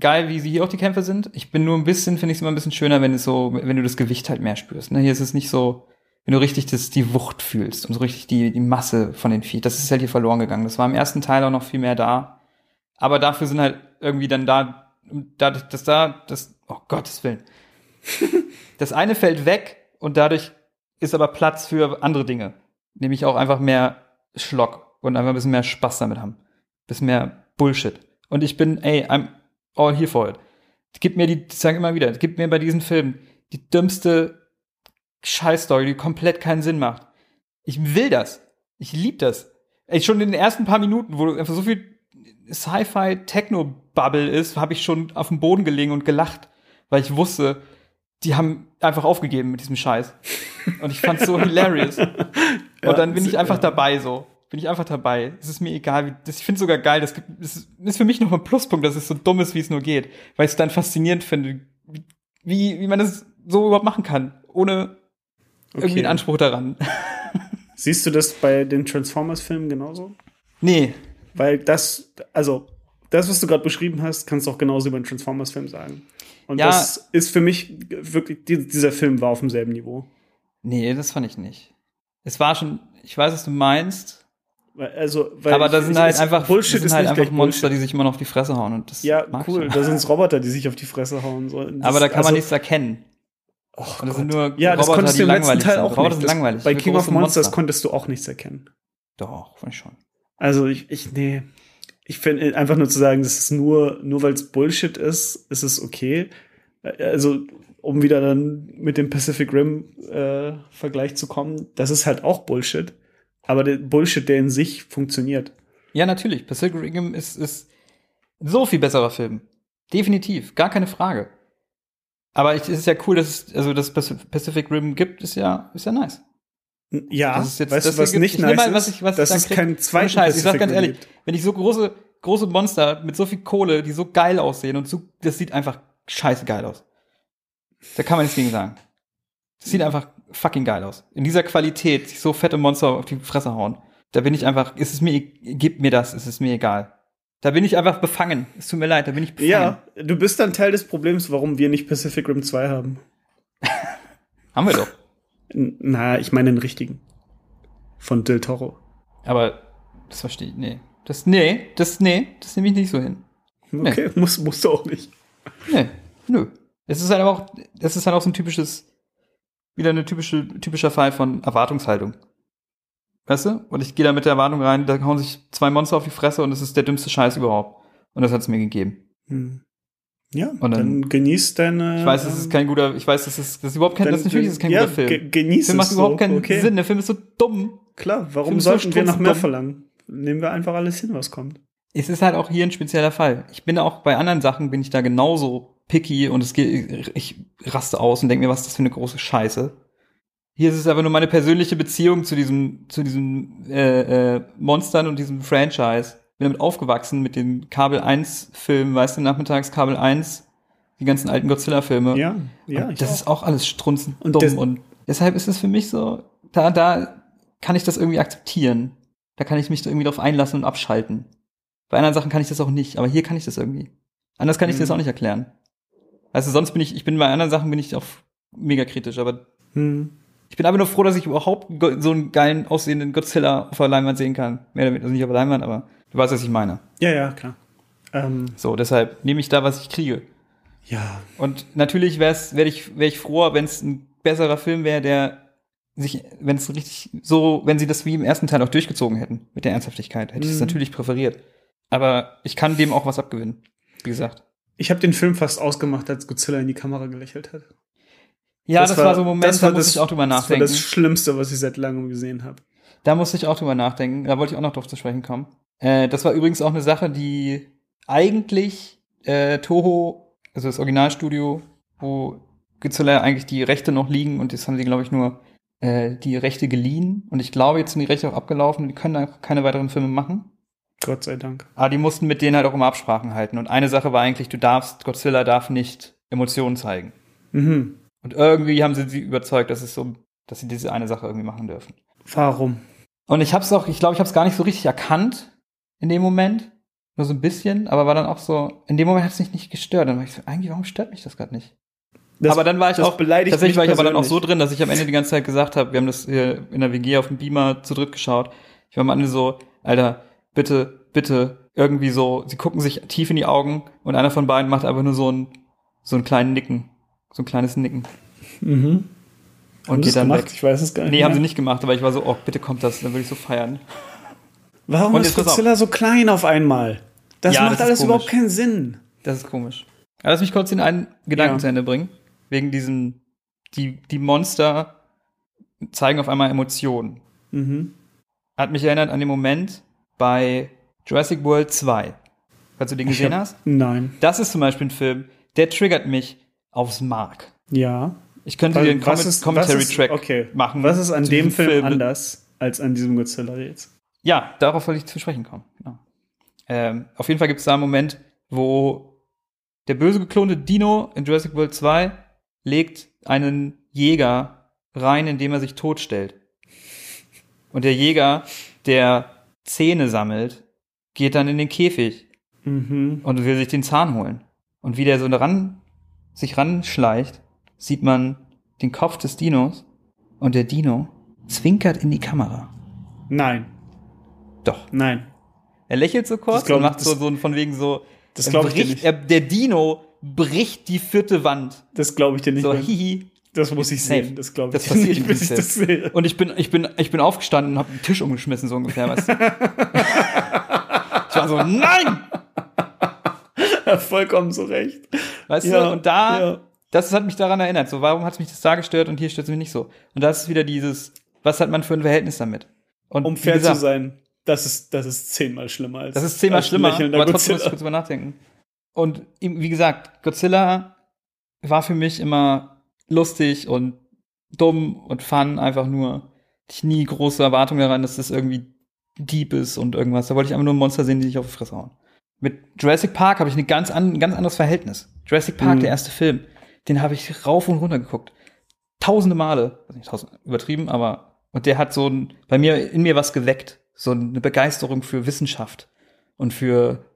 Speaker 7: geil, wie sie hier auch die Kämpfe sind. Ich bin nur ein bisschen, finde ich es immer ein bisschen schöner, wenn es so, wenn du das Gewicht halt mehr spürst. Ne? Hier ist es nicht so, wenn du richtig das, die Wucht fühlst und so richtig die, die Masse von den Vieh. Das ist halt hier verloren gegangen. Das war im ersten Teil auch noch viel mehr da. Aber dafür sind halt irgendwie dann da, dadurch, dass da, das, oh Gottes Willen. Das eine fällt weg und dadurch ist aber Platz für andere Dinge. Nämlich auch einfach mehr Schlock und einfach ein bisschen mehr Spaß damit haben. bisschen mehr Bullshit. Und ich bin, ey, I'm all here for it. Gib mir die, ich sage immer wieder, gib mir bei diesen Filmen die dümmste Scheißstory, die komplett keinen Sinn macht. Ich will das. Ich lieb das. Ey, schon in den ersten paar Minuten, wo einfach so viel Sci-Fi-Techno-Bubble ist, habe ich schon auf dem Boden gelegen und gelacht, weil ich wusste, die haben einfach aufgegeben mit diesem Scheiß. Und ich fand's so hilarious. Und dann bin ich einfach dabei so. Bin ich einfach dabei. Es ist mir egal. Wie, das, ich find's sogar geil. Das gibt, es ist- ist für mich noch ein Pluspunkt, dass es so dumm ist, wie es nur geht. Weil ich es dann faszinierend finde, wie, wie man das so überhaupt machen kann. Ohne irgendwie einen Anspruch daran.
Speaker 8: Siehst du das bei den Transformers-Filmen genauso?
Speaker 7: nee.
Speaker 8: Weil das, also, das, was du gerade beschrieben hast, kannst du auch genauso über den Transformers-Film sagen. Und
Speaker 7: Ja.
Speaker 8: das ist für mich wirklich, die- dieser Film war auf demselben Niveau.
Speaker 7: Nee, das fand ich nicht. Es war schon, ich weiß, was du meinst.
Speaker 8: Weil- Also, weil
Speaker 7: aber
Speaker 8: ich-
Speaker 7: da sind
Speaker 8: ich-
Speaker 7: halt
Speaker 8: ist-
Speaker 7: einfach,
Speaker 8: Bullshit
Speaker 7: das sind
Speaker 8: ist
Speaker 7: halt
Speaker 8: nicht
Speaker 7: einfach
Speaker 8: gleich
Speaker 7: Monster,
Speaker 8: Bullshit.
Speaker 7: die sich immer noch auf die Fresse hauen. Und das
Speaker 8: Ja,
Speaker 7: mag ich
Speaker 8: cool.
Speaker 7: nicht.
Speaker 8: Da sind Roboter, die sich auf die Fresse hauen sollen.
Speaker 7: Aber da kann man
Speaker 8: also-
Speaker 7: nichts erkennen.
Speaker 8: Och
Speaker 7: Und das
Speaker 8: Gott.
Speaker 7: sind nur
Speaker 8: ja, das
Speaker 7: Roboter,
Speaker 8: konntest du
Speaker 7: die
Speaker 8: im letzten
Speaker 7: langweilig
Speaker 8: Teil
Speaker 7: sind.
Speaker 8: auch
Speaker 7: Roboter
Speaker 8: nicht.
Speaker 7: sind
Speaker 8: Das-
Speaker 7: langweilig.
Speaker 8: Bei
Speaker 7: Wir
Speaker 8: King of
Speaker 7: große
Speaker 8: Monsters
Speaker 7: Monster.
Speaker 8: konntest du auch nichts erkennen.
Speaker 7: Doch, fand ich schon.
Speaker 8: Also ich, ich nee. Ich finde einfach nur zu sagen, das ist nur, nur weil es Bullshit ist, ist es okay. Also, um wieder dann mit dem Pacific Rim äh, Vergleich zu kommen, das ist halt auch Bullshit. Aber der Bullshit, der in sich funktioniert.
Speaker 7: Ja, natürlich. Pacific Rim ist, ist so viel besserer Film. Definitiv. Gar keine Frage. Aber ich, es ist ja cool, dass es, also, dass Pacif- Pacific Rim gibt, ist ja, ist ja nice.
Speaker 8: N- Ja,
Speaker 7: Das ist jetzt-
Speaker 8: weißt
Speaker 7: das
Speaker 8: du, was
Speaker 7: ergibt-
Speaker 8: nicht
Speaker 7: ich nehme
Speaker 8: nice
Speaker 7: mal, was ich-
Speaker 8: ist,
Speaker 7: was ich
Speaker 8: dass
Speaker 7: da
Speaker 8: es
Speaker 7: krieg.
Speaker 8: keinen zweiten
Speaker 7: Scheiß, ich sag
Speaker 8: Pacific
Speaker 7: ganz
Speaker 8: Rim
Speaker 7: ehrlich,
Speaker 8: gibt.
Speaker 7: wenn ich so große, große Monster mit so viel Kohle, die so geil aussehen und so, das sieht einfach scheiße geil aus. Da kann man nichts gegen sagen. Das sieht einfach fucking geil aus. In dieser Qualität, sich so fette Monster auf die Fresse hauen. Da bin ich einfach, ist es mir, gib mir das, ist es mir egal. Da bin ich einfach befangen. Es tut mir leid, da bin ich befangen.
Speaker 8: Ja, du bist dann Teil des Problems, warum wir nicht Pacific Rim 2 haben.
Speaker 7: Haben wir doch.
Speaker 8: N- Na, ich meine den richtigen. Von Del Toro.
Speaker 7: Aber das verstehe ich, nee. Das, nee, das, nee, das nehme ich nicht so hin.
Speaker 8: Okay, muss, musst du auch nicht.
Speaker 7: Nee, nö. Es ist halt aber auch, es ist halt auch so ein typisches, wieder eine typische, typischer Fall von Erwartungshaltung. Weißt du? Und ich gehe da mit der Erwartung rein, da hauen sich zwei Monster auf die Fresse und es ist der dümmste Scheiß überhaupt. Und das hat's mir gegeben.
Speaker 8: Hm. Ja,
Speaker 7: dann-
Speaker 8: dann, genieß deine.
Speaker 7: Ich weiß, es ist kein guter, ich weiß, das ist, das ist überhaupt kein,
Speaker 8: Dann-
Speaker 7: das ist natürlich ist es kein
Speaker 8: ja,
Speaker 7: guter Film.
Speaker 8: ge- genieß
Speaker 7: der Film
Speaker 8: es
Speaker 7: macht überhaupt
Speaker 8: so,
Speaker 7: keinen
Speaker 8: okay.
Speaker 7: Sinn, der Film ist so dumm.
Speaker 8: Klar, warum
Speaker 7: Film soll
Speaker 8: sollten wir noch mehr
Speaker 7: strunzdumm.
Speaker 8: verlangen? Nehmen wir einfach alles hin, was kommt.
Speaker 7: Es ist halt auch hier ein spezieller Fall. Ich bin auch bei anderen Sachen, bin ich da genauso picky und es geht, ich raste aus und denke mir, was ist das für eine große Scheiße. Hier ist es einfach nur meine persönliche Beziehung zu diesem, zu diesem äh, äh, Monstern und diesem Franchise. Bin damit aufgewachsen mit dem Kabel 1-Film, weißt du, nachmittags Kabel 1, die ganzen alten Godzilla-Filme.
Speaker 8: Ja, ja,
Speaker 7: Und das ist auch alles strunzend
Speaker 8: Und
Speaker 7: dumm.
Speaker 8: das-
Speaker 7: und deshalb ist es für mich so, da, da kann ich das irgendwie akzeptieren. Da kann ich mich irgendwie drauf einlassen und abschalten. Bei anderen Sachen kann ich das auch nicht, aber hier kann ich das irgendwie. Anders kann ich
Speaker 8: Mhm.
Speaker 7: dir das auch nicht erklären. Also sonst bin ich, ich bin bei anderen Sachen bin ich auch mega kritisch, aber
Speaker 8: Hm.
Speaker 7: Ich bin einfach nur froh, dass ich überhaupt go- so einen geilen aussehenden Godzilla auf der Leinwand sehen kann. Mehr damit, also nicht auf der Leinwand, aber du weißt, was ich meine.
Speaker 8: Ja, ja, klar. Ähm,
Speaker 7: So, deshalb nehme ich da, was ich kriege.
Speaker 8: ja,
Speaker 7: Und natürlich wär's, wär ich, wär ich froher, wenn es ein besserer Film wäre, der sich, wenn es richtig so, wenn sie das wie im ersten Teil auch durchgezogen hätten mit der Ernsthaftigkeit, hätte ich es
Speaker 8: Mhm.
Speaker 7: natürlich präferiert. Aber ich kann dem auch was abgewinnen, wie gesagt.
Speaker 8: ich habe den Film fast ausgemacht, als Godzilla in die Kamera gelächelt hat.
Speaker 7: Ja, das, war so ein Moment,
Speaker 8: das war
Speaker 7: da musste
Speaker 8: das-
Speaker 7: ich auch drüber nachdenken.
Speaker 8: Das war das Schlimmste, was ich seit langem gesehen habe.
Speaker 7: Da musste ich auch drüber nachdenken. Da wollte ich auch noch drauf zu sprechen kommen. Äh, das war übrigens auch eine Sache, die eigentlich äh, Toho, also das Originalstudio, wo Godzilla eigentlich die Rechte noch liegen und das haben sie, glaube ich, nur äh, die Rechte geliehen. Und ich glaube, jetzt sind die Rechte auch abgelaufen und die können da keine weiteren Filme machen.
Speaker 8: Gott sei Dank.
Speaker 7: Aber die mussten mit denen halt auch immer Absprachen halten. Und eine Sache war eigentlich, du darfst, Godzilla darf nicht Emotionen zeigen.
Speaker 8: Mhm.
Speaker 7: Und irgendwie haben sie sie überzeugt, dass es so, dass sie diese eine Sache irgendwie machen dürfen.
Speaker 8: Warum?
Speaker 7: Und ich hab's auch, ich glaube, ich hab's gar nicht so richtig erkannt in dem Moment. Nur so ein bisschen, aber war dann auch so, in dem Moment hat's mich nicht gestört. Dann war ich so, eigentlich, warum stört mich das gerade nicht?
Speaker 8: Das-
Speaker 7: aber dann war ich
Speaker 8: das
Speaker 7: auch
Speaker 8: beleidigt
Speaker 7: Tatsächlich
Speaker 8: mich
Speaker 7: war ich aber dann auch so
Speaker 8: persönlich.
Speaker 7: drin, dass ich am Ende die ganze Zeit gesagt habe, wir haben das hier in der WG auf dem Beamer zu dritt geschaut. Ich war am Ende so, Alter, bitte, bitte, irgendwie so, sie gucken sich tief in die Augen und einer von beiden macht einfach nur so ein, so einen kleinen Nicken. So ein kleines Nicken.
Speaker 8: Mhm.
Speaker 7: Und geht
Speaker 8: das
Speaker 7: dann
Speaker 8: gemacht?
Speaker 7: weg.
Speaker 8: Ich weiß es gar nicht.
Speaker 7: Nee, haben
Speaker 8: mehr.
Speaker 7: sie nicht gemacht, aber ich war so, oh, bitte kommt das, dann würde ich so feiern.
Speaker 8: Warum
Speaker 7: Und
Speaker 8: ist
Speaker 7: jetzt pass auf.
Speaker 8: Godzilla so klein auf einmal? Das
Speaker 7: Ja,
Speaker 8: macht
Speaker 7: das ist
Speaker 8: alles
Speaker 7: komisch.
Speaker 8: überhaupt keinen Sinn.
Speaker 7: Das ist komisch. Aber lass mich kurz den einen Gedanken
Speaker 8: Ja.
Speaker 7: zu Ende bringen. Wegen diesem, die, die Monster zeigen auf einmal Emotionen.
Speaker 8: Mhm.
Speaker 7: Hat mich erinnert an den Moment bei Jurassic World 2. Falls du den gesehen
Speaker 8: hab-
Speaker 7: hast.
Speaker 8: Nein.
Speaker 7: Das ist zum Beispiel ein Film, der triggert mich aufs Mark.
Speaker 8: Ja.
Speaker 7: Ich könnte dir einen Comment
Speaker 8: was ist-
Speaker 7: Commentary-Track
Speaker 8: okay.
Speaker 7: machen.
Speaker 8: Was ist an
Speaker 7: zu
Speaker 8: dem
Speaker 7: diesem
Speaker 8: Film, anders als an diesem Godzilla jetzt?
Speaker 7: Ja, darauf wollte ich zu sprechen kommen. Genau. Ähm, auf jeden Fall gibt es da einen Moment, wo der böse geklonte Dino in Jurassic World 2 legt einen Jäger rein, indem er sich totstellt. Und der Jäger, der Zähne sammelt, geht dann in den Käfig
Speaker 8: Mhm.
Speaker 7: und will sich den Zahn holen. Und wie der so ran, sich ranschleicht, sieht man den Kopf des Dinos und der Dino zwinkert in die Kamera.
Speaker 8: Nein.
Speaker 7: Doch.
Speaker 8: Nein.
Speaker 7: Er lächelt so kurz
Speaker 8: Das glaub
Speaker 7: und
Speaker 8: ich-
Speaker 7: macht so,
Speaker 8: das-
Speaker 7: so ein- von wegen so.
Speaker 8: das
Speaker 7: er
Speaker 8: glaub ich dir
Speaker 7: bricht-
Speaker 8: nicht.
Speaker 7: Er, der Dino bricht die vierte Wand.
Speaker 8: Das glaube ich dir nicht.
Speaker 7: so
Speaker 8: mehr.
Speaker 7: hihi.
Speaker 8: das muss ich
Speaker 7: Safe.
Speaker 8: sehen. Das glaube ich
Speaker 7: Das
Speaker 8: dir
Speaker 7: passiert
Speaker 8: nicht,
Speaker 7: in
Speaker 8: bis ich
Speaker 7: diesem
Speaker 8: das
Speaker 7: Film.
Speaker 8: sehe.
Speaker 7: Und ich bin, ich bin, ich bin aufgestanden und habe den Tisch umgeschmissen so ungefähr. Weißt du? ich war so nein,
Speaker 8: Vollkommen so recht.
Speaker 7: weißt
Speaker 8: Ja,
Speaker 7: du. Und da,
Speaker 8: ja.
Speaker 7: das hat mich daran erinnert. So, warum hat mich das da gestört und hier stört es mich nicht so? Und das ist wieder dieses, was hat man für ein Verhältnis damit? Und
Speaker 8: Um
Speaker 7: wie
Speaker 8: fair zu
Speaker 7: gesagt,
Speaker 8: sein, das ist, das ist zehnmal schlimmer als
Speaker 7: Das ist zehnmal
Speaker 8: als
Speaker 7: schlimmer,
Speaker 8: lächelnder
Speaker 7: aber trotzdem muss ich
Speaker 8: Godzilla.
Speaker 7: kurz drüber nachdenken. Und ihm- wie gesagt, Godzilla war für mich immer lustig und dumm und fun, einfach nur. Ich nie große Erwartungen daran, dass das irgendwie deep ist und irgendwas. Da wollte ich einfach nur ein Monster sehen, die sich auf die Fresse hauen. Mit Jurassic Park habe ich eine ganz an, ein ganz anderes Verhältnis. Jurassic Park,
Speaker 8: Mhm.
Speaker 7: der erste Film, den habe ich rauf und runter geguckt. Tausende Male, also nicht tausend, übertrieben, aber und der hat so ein, bei mir in mir was geweckt, so eine Begeisterung für Wissenschaft und für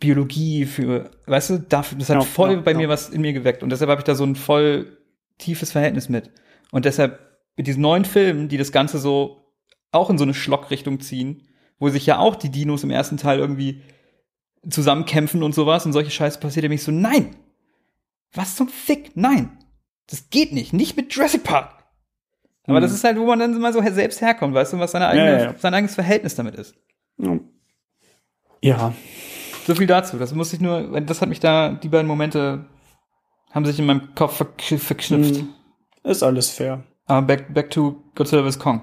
Speaker 7: Biologie, für, weißt du, dafür, das hat
Speaker 8: Ja,
Speaker 7: voll
Speaker 8: ja,
Speaker 7: bei mir
Speaker 8: ja.
Speaker 7: was in mir geweckt und deshalb habe ich da so ein voll tiefes Verhältnis mit. Und deshalb mit diesen neuen Filmen, die das Ganze so auch in so eine Schlockrichtung ziehen, wo sich ja auch die Dinos im ersten Teil irgendwie zusammenkämpfen und sowas und solche Scheiße passiert, nämlich so, nein! Was zum Fick? Nein! Das geht nicht, nicht mit Jurassic Park! Aber
Speaker 8: Mhm.
Speaker 7: das ist halt, wo man dann mal so her- selbst herkommt, weißt du, was seine eigene,
Speaker 8: ja, ja.
Speaker 7: sein eigenes Verhältnis damit ist.
Speaker 8: Ja.
Speaker 7: So viel dazu. Das muss ich nur, das hat mich da, die beiden Momente haben sich in meinem Kopf verk verknüpft.
Speaker 8: Mhm. Ist alles fair.
Speaker 7: Aber back, back to Godzilla vs. Kong.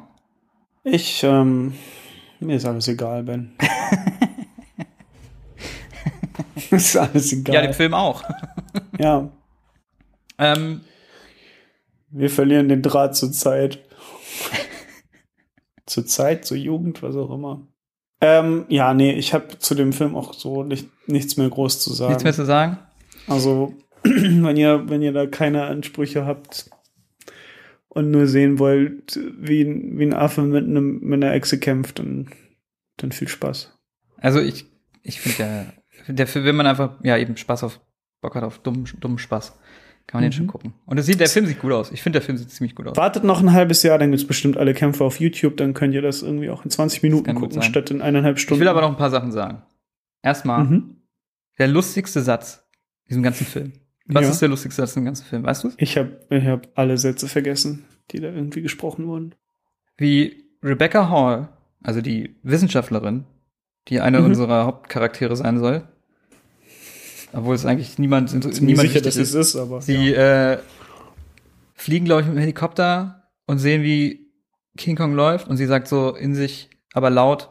Speaker 8: Ich, ähm, mir ist alles egal, Ben. ist alles
Speaker 7: Ja, dem
Speaker 8: egal.
Speaker 7: Film auch.
Speaker 8: Ja, ja,
Speaker 7: ähm,
Speaker 8: wir verlieren den Draht zur Zeit. zur Zeit, zur Jugend, was auch immer. Ähm, ja, nee, ich habe zu dem Film auch so nicht, nichts mehr groß zu sagen.
Speaker 7: nichts mehr zu sagen.
Speaker 8: Also, wenn ihr, wenn ihr da keine Ansprüche habt und nur sehen wollt, wie, ein- wie ein Affe mit, einem, mit einer Echse kämpft, dann, dann viel Spaß.
Speaker 7: Also ich, ich finde der, der Film, wenn man einfach, ja eben Spaß auf, Bock hat auf dummen, dummen Spaß, Kann man den
Speaker 8: Mhm.
Speaker 7: schon gucken. Und es sieht, der Film sieht gut aus. Ich finde, der Film sieht ziemlich gut aus.
Speaker 8: Wartet noch ein halbes Jahr, dann gibt's bestimmt alle Kämpfe auf YouTube, dann könnt ihr das irgendwie auch in 20 Minuten
Speaker 7: kann gut
Speaker 8: gucken,
Speaker 7: sein.
Speaker 8: statt in eineinhalb
Speaker 7: Ich
Speaker 8: Stunden.
Speaker 7: will aber noch ein paar Sachen sagen. Erstmal,
Speaker 8: Mhm.
Speaker 7: der lustigste Satz in diesem ganzen Film. Was
Speaker 8: Ja.
Speaker 7: ist der lustigste Satz in dem ganzen Film? Weißt du es?
Speaker 8: Ich habe ich hab alle Sätze vergessen, die da irgendwie gesprochen wurden.
Speaker 7: Wie Rebecca Hall, also die Wissenschaftlerin, die eine
Speaker 8: Mhm.
Speaker 7: unserer Hauptcharaktere sein soll, obwohl es eigentlich niemand, niemand
Speaker 8: sicher,
Speaker 7: wichtig
Speaker 8: dass es ist, aber.
Speaker 7: Sie äh, fliegen, glaube ich, mit dem Helikopter und sehen, wie King Kong läuft und sie sagt so in sich, aber laut,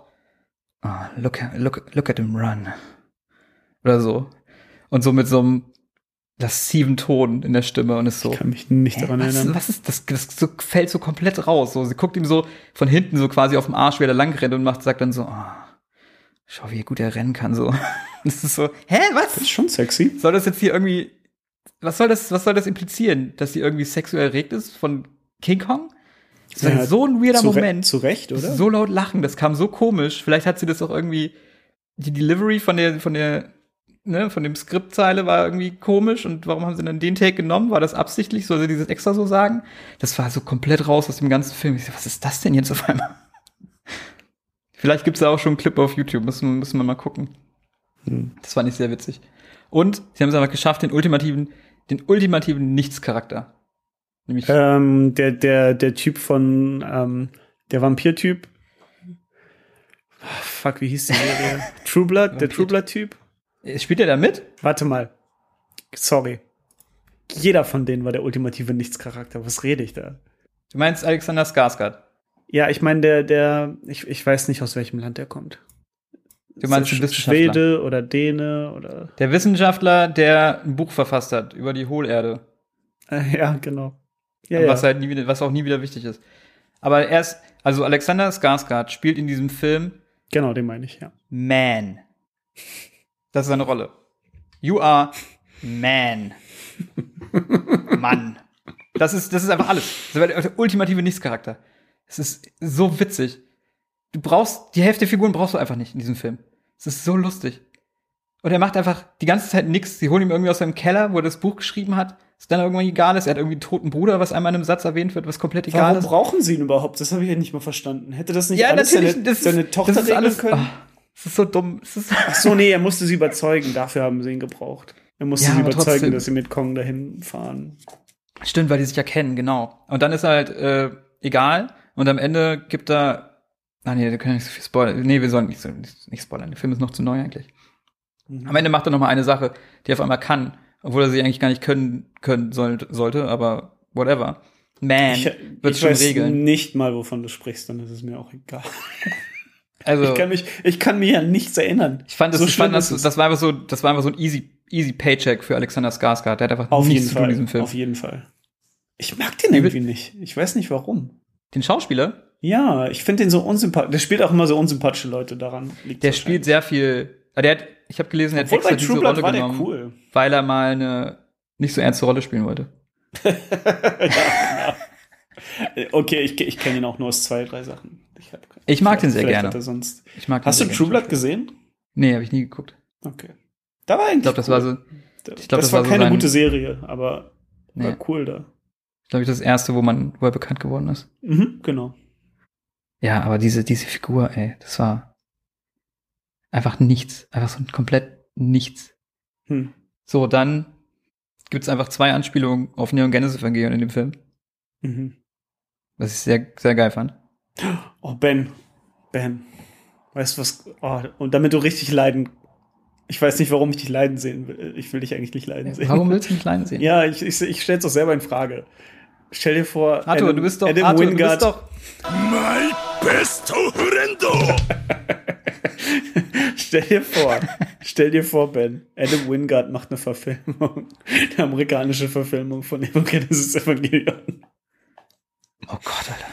Speaker 7: "Ah, look, look, look at him run. Oder so. Und so mit so einem lasziven Ton in der Stimme und ist so.
Speaker 8: Ich kann mich nicht
Speaker 7: "Hä,
Speaker 8: daran
Speaker 7: was,
Speaker 8: erinnern.
Speaker 7: was ist das? Das so, fällt so komplett raus. So, sie guckt ihm so von hinten so quasi auf dem Arsch, wie er da lang rennt und macht, sagt dann so, "Ah, schau, wie gut er rennen kann. So. Das ist so, hä, was?
Speaker 8: Das ist schon sexy.
Speaker 7: Soll das jetzt hier irgendwie. Was soll das, was soll das implizieren? Dass sie irgendwie sexuell erregt ist von King Kong? Das ist
Speaker 8: Ja,
Speaker 7: so ein weirder
Speaker 8: zu Re-
Speaker 7: Moment.
Speaker 8: zu Recht, oder?
Speaker 7: So laut lachen, das kam so komisch. Vielleicht hat sie das auch irgendwie. Die Delivery von der, von der, ne, von dem Skriptzeile war irgendwie komisch und warum haben sie dann den Take genommen? War das absichtlich? Soll sie dieses extra so sagen? Das war so komplett raus aus dem ganzen Film. Ich so, was ist das denn jetzt auf einmal? Vielleicht gibt's da auch schon einen Clip auf YouTube, müssen, müssen wir mal gucken. Das fand ich sehr witzig. Und sie haben es einfach geschafft, den ultimativen, den ultimativen Nichtscharakter. Nämlich
Speaker 8: Ähm, der, der, der Typ von, ähm, der Vampir-Typ. Ah, Fuck, wie hieß der? Serie? True Blood, der
Speaker 7: Vampir-
Speaker 8: True Blood-Typ.
Speaker 7: Spielt er da mit?
Speaker 8: Warte mal. Sorry. Jeder von denen war der ultimative Nichtscharakter. Was rede ich da?
Speaker 7: Du meinst Alexander Skarsgård.
Speaker 8: Ja, ich meine, der, der, ich, ich weiß nicht, aus welchem Land der kommt.
Speaker 7: Du meinst
Speaker 8: Ist
Speaker 7: den
Speaker 8: er
Speaker 7: Wissenschaftler.
Speaker 8: Schwede oder Däne oder.
Speaker 7: Der Wissenschaftler, der ein Buch verfasst hat über die Hohlerde.
Speaker 8: Äh, ja, genau. Ja,
Speaker 7: was,
Speaker 8: ja.
Speaker 7: halt nie wieder, was auch nie wieder wichtig ist. Aber er ist, also Alexander Skarsgård spielt in diesem Film
Speaker 8: Genau, den meine ich, ja.
Speaker 7: Man. Das ist seine Rolle. You are Man. Mann. Das ist, das ist einfach alles. Das ist der ultimative Nichtscharakter. Es ist so witzig. Du brauchst, die Hälfte der Figuren brauchst du einfach nicht in diesem Film. Es ist so lustig. Und er macht einfach die ganze Zeit nichts. Sie holen ihm irgendwie aus seinem Keller, wo er das Buch geschrieben hat. Ist dann irgendwann egal ist. Er hat irgendwie einen toten Bruder, was einmal in einem Satz erwähnt wird, was komplett egal ist.
Speaker 8: brauchen sie ihn überhaupt? Das habe ich ja nicht mal verstanden. Hätte das nicht
Speaker 7: Ja, natürlich. das ist, das ist alles,
Speaker 8: können?
Speaker 7: Ah, das ist so dumm. Es ist,
Speaker 8: Ach so, nee, er musste sie überzeugen. Dafür haben sie ihn gebraucht. Er musste
Speaker 7: Ja,
Speaker 8: sie
Speaker 7: aber
Speaker 8: überzeugen,
Speaker 7: trotzdem.
Speaker 8: dass sie mit Kong dahin fahren.
Speaker 7: Stimmt, weil die sich ja kennen, genau. Und dann ist halt äh, egal. Und am Ende gibt er. Ah nee, da können wir nicht so viel spoilern. Nee, wir sollen nicht, so, nicht, nicht spoilern. Der Film ist noch zu neu eigentlich.
Speaker 8: Mhm.
Speaker 7: Am Ende macht er noch mal eine Sache, die er auf einmal kann, obwohl er sie eigentlich gar nicht können, können soll, sollte, aber whatever. Man
Speaker 8: Ich,
Speaker 7: wird
Speaker 8: ich
Speaker 7: schon
Speaker 8: weiß
Speaker 7: regeln.
Speaker 8: nicht mal, wovon du sprichst, dann ist es mir auch egal.
Speaker 7: Also
Speaker 8: Ich kann mich, ich kann mir ja nichts erinnern.
Speaker 7: Ich fand, das, ich
Speaker 8: schlimm
Speaker 7: fand das,
Speaker 8: ist es.
Speaker 7: das war einfach so, das war einfach so ein easy, easy Paycheck für Alexander Skarsgård. Der hat einfach
Speaker 8: auf
Speaker 7: nichts
Speaker 8: jeden
Speaker 7: zu tun in diesem
Speaker 8: Fall.
Speaker 7: Film.
Speaker 8: Auf jeden Fall. Ich mag den
Speaker 7: Wie wird-
Speaker 8: irgendwie nicht. Ich weiß nicht warum.
Speaker 7: Den Schauspieler,
Speaker 8: Ja, ich finde den so unsympathisch. Der spielt auch immer so unsympathische Leute daran. Liegt
Speaker 7: der spielt sehr viel. ah, Der hat, ich habe gelesen, der hat
Speaker 8: Obwohl
Speaker 7: extra
Speaker 8: bei
Speaker 7: diese
Speaker 8: True Blood
Speaker 7: Rolle
Speaker 8: war der
Speaker 7: genommen.
Speaker 8: cool.
Speaker 7: weil er mal eine nicht so ernste Rolle spielen wollte.
Speaker 8: Äh, Okay, ich, ich kenne ihn auch nur aus zwei, drei Sachen. Ich, hab,
Speaker 7: Ich mag den sehr
Speaker 8: vielleicht
Speaker 7: gerne.
Speaker 8: Hat er sonst.
Speaker 7: Ich mag
Speaker 8: Hast du
Speaker 7: den sehr
Speaker 8: True Blood gesehen?
Speaker 7: gerne. Nee, habe ich nie geguckt.
Speaker 8: Okay. Da war eigentlich.
Speaker 7: Ich glaube, das
Speaker 8: cool.
Speaker 7: war so, ich glaub,
Speaker 8: das,
Speaker 7: das
Speaker 8: war
Speaker 7: war so
Speaker 8: keine
Speaker 7: sein-
Speaker 8: gute Serie, aber
Speaker 7: Nee.
Speaker 8: war cool da.
Speaker 7: glaube ich, das erste, wo man, wo er bekannt geworden ist.
Speaker 8: Mhm, genau.
Speaker 7: Ja, aber diese, diese Figur, ey, das war einfach nichts. Einfach so ein komplett nichts.
Speaker 8: Hm.
Speaker 7: So, dann gibt's einfach zwei Anspielungen auf Neon Genesis Evangelion in dem Film,
Speaker 8: Mhm.
Speaker 7: was ich sehr, sehr geil fand.
Speaker 8: Oh, Ben. Ben. Weißt du was? Oh, und damit du richtig leiden. Ich weiß nicht, warum ich dich leiden sehen will. Ich will dich eigentlich nicht leiden sehen.
Speaker 7: Warum willst du mich leiden sehen?
Speaker 8: Ja, ich, ich, ich stell's doch selber in Frage. Stell dir vor,
Speaker 7: Arthur, du bist doch,
Speaker 8: Adam
Speaker 7: Arthur, du
Speaker 8: Wingard,
Speaker 7: bist doch,
Speaker 2: My best horrendo!
Speaker 8: stell dir vor, stell dir vor, Ben, Adam Wingard macht eine Verfilmung, eine amerikanische Verfilmung von Evangelisches Evangelion.
Speaker 7: oh Gott, Alter.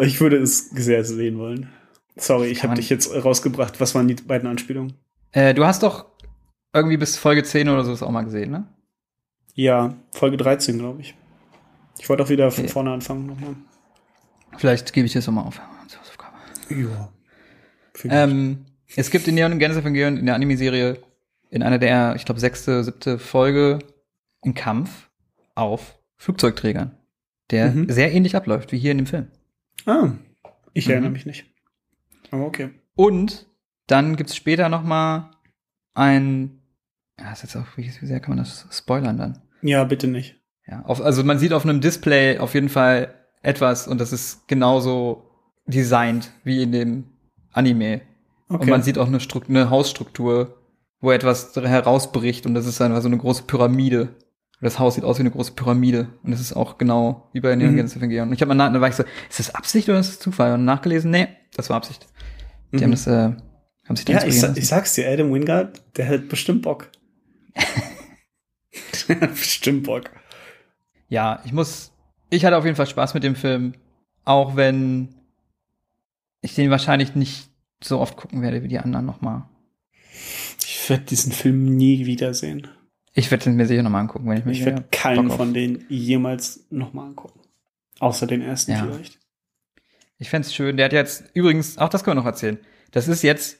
Speaker 8: Ich würde es sehr sehen wollen. Sorry, ich
Speaker 7: kann
Speaker 8: habe
Speaker 7: man-
Speaker 8: dich jetzt rausgebracht. Was waren die beiden Anspielungen?
Speaker 7: Äh, du hast doch irgendwie bis Folge 10 oder so das auch mal gesehen, ne?
Speaker 8: Ja, Folge 13, glaube ich. Ich wollte auch wieder von
Speaker 7: Ja.
Speaker 8: vorne anfangen nochmal.
Speaker 7: Vielleicht gebe ich das nochmal auf. Hausaufgabe.
Speaker 8: Ja.
Speaker 7: Ähm, es gibt in Neon Genesis Evangelion in der Anime-Serie in einer der, ich glaube, sechste, siebte Folge einen Kampf auf Flugzeugträgern, der
Speaker 8: Mhm.
Speaker 7: sehr ähnlich abläuft wie hier in dem Film.
Speaker 8: Ah, ich
Speaker 7: Mhm.
Speaker 8: erinnere mich nicht. Aber okay.
Speaker 7: Und dann gibt's später noch mal ein ja, ist jetzt auch wie wie sehr kann man das spoilern dann?
Speaker 8: Ja, bitte nicht.
Speaker 7: Ja, auf, also man sieht auf einem Display auf jeden Fall etwas und das ist genauso designt wie in dem Anime.
Speaker 8: Okay.
Speaker 7: Und man sieht auch eine, Strukt eine Hausstruktur, wo etwas dr- herausbricht und das ist einfach so eine große Pyramide. Und Das Haus sieht aus wie eine große Pyramide und das ist auch genau wie bei den
Speaker 8: Mhm.
Speaker 7: mhm. Evangelion. Und ich habe mal nach, da war ich so, ist das Absicht oder ist das Zufall? Und nachgelesen, nee, das war Absicht. Die
Speaker 8: Mhm.
Speaker 7: haben das, äh, haben sich da
Speaker 8: ja, ich, sa-
Speaker 7: inspirieren
Speaker 8: ich
Speaker 7: lassen.
Speaker 8: sag's dir, Adam Wingard, der hat bestimmt Bock. der hat bestimmt Bock.
Speaker 7: ja, ich muss, ich hatte auf jeden Fall Spaß mit dem Film, auch wenn ich den wahrscheinlich nicht so oft gucken werde wie die anderen nochmal.
Speaker 8: Ich werde diesen Film nie wiedersehen.
Speaker 7: Ich werde den mir sicher nochmal angucken, wenn ich mich
Speaker 8: Ich werde
Speaker 7: wieder
Speaker 8: keinen
Speaker 7: Bock auf-
Speaker 8: von denen jemals nochmal angucken. Außer den ersten
Speaker 7: Ja.
Speaker 8: vielleicht.
Speaker 7: Ich fänd's schön. Der hat jetzt, übrigens, auch das können wir noch erzählen. Das ist jetzt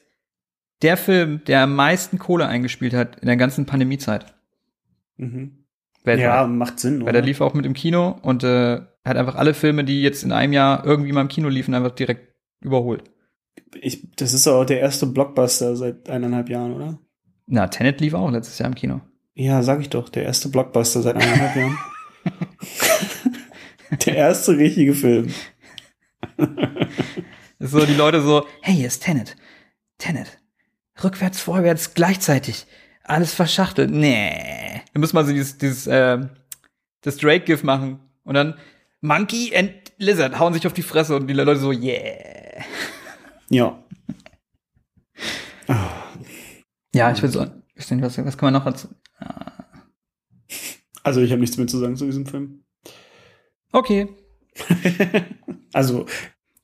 Speaker 7: der Film, der am meisten Kohle eingespielt hat in der ganzen Pandemiezeit.
Speaker 8: Mhm. Ja,
Speaker 7: Weltweit.
Speaker 8: macht Sinn,
Speaker 7: Weil der lief auch mit im Kino und äh, hat einfach alle Filme, die jetzt in einem Jahr irgendwie mal im Kino liefen, einfach direkt überholt.
Speaker 8: ich, das ist auch der erste Blockbuster seit eineinhalb Jahren, oder?
Speaker 7: Na, Tenet lief auch letztes Jahr im Kino.
Speaker 8: Ja, sag ich doch, der erste Blockbuster seit eineinhalb Jahren. der erste richtige Film.
Speaker 7: Ist so die Leute so, hey, hier ist Tenet. Tenet. Rückwärts, vorwärts, gleichzeitig. Alles verschachtelt. Nee. Da muss man so dieses, dieses, äh, das Drake-GIF machen. Und dann Monkey and Lizard hauen sich auf die Fresse und die Leute so, yeah.
Speaker 8: Ja.
Speaker 7: Ja, ich will so, ich denke, was, was kann man noch dazu?
Speaker 8: Also ich habe nichts mehr zu sagen zu diesem Film.
Speaker 7: Okay.
Speaker 8: also,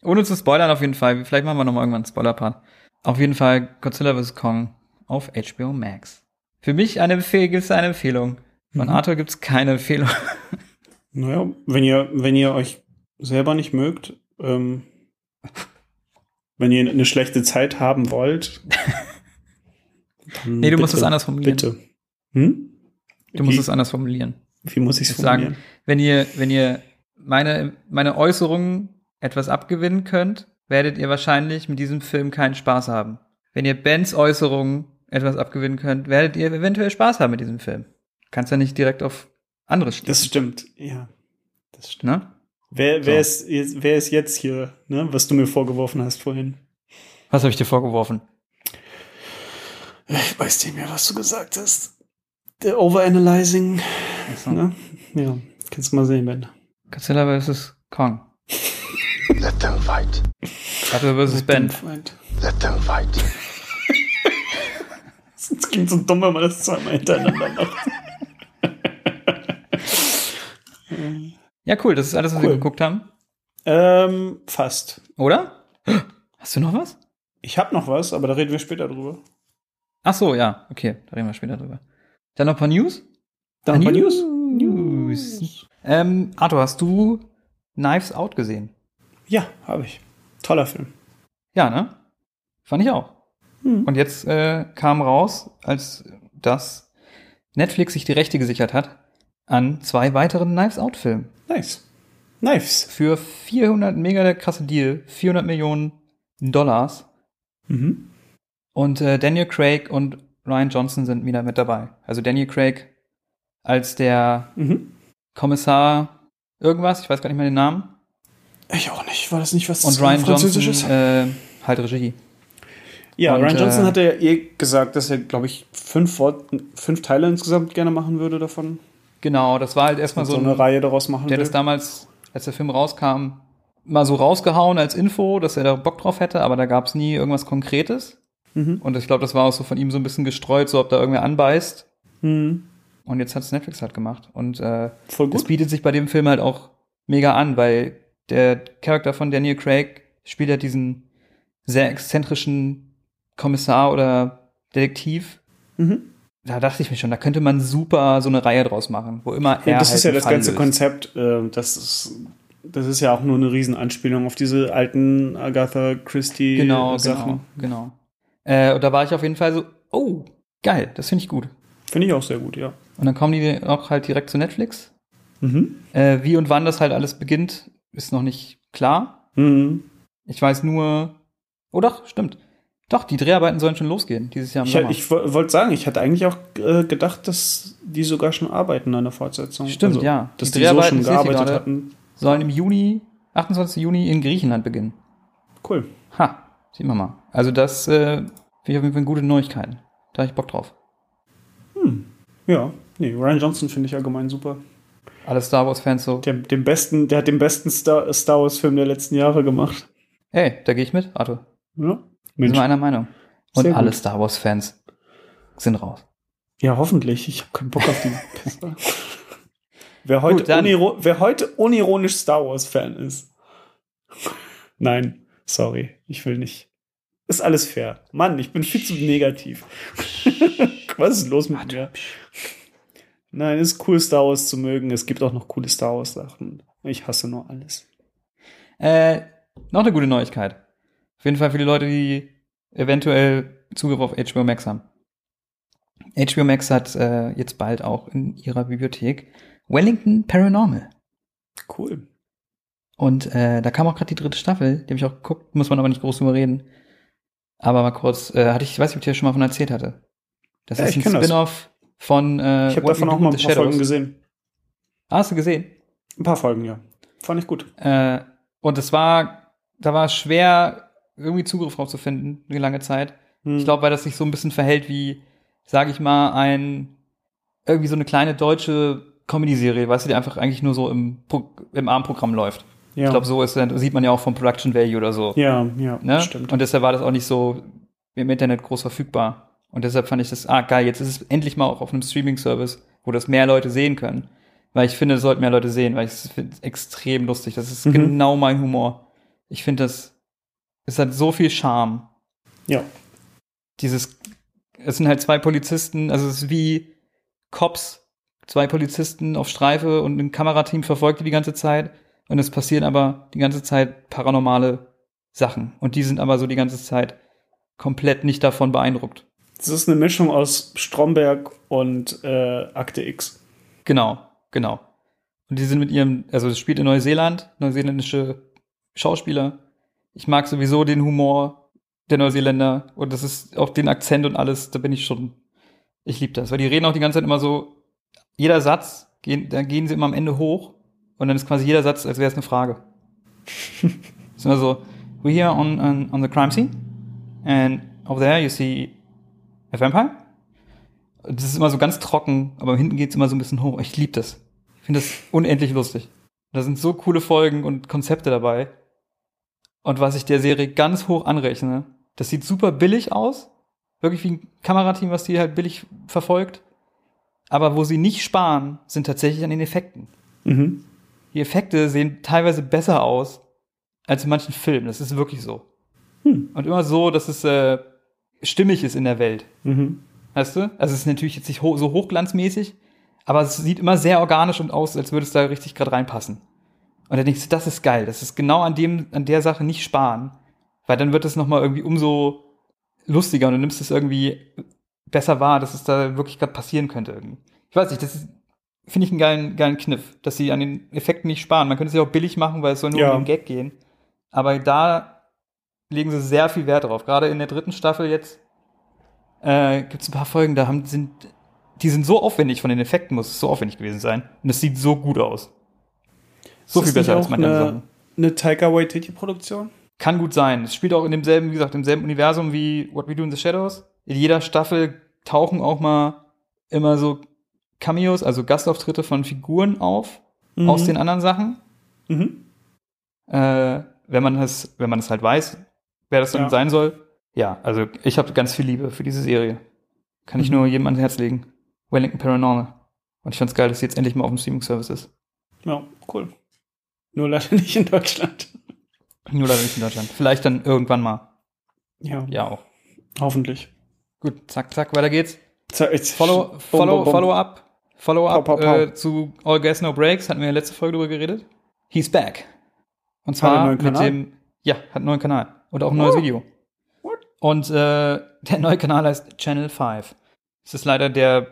Speaker 7: Ohne zu spoilern auf jeden Fall. Vielleicht machen wir noch mal irgendwann einen Spoiler-Part. Auf jeden Fall Godzilla vs. Kong auf HBO Max. Für mich eine Empfehlung, gibt's eine Empfehlung. Von Arthur gibt's keine Empfehlung.
Speaker 8: naja, wenn ihr, wenn ihr euch selber nicht mögt, ähm, wenn ihr eine schlechte Zeit haben wollt, dann
Speaker 7: Nee, du musst
Speaker 8: bitte,
Speaker 7: es anders formulieren.
Speaker 8: Bitte. Hm?
Speaker 7: Du musst
Speaker 8: wie,
Speaker 7: es anders formulieren.
Speaker 8: Wie muss ich es
Speaker 7: Ich sagen-
Speaker 8: formulieren?
Speaker 7: Wenn ihr, wenn ihr meine, meine Äußerungen etwas abgewinnen könnt, werdet ihr wahrscheinlich mit diesem Film keinen Spaß haben. Wenn ihr Bens Äußerungen etwas abgewinnen könnt, werdet ihr eventuell Spaß haben mit diesem Film. Kannst ja nicht direkt auf anderes schließen.
Speaker 8: Das stimmt, ja. Das stimmt.
Speaker 7: Ne?
Speaker 8: Wer, wer,
Speaker 7: So.
Speaker 8: ist, jetzt- wer ist jetzt hier, ne, was du mir vorgeworfen hast vorhin?
Speaker 7: Was habe ich dir vorgeworfen?
Speaker 8: Ich weiß nicht mehr, was du gesagt hast. Der Overanalyzing.
Speaker 7: Achso.
Speaker 8: Ne? Ja, kannst du mal sehen, Ben.
Speaker 7: Godzilla vs. Kong.
Speaker 1: Let them fight.
Speaker 7: Godzilla vs. Ben.
Speaker 8: Freund.
Speaker 1: Let them fight.
Speaker 8: Das klingt so dumm, wenn man das zweimal hintereinander macht.
Speaker 7: Ja, cool. Das ist alles, was wir
Speaker 8: Cool.
Speaker 7: geguckt haben.
Speaker 8: ähm, fast.
Speaker 7: Oder? Hast du noch was?
Speaker 8: Ich habe noch was, aber da reden wir später drüber.
Speaker 7: Ach so, ja. Okay, da reden wir später drüber. Dann noch ein paar News?
Speaker 8: Dann
Speaker 7: Ah,
Speaker 8: bei News.
Speaker 7: News. Ähm, Arthur, hast du Knives Out gesehen?
Speaker 8: Ja, habe ich. Toller Film.
Speaker 7: Ja, ne? Fand ich auch.
Speaker 8: Hm.
Speaker 7: Und jetzt äh, kam raus, als dass Netflix sich die Rechte gesichert hat an zwei weiteren Knives Out Filmen.
Speaker 8: Nice. Knives.
Speaker 7: Für 400, mega der krasse Deal, 400 Millionen Dollars.
Speaker 8: Mhm.
Speaker 7: Und äh, Daniel Craig und Ryan Johnson sind wieder mit dabei. Also Daniel Craig als der
Speaker 8: Mhm.
Speaker 7: Kommissar irgendwas, ich weiß gar nicht mehr den Namen.
Speaker 8: Ich auch nicht. War das nicht was
Speaker 7: Und Ryan
Speaker 8: Französisches?
Speaker 7: Johnson äh, halt Regie.
Speaker 8: Ja,
Speaker 7: Und,
Speaker 8: Ryan Johnson
Speaker 7: äh,
Speaker 8: hatte ja eh gesagt, dass er, glaube ich, fünf, Wort, fünf Teile insgesamt gerne machen würde davon.
Speaker 7: Genau, das war halt erstmal
Speaker 8: Und so
Speaker 7: so, ein,
Speaker 8: eine Reihe daraus machen
Speaker 7: der
Speaker 8: will.
Speaker 7: hat das damals, als der Film rauskam, mal so rausgehauen als Info, dass er da Bock drauf hätte, aber da gab es nie irgendwas Konkretes.
Speaker 8: Mhm.
Speaker 7: Und ich glaube, das war auch so von ihm so ein bisschen gestreut, so ob da irgendwer anbeißt.
Speaker 8: Mhm.
Speaker 7: Und jetzt hat es Netflix halt gemacht. Und äh,
Speaker 8: Voll
Speaker 7: das
Speaker 8: gut.
Speaker 7: bietet sich bei dem Film halt auch mega an, weil der Charakter von Daniel Craig spielt ja diesen sehr exzentrischen Kommissar oder Detektiv,
Speaker 8: Mhm.
Speaker 7: da dachte ich mir schon, da könnte man super so eine Reihe draus machen, wo immer er
Speaker 8: Ja, das
Speaker 7: halt
Speaker 8: ist ja
Speaker 7: einen
Speaker 8: das
Speaker 7: Fall
Speaker 8: ganze
Speaker 7: löst.
Speaker 8: Konzept. äh, Das ist, das ist ja auch nur eine Riesenanspielung auf diese alten Agatha Christie
Speaker 7: Genau,
Speaker 8: Sachen.
Speaker 7: genau, genau. Äh, und da war ich auf jeden Fall so, oh, geil, das finde ich gut.
Speaker 8: Finde ich auch sehr gut, ja.
Speaker 7: Und dann kommen die auch halt direkt zu Netflix.
Speaker 8: Mhm.
Speaker 7: Äh, wie und wann das halt alles beginnt, ist noch nicht klar.
Speaker 8: Mhm.
Speaker 7: Ich weiß nur. Oh doch, stimmt. Doch, die Dreharbeiten sollen schon losgehen dieses Jahr im
Speaker 8: Ich,
Speaker 7: Sommer.
Speaker 8: ich wo- wollte sagen, ich hatte eigentlich auch äh, gedacht, dass die sogar schon arbeiten an der Fortsetzung. Also,
Speaker 7: Stimmt, ja.
Speaker 8: Dass die,
Speaker 7: Die
Speaker 8: so
Speaker 7: Dreharbeiten,
Speaker 8: schon
Speaker 7: ich seh sie
Speaker 8: gearbeitet
Speaker 7: gerade.
Speaker 8: hatten.
Speaker 7: sollen im Juni, 28. Juni in Griechenland beginnen.
Speaker 8: Cool.
Speaker 7: Ha, sehen wir mal. Also das äh, finde ich auf jeden Fall gute Neuigkeiten. Da habe ich Bock drauf.
Speaker 8: Ja. Nee, Ryan Johnson finde ich allgemein super.
Speaker 7: Alle Star Wars-Fans so,
Speaker 8: Der, den besten, der hat den besten Star, Star Wars-Film der letzten Jahre gemacht.
Speaker 7: hey, da gehe ich mit, Arthur.
Speaker 8: Ja,
Speaker 7: Sind
Speaker 8: Mensch.
Speaker 7: wir einer Meinung. Und
Speaker 8: Sehr gut.
Speaker 7: alle Star Wars-Fans sind raus.
Speaker 8: ja hoffentlich. Ich habe keinen Bock auf die Pisser. wer, heute
Speaker 7: Gut, dann-
Speaker 8: uniro- wer heute unironisch Star Wars-Fan ist. Nein, sorry. Ich will nicht. Ist alles fair. Mann, ich bin viel zu negativ. Was ist los mit mir? Nein, es ist cool, Star Wars zu mögen. Es gibt auch noch coole Star Wars-Sachen. Ich hasse nur alles.
Speaker 7: Äh, noch eine gute Neuigkeit. Auf jeden Fall für die Leute, die eventuell Zugriff auf HBO Max haben. HBO Max hat äh, jetzt bald auch in ihrer Bibliothek Wellington Paranormal.
Speaker 8: Cool.
Speaker 7: Und äh, da kam auch gerade die dritte Staffel, die habe ich auch geguckt, muss man aber nicht groß drüber reden. Aber mal kurz, äh, hatte ich, ich weiß nicht, ob ich dir schon mal von erzählt hatte. Das
Speaker 8: Ja,
Speaker 7: ist
Speaker 8: ich
Speaker 7: ein
Speaker 8: kenn das.
Speaker 7: Spin-off von äh,
Speaker 8: Ich habe
Speaker 7: What We
Speaker 8: davon
Speaker 7: Do
Speaker 8: auch mal
Speaker 7: in
Speaker 8: ein
Speaker 7: the
Speaker 8: paar Folgen
Speaker 7: Shadows.
Speaker 8: gesehen.
Speaker 7: Ah, hast du gesehen?
Speaker 8: Ein paar Folgen, ja. Fand ich gut.
Speaker 7: Äh, und es war, da war es schwer, irgendwie Zugriff drauf zu finden, eine lange Zeit.
Speaker 8: Hm. Mhm.
Speaker 7: Ich glaube, weil das sich so ein bisschen verhält wie, sage ich mal, ein irgendwie so eine kleine deutsche Comedy-Serie, weißt du, die einfach eigentlich nur so im, Pro im Abendprogramm läuft.
Speaker 8: ja.
Speaker 7: Ich glaube, so ist, sieht man ja auch vom Production Value oder so.
Speaker 8: Ja, ja,
Speaker 7: Ne?
Speaker 8: stimmt.
Speaker 7: Und deshalb war das auch nicht so im Internet groß verfügbar. Und deshalb fand ich das, ah geil, jetzt ist es endlich mal auch auf einem Streaming-Service, wo das mehr Leute sehen können. Weil ich finde, es sollten mehr Leute sehen, weil ich es finde extrem lustig. Das ist
Speaker 8: Mhm.
Speaker 7: genau mein Humor. Ich finde das, es hat so viel Charme.
Speaker 8: ja.
Speaker 7: Dieses, es sind halt zwei Polizisten, also es ist wie Cops, zwei Polizisten auf Streife und ein Kamerateam verfolgt die die ganze Zeit. Und es passieren aber die ganze Zeit paranormale Sachen. Und die sind aber so die ganze Zeit komplett nicht davon beeindruckt.
Speaker 8: Das ist eine Mischung aus Stromberg und äh, Akte X.
Speaker 7: Genau, genau. Und die sind mit ihrem, also es spielt in Neuseeland, neuseeländische Schauspieler. Ich mag sowieso den Humor der Neuseeländer und das ist auch den Akzent und alles, da bin ich schon, ich liebe das, weil die reden auch die ganze Zeit immer so, jeder Satz, gehen, da gehen sie immer am Ende hoch und dann ist quasi jeder Satz, als wäre es eine Frage. ist immer so, we're here on, on, on the crime scene and over there you see a vampire das ist immer so ganz trocken, aber hinten geht's immer so ein bisschen hoch. Ich liebe das. Ich finde das unendlich lustig. Da sind so coole Folgen und Konzepte dabei. Und was ich der Serie ganz hoch anrechne, das sieht super billig aus. Wirklich wie ein Kamerateam, was die halt billig verfolgt. Aber wo sie nicht sparen, sind tatsächlich an den Effekten.
Speaker 8: Mhm.
Speaker 7: Die Effekte sehen teilweise besser aus als in manchen Filmen. Das ist wirklich so. Und immer so, dass es äh, stimmig ist in der Welt.
Speaker 8: Mhm.
Speaker 7: Weißt du? Also es ist natürlich jetzt nicht ho so hochglanzmäßig, aber es sieht immer sehr organisch und aus, als würde es da richtig gerade reinpassen. Und dann denkst du, das ist geil, das ist genau an dem, an der Sache nicht sparen. Weil dann wird es nochmal irgendwie umso lustiger und du nimmst es irgendwie besser wahr, dass es da wirklich gerade passieren könnte irgendwie. Ich weiß nicht, das ist- finde ich einen geilen, geilen Kniff, dass sie an den Effekten nicht sparen. Man könnte es ja auch billig machen, weil es soll nur
Speaker 8: Ja.
Speaker 7: um den Gag gehen. Aber da legen sie sehr viel Wert drauf. Gerade in der dritten Staffel jetzt äh, gibt es ein paar Folgen, da haben, sind, die sind so aufwendig von den Effekten, muss es so aufwendig gewesen sein. Und es sieht so gut aus. So
Speaker 8: Ist das nicht
Speaker 7: viel besser als
Speaker 8: auch
Speaker 7: manche
Speaker 8: eine-
Speaker 7: anderen Sachen.
Speaker 8: Eine Taika Waititi-Produktion?
Speaker 7: Kann gut sein. Es spielt auch in demselben, wie gesagt, im selben Universum wie What We Do in the Shadows. In jeder Staffel tauchen auch mal immer so Cameos, also Gastauftritte von Figuren auf aus den anderen Sachen.
Speaker 8: Mhm.
Speaker 7: Äh, wenn man es, wenn man es halt weiß, wer das dann
Speaker 8: Ja.
Speaker 7: sein soll. Ja, also ich habe ganz viel Liebe für diese Serie. Kann ich nur jedem ans Herz legen. Wellington Paranormal. Und ich fand's geil, dass sie jetzt endlich mal auf dem Streaming-Service ist.
Speaker 8: Ja, cool. Nur leider nicht in Deutschland.
Speaker 7: Nur leider nicht in Deutschland. Vielleicht dann irgendwann mal.
Speaker 8: Ja,
Speaker 7: Ja auch.
Speaker 8: hoffentlich.
Speaker 7: Gut, zack, zack, weiter geht's.
Speaker 8: So, jetzt-
Speaker 7: Follow,
Speaker 8: Bum,
Speaker 7: follow,
Speaker 8: bum, bum.
Speaker 7: follow up. Follow up
Speaker 8: Pow, pow, pow.
Speaker 7: Äh, zu All Gas No Breaks hatten wir in der letzten Folge drüber geredet. He's back.
Speaker 8: er
Speaker 7: Und
Speaker 8: einen
Speaker 7: zwar
Speaker 8: neuen
Speaker 7: mit
Speaker 8: Kanal? Oh.
Speaker 7: dem, ja, hat einen neuen Kanal und auch ein neues Video. Und äh, der neue Kanal heißt Channel 5. Es ist leider der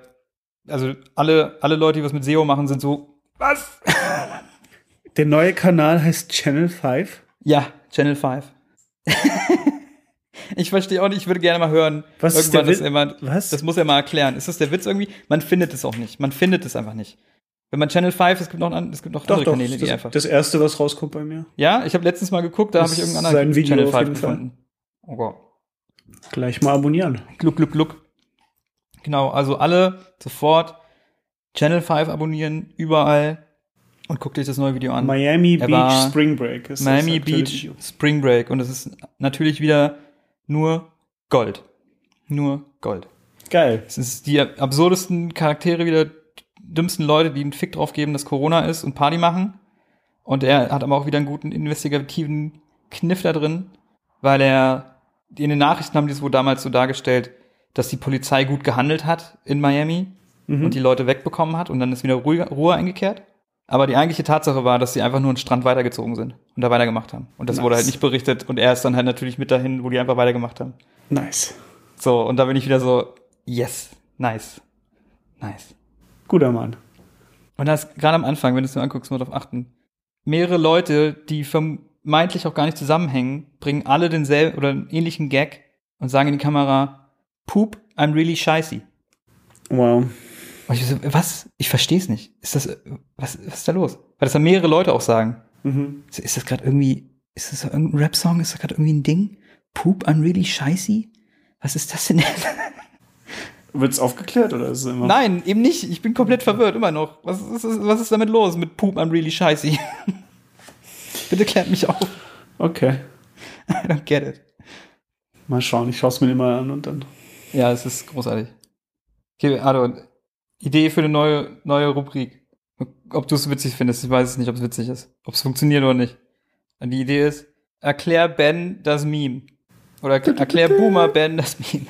Speaker 7: also alle, alle Leute, die was mit SEO machen, sind so, was?
Speaker 8: Der neue Kanal heißt Channel 5.
Speaker 7: Ja, Channel 5. ich verstehe auch nicht, ich würde gerne mal hören,
Speaker 8: Was ist
Speaker 7: irgendwann
Speaker 8: der
Speaker 7: das
Speaker 8: Witz?
Speaker 7: immer,
Speaker 8: Was?
Speaker 7: das muss er mal erklären. Ist das der Witz irgendwie? Man findet es auch nicht. Man findet es einfach nicht. Wenn man Channel 5, es gibt noch, an- es gibt noch andere Kanäle, die
Speaker 8: das,
Speaker 7: einfach.
Speaker 8: das erste, was rauskommt bei mir.
Speaker 7: ja, ich habe letztens mal geguckt, da
Speaker 8: Das
Speaker 7: habe ich irgendeinen
Speaker 8: ist sein
Speaker 7: anderen
Speaker 8: Video
Speaker 7: Channel
Speaker 8: auf
Speaker 7: 5
Speaker 8: jeden Fall.
Speaker 7: gefunden. Oh wow.
Speaker 8: Gleich mal abonnieren.
Speaker 7: Gluck, gluck, gluck. Genau, also alle sofort Channel 5 abonnieren, überall und guckt euch das neue Video an.
Speaker 8: Miami
Speaker 7: Er
Speaker 8: Beach
Speaker 7: war-
Speaker 8: Spring Break ist das
Speaker 7: Miami
Speaker 8: aktuelle
Speaker 7: Beach
Speaker 8: Video.
Speaker 7: Spring Break. Und es ist natürlich wieder nur Gold. Nur Gold.
Speaker 8: Geil.
Speaker 7: Es ist die absurdesten Charaktere wieder, dümmsten Leute, die einen Fick drauf geben, dass Corona ist und Party machen. Und er hat aber auch wieder einen guten investigativen Kniff da drin, weil er, in den Nachrichten haben die es wohl damals so dargestellt, dass die Polizei gut gehandelt hat in Miami und die Leute wegbekommen hat und dann ist wieder Ruhe, Ruhe eingekehrt. Aber die eigentliche Tatsache war, dass sie einfach nur einen Strand weitergezogen sind und da weitergemacht haben. Und das wurde
Speaker 8: Nice.
Speaker 7: halt nicht berichtet und er ist dann halt natürlich mit dahin, wo die einfach weitergemacht haben.
Speaker 8: Nice.
Speaker 7: So, und da bin ich wieder so, yes, nice, nice.
Speaker 8: Guter Mann.
Speaker 7: Und das gerade am Anfang, wenn du es nur anguckst, nur darauf achten. Mehrere Leute, die vermeintlich auch gar nicht zusammenhängen, bringen alle denselben oder einen ähnlichen Gag und sagen in die Kamera, Poop, I'm really scheiße.
Speaker 8: Wow.
Speaker 7: Und ich so, was? Ich verstehe es nicht. Ist das, was, was ist da los? Weil das dann mehrere Leute auch sagen.
Speaker 8: Mhm.
Speaker 7: So, Ist das gerade irgendwie, ist das irgendein Rap-Song? Ist das gerade irgendwie ein Ding? Poop, I'm really scheiße? Was ist das denn?
Speaker 8: Wird's aufgeklärt oder ist es immer?
Speaker 7: Nein, eben nicht. Ich bin komplett verwirrt, immer noch. Was ist, was ist damit los mit Poop, I'm really scheiße? Bitte klärt mich auf.
Speaker 8: Okay.
Speaker 7: I don't get it.
Speaker 8: Mal schauen. Ich schaue es mir immer an und dann.
Speaker 7: Ja, es ist großartig. Okay, Ado, Idee für eine neue, neue Rubrik. Ob du es witzig findest, ich weiß es nicht, ob es witzig ist. Ob es funktioniert oder nicht. Und die Idee ist, erklär Ben das Meme. Oder erk- erklär Boomer Ben das Meme.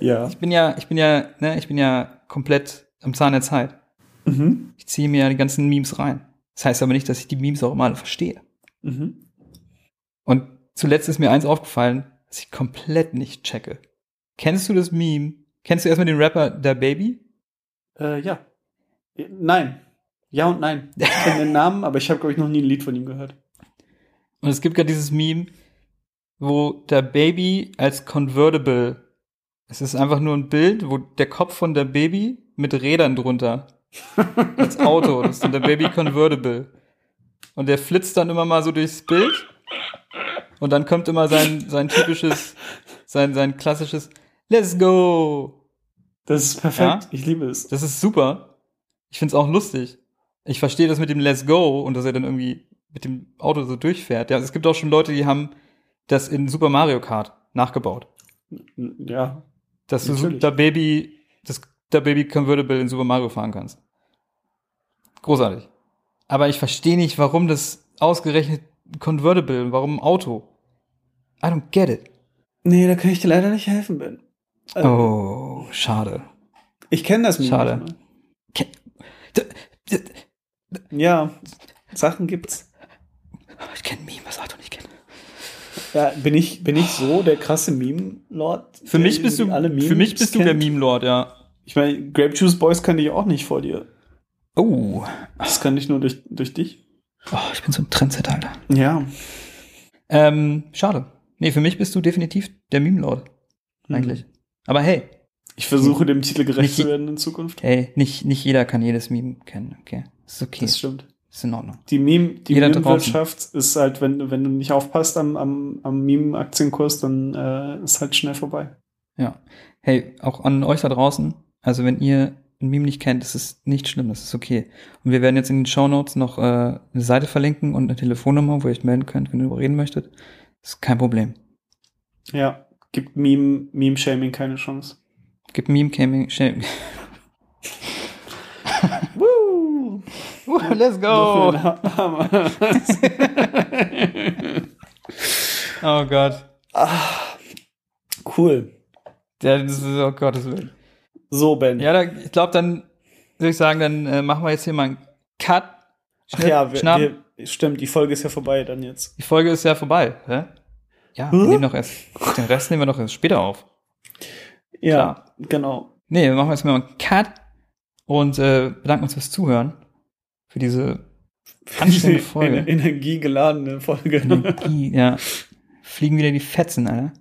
Speaker 8: Ja.
Speaker 7: Ich bin ja, ich bin ja, ne, ich bin ja komplett am Zahn der Zeit.
Speaker 8: Mhm.
Speaker 7: Ich ziehe mir ja die ganzen Memes rein. Das heißt aber nicht, dass ich die Memes auch immer alle verstehe.
Speaker 8: Mhm.
Speaker 7: Und zuletzt ist mir eins aufgefallen, was ich komplett nicht checke. Kennst du das Meme? Kennst du erstmal den Rapper Da Baby?
Speaker 8: Äh, ja. Nein. Ja und nein. Ich kenne den Namen, aber ich habe, glaube ich, noch nie ein Lied von ihm gehört.
Speaker 7: Und es gibt gerade dieses Meme, wo Da Baby als Convertible, es ist einfach nur ein Bild, wo der Kopf von Da Baby mit Rädern drunter, als Auto, das ist dann Da Baby Convertible. Und der flitzt dann immer mal so durchs Bild und dann kommt immer sein, sein typisches, sein, sein klassisches Let's go!
Speaker 8: Das ist perfekt.
Speaker 7: Ja?
Speaker 8: Ich liebe es.
Speaker 7: Das ist super. Ich find's auch lustig. Ich verstehe das mit dem Let's Go und dass er dann irgendwie mit dem Auto so durchfährt. Ja, es gibt auch schon Leute, die haben das in Super Mario Kart nachgebaut.
Speaker 8: Ja.
Speaker 7: Dass du
Speaker 8: Natürlich.
Speaker 7: da Baby, das da Baby Convertible in Super Mario fahren kannst. Großartig. Aber ich verstehe nicht, warum das ausgerechnet ein Convertible, warum ein Auto. I don't get it.
Speaker 8: Nee, da kann ich dir leider nicht helfen, Ben. Also,
Speaker 7: Oh, schade.
Speaker 8: Ich kenne das Meme.
Speaker 7: Schade.
Speaker 8: nicht
Speaker 7: Ke- D- d-
Speaker 8: mal. Ja. Sachen gibt's.
Speaker 7: Ich kenne ein Meme, was Auto nicht kennt.
Speaker 8: Ja, bin ich, bin ich so der krasse Meme-Lord?
Speaker 7: Für mich
Speaker 8: der
Speaker 7: bist du,
Speaker 8: Äh, alle Memes
Speaker 7: für mich bist du
Speaker 8: kennt?
Speaker 7: der Meme Lord, ja.
Speaker 8: Ich meine, Grape Juice Boys kannte ich auch nicht vor dir.
Speaker 7: Oh.
Speaker 8: Das kannte ich nur durch, durch dich.
Speaker 7: oh, ich bin so ein Trendsetter, Alter.
Speaker 8: Ja.
Speaker 7: Ähm, schade. Nee, für mich bist du definitiv der Meme Lord.
Speaker 8: Mhm.
Speaker 7: Eigentlich. Aber hey,
Speaker 8: Ich versuche dem Titel gerecht
Speaker 7: Michi-
Speaker 8: zu werden in Zukunft.
Speaker 7: hey, nicht, nicht jeder kann jedes Meme kennen, okay. Ist okay.
Speaker 8: Das stimmt.
Speaker 7: Ist in Ordnung.
Speaker 8: Die Meme, die
Speaker 7: Jeder
Speaker 8: Meme-Wirtschaft ist halt, wenn, du- wenn du nicht aufpasst am, am, am Meme-Aktienkurs, dann äh, ist halt schnell vorbei.
Speaker 7: Ja. Hey, auch an euch da draußen. Also wenn ihr ein Meme nicht kennt, ist es nicht schlimm, das ist okay. Und wir werden jetzt in den Shownotes noch äh, eine Seite verlinken und eine Telefonnummer, wo ihr euch melden könnt, wenn ihr darüber reden möchtet. Ist kein Problem.
Speaker 8: Ja, gibt Meme- Meme-Shaming keine Chance.
Speaker 7: Gib Meme Gaming. Shame.
Speaker 8: Woo!
Speaker 7: Uh, let's
Speaker 8: Oh.
Speaker 7: go! Oh Gott.
Speaker 8: cool.
Speaker 7: Ja, das ist, oh Gottes Willen.
Speaker 8: So, Ben.
Speaker 7: Ja, da, ich glaube, dann würde ich sagen, dann äh, machen wir jetzt hier mal einen Cut.
Speaker 8: Ach ja, wir,
Speaker 7: schnapp.
Speaker 8: wir, stimmt, die Folge ist ja vorbei dann jetzt.
Speaker 7: Die Folge ist ja vorbei. Hä? Ja, wir
Speaker 8: Huh?
Speaker 7: nehmen doch erst. Den Rest nehmen wir doch erst später auf.
Speaker 8: Ja, genau.
Speaker 7: Nee, wir machen jetzt mal einen Cut und äh, bedanken uns fürs Zuhören. Für diese anstrengende Folge.
Speaker 8: Eine energiegeladene Folge.
Speaker 7: Energie, ja. Fliegen wieder die Fetzen, Alter.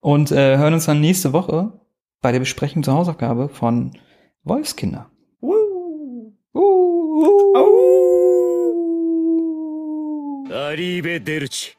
Speaker 7: Und äh, hören uns dann nächste Woche bei der Besprechung zur Hausaufgabe von Wolfskinder.
Speaker 8: Woo.
Speaker 7: Uh, uh.
Speaker 8: Au.
Speaker 2: Arrivederci.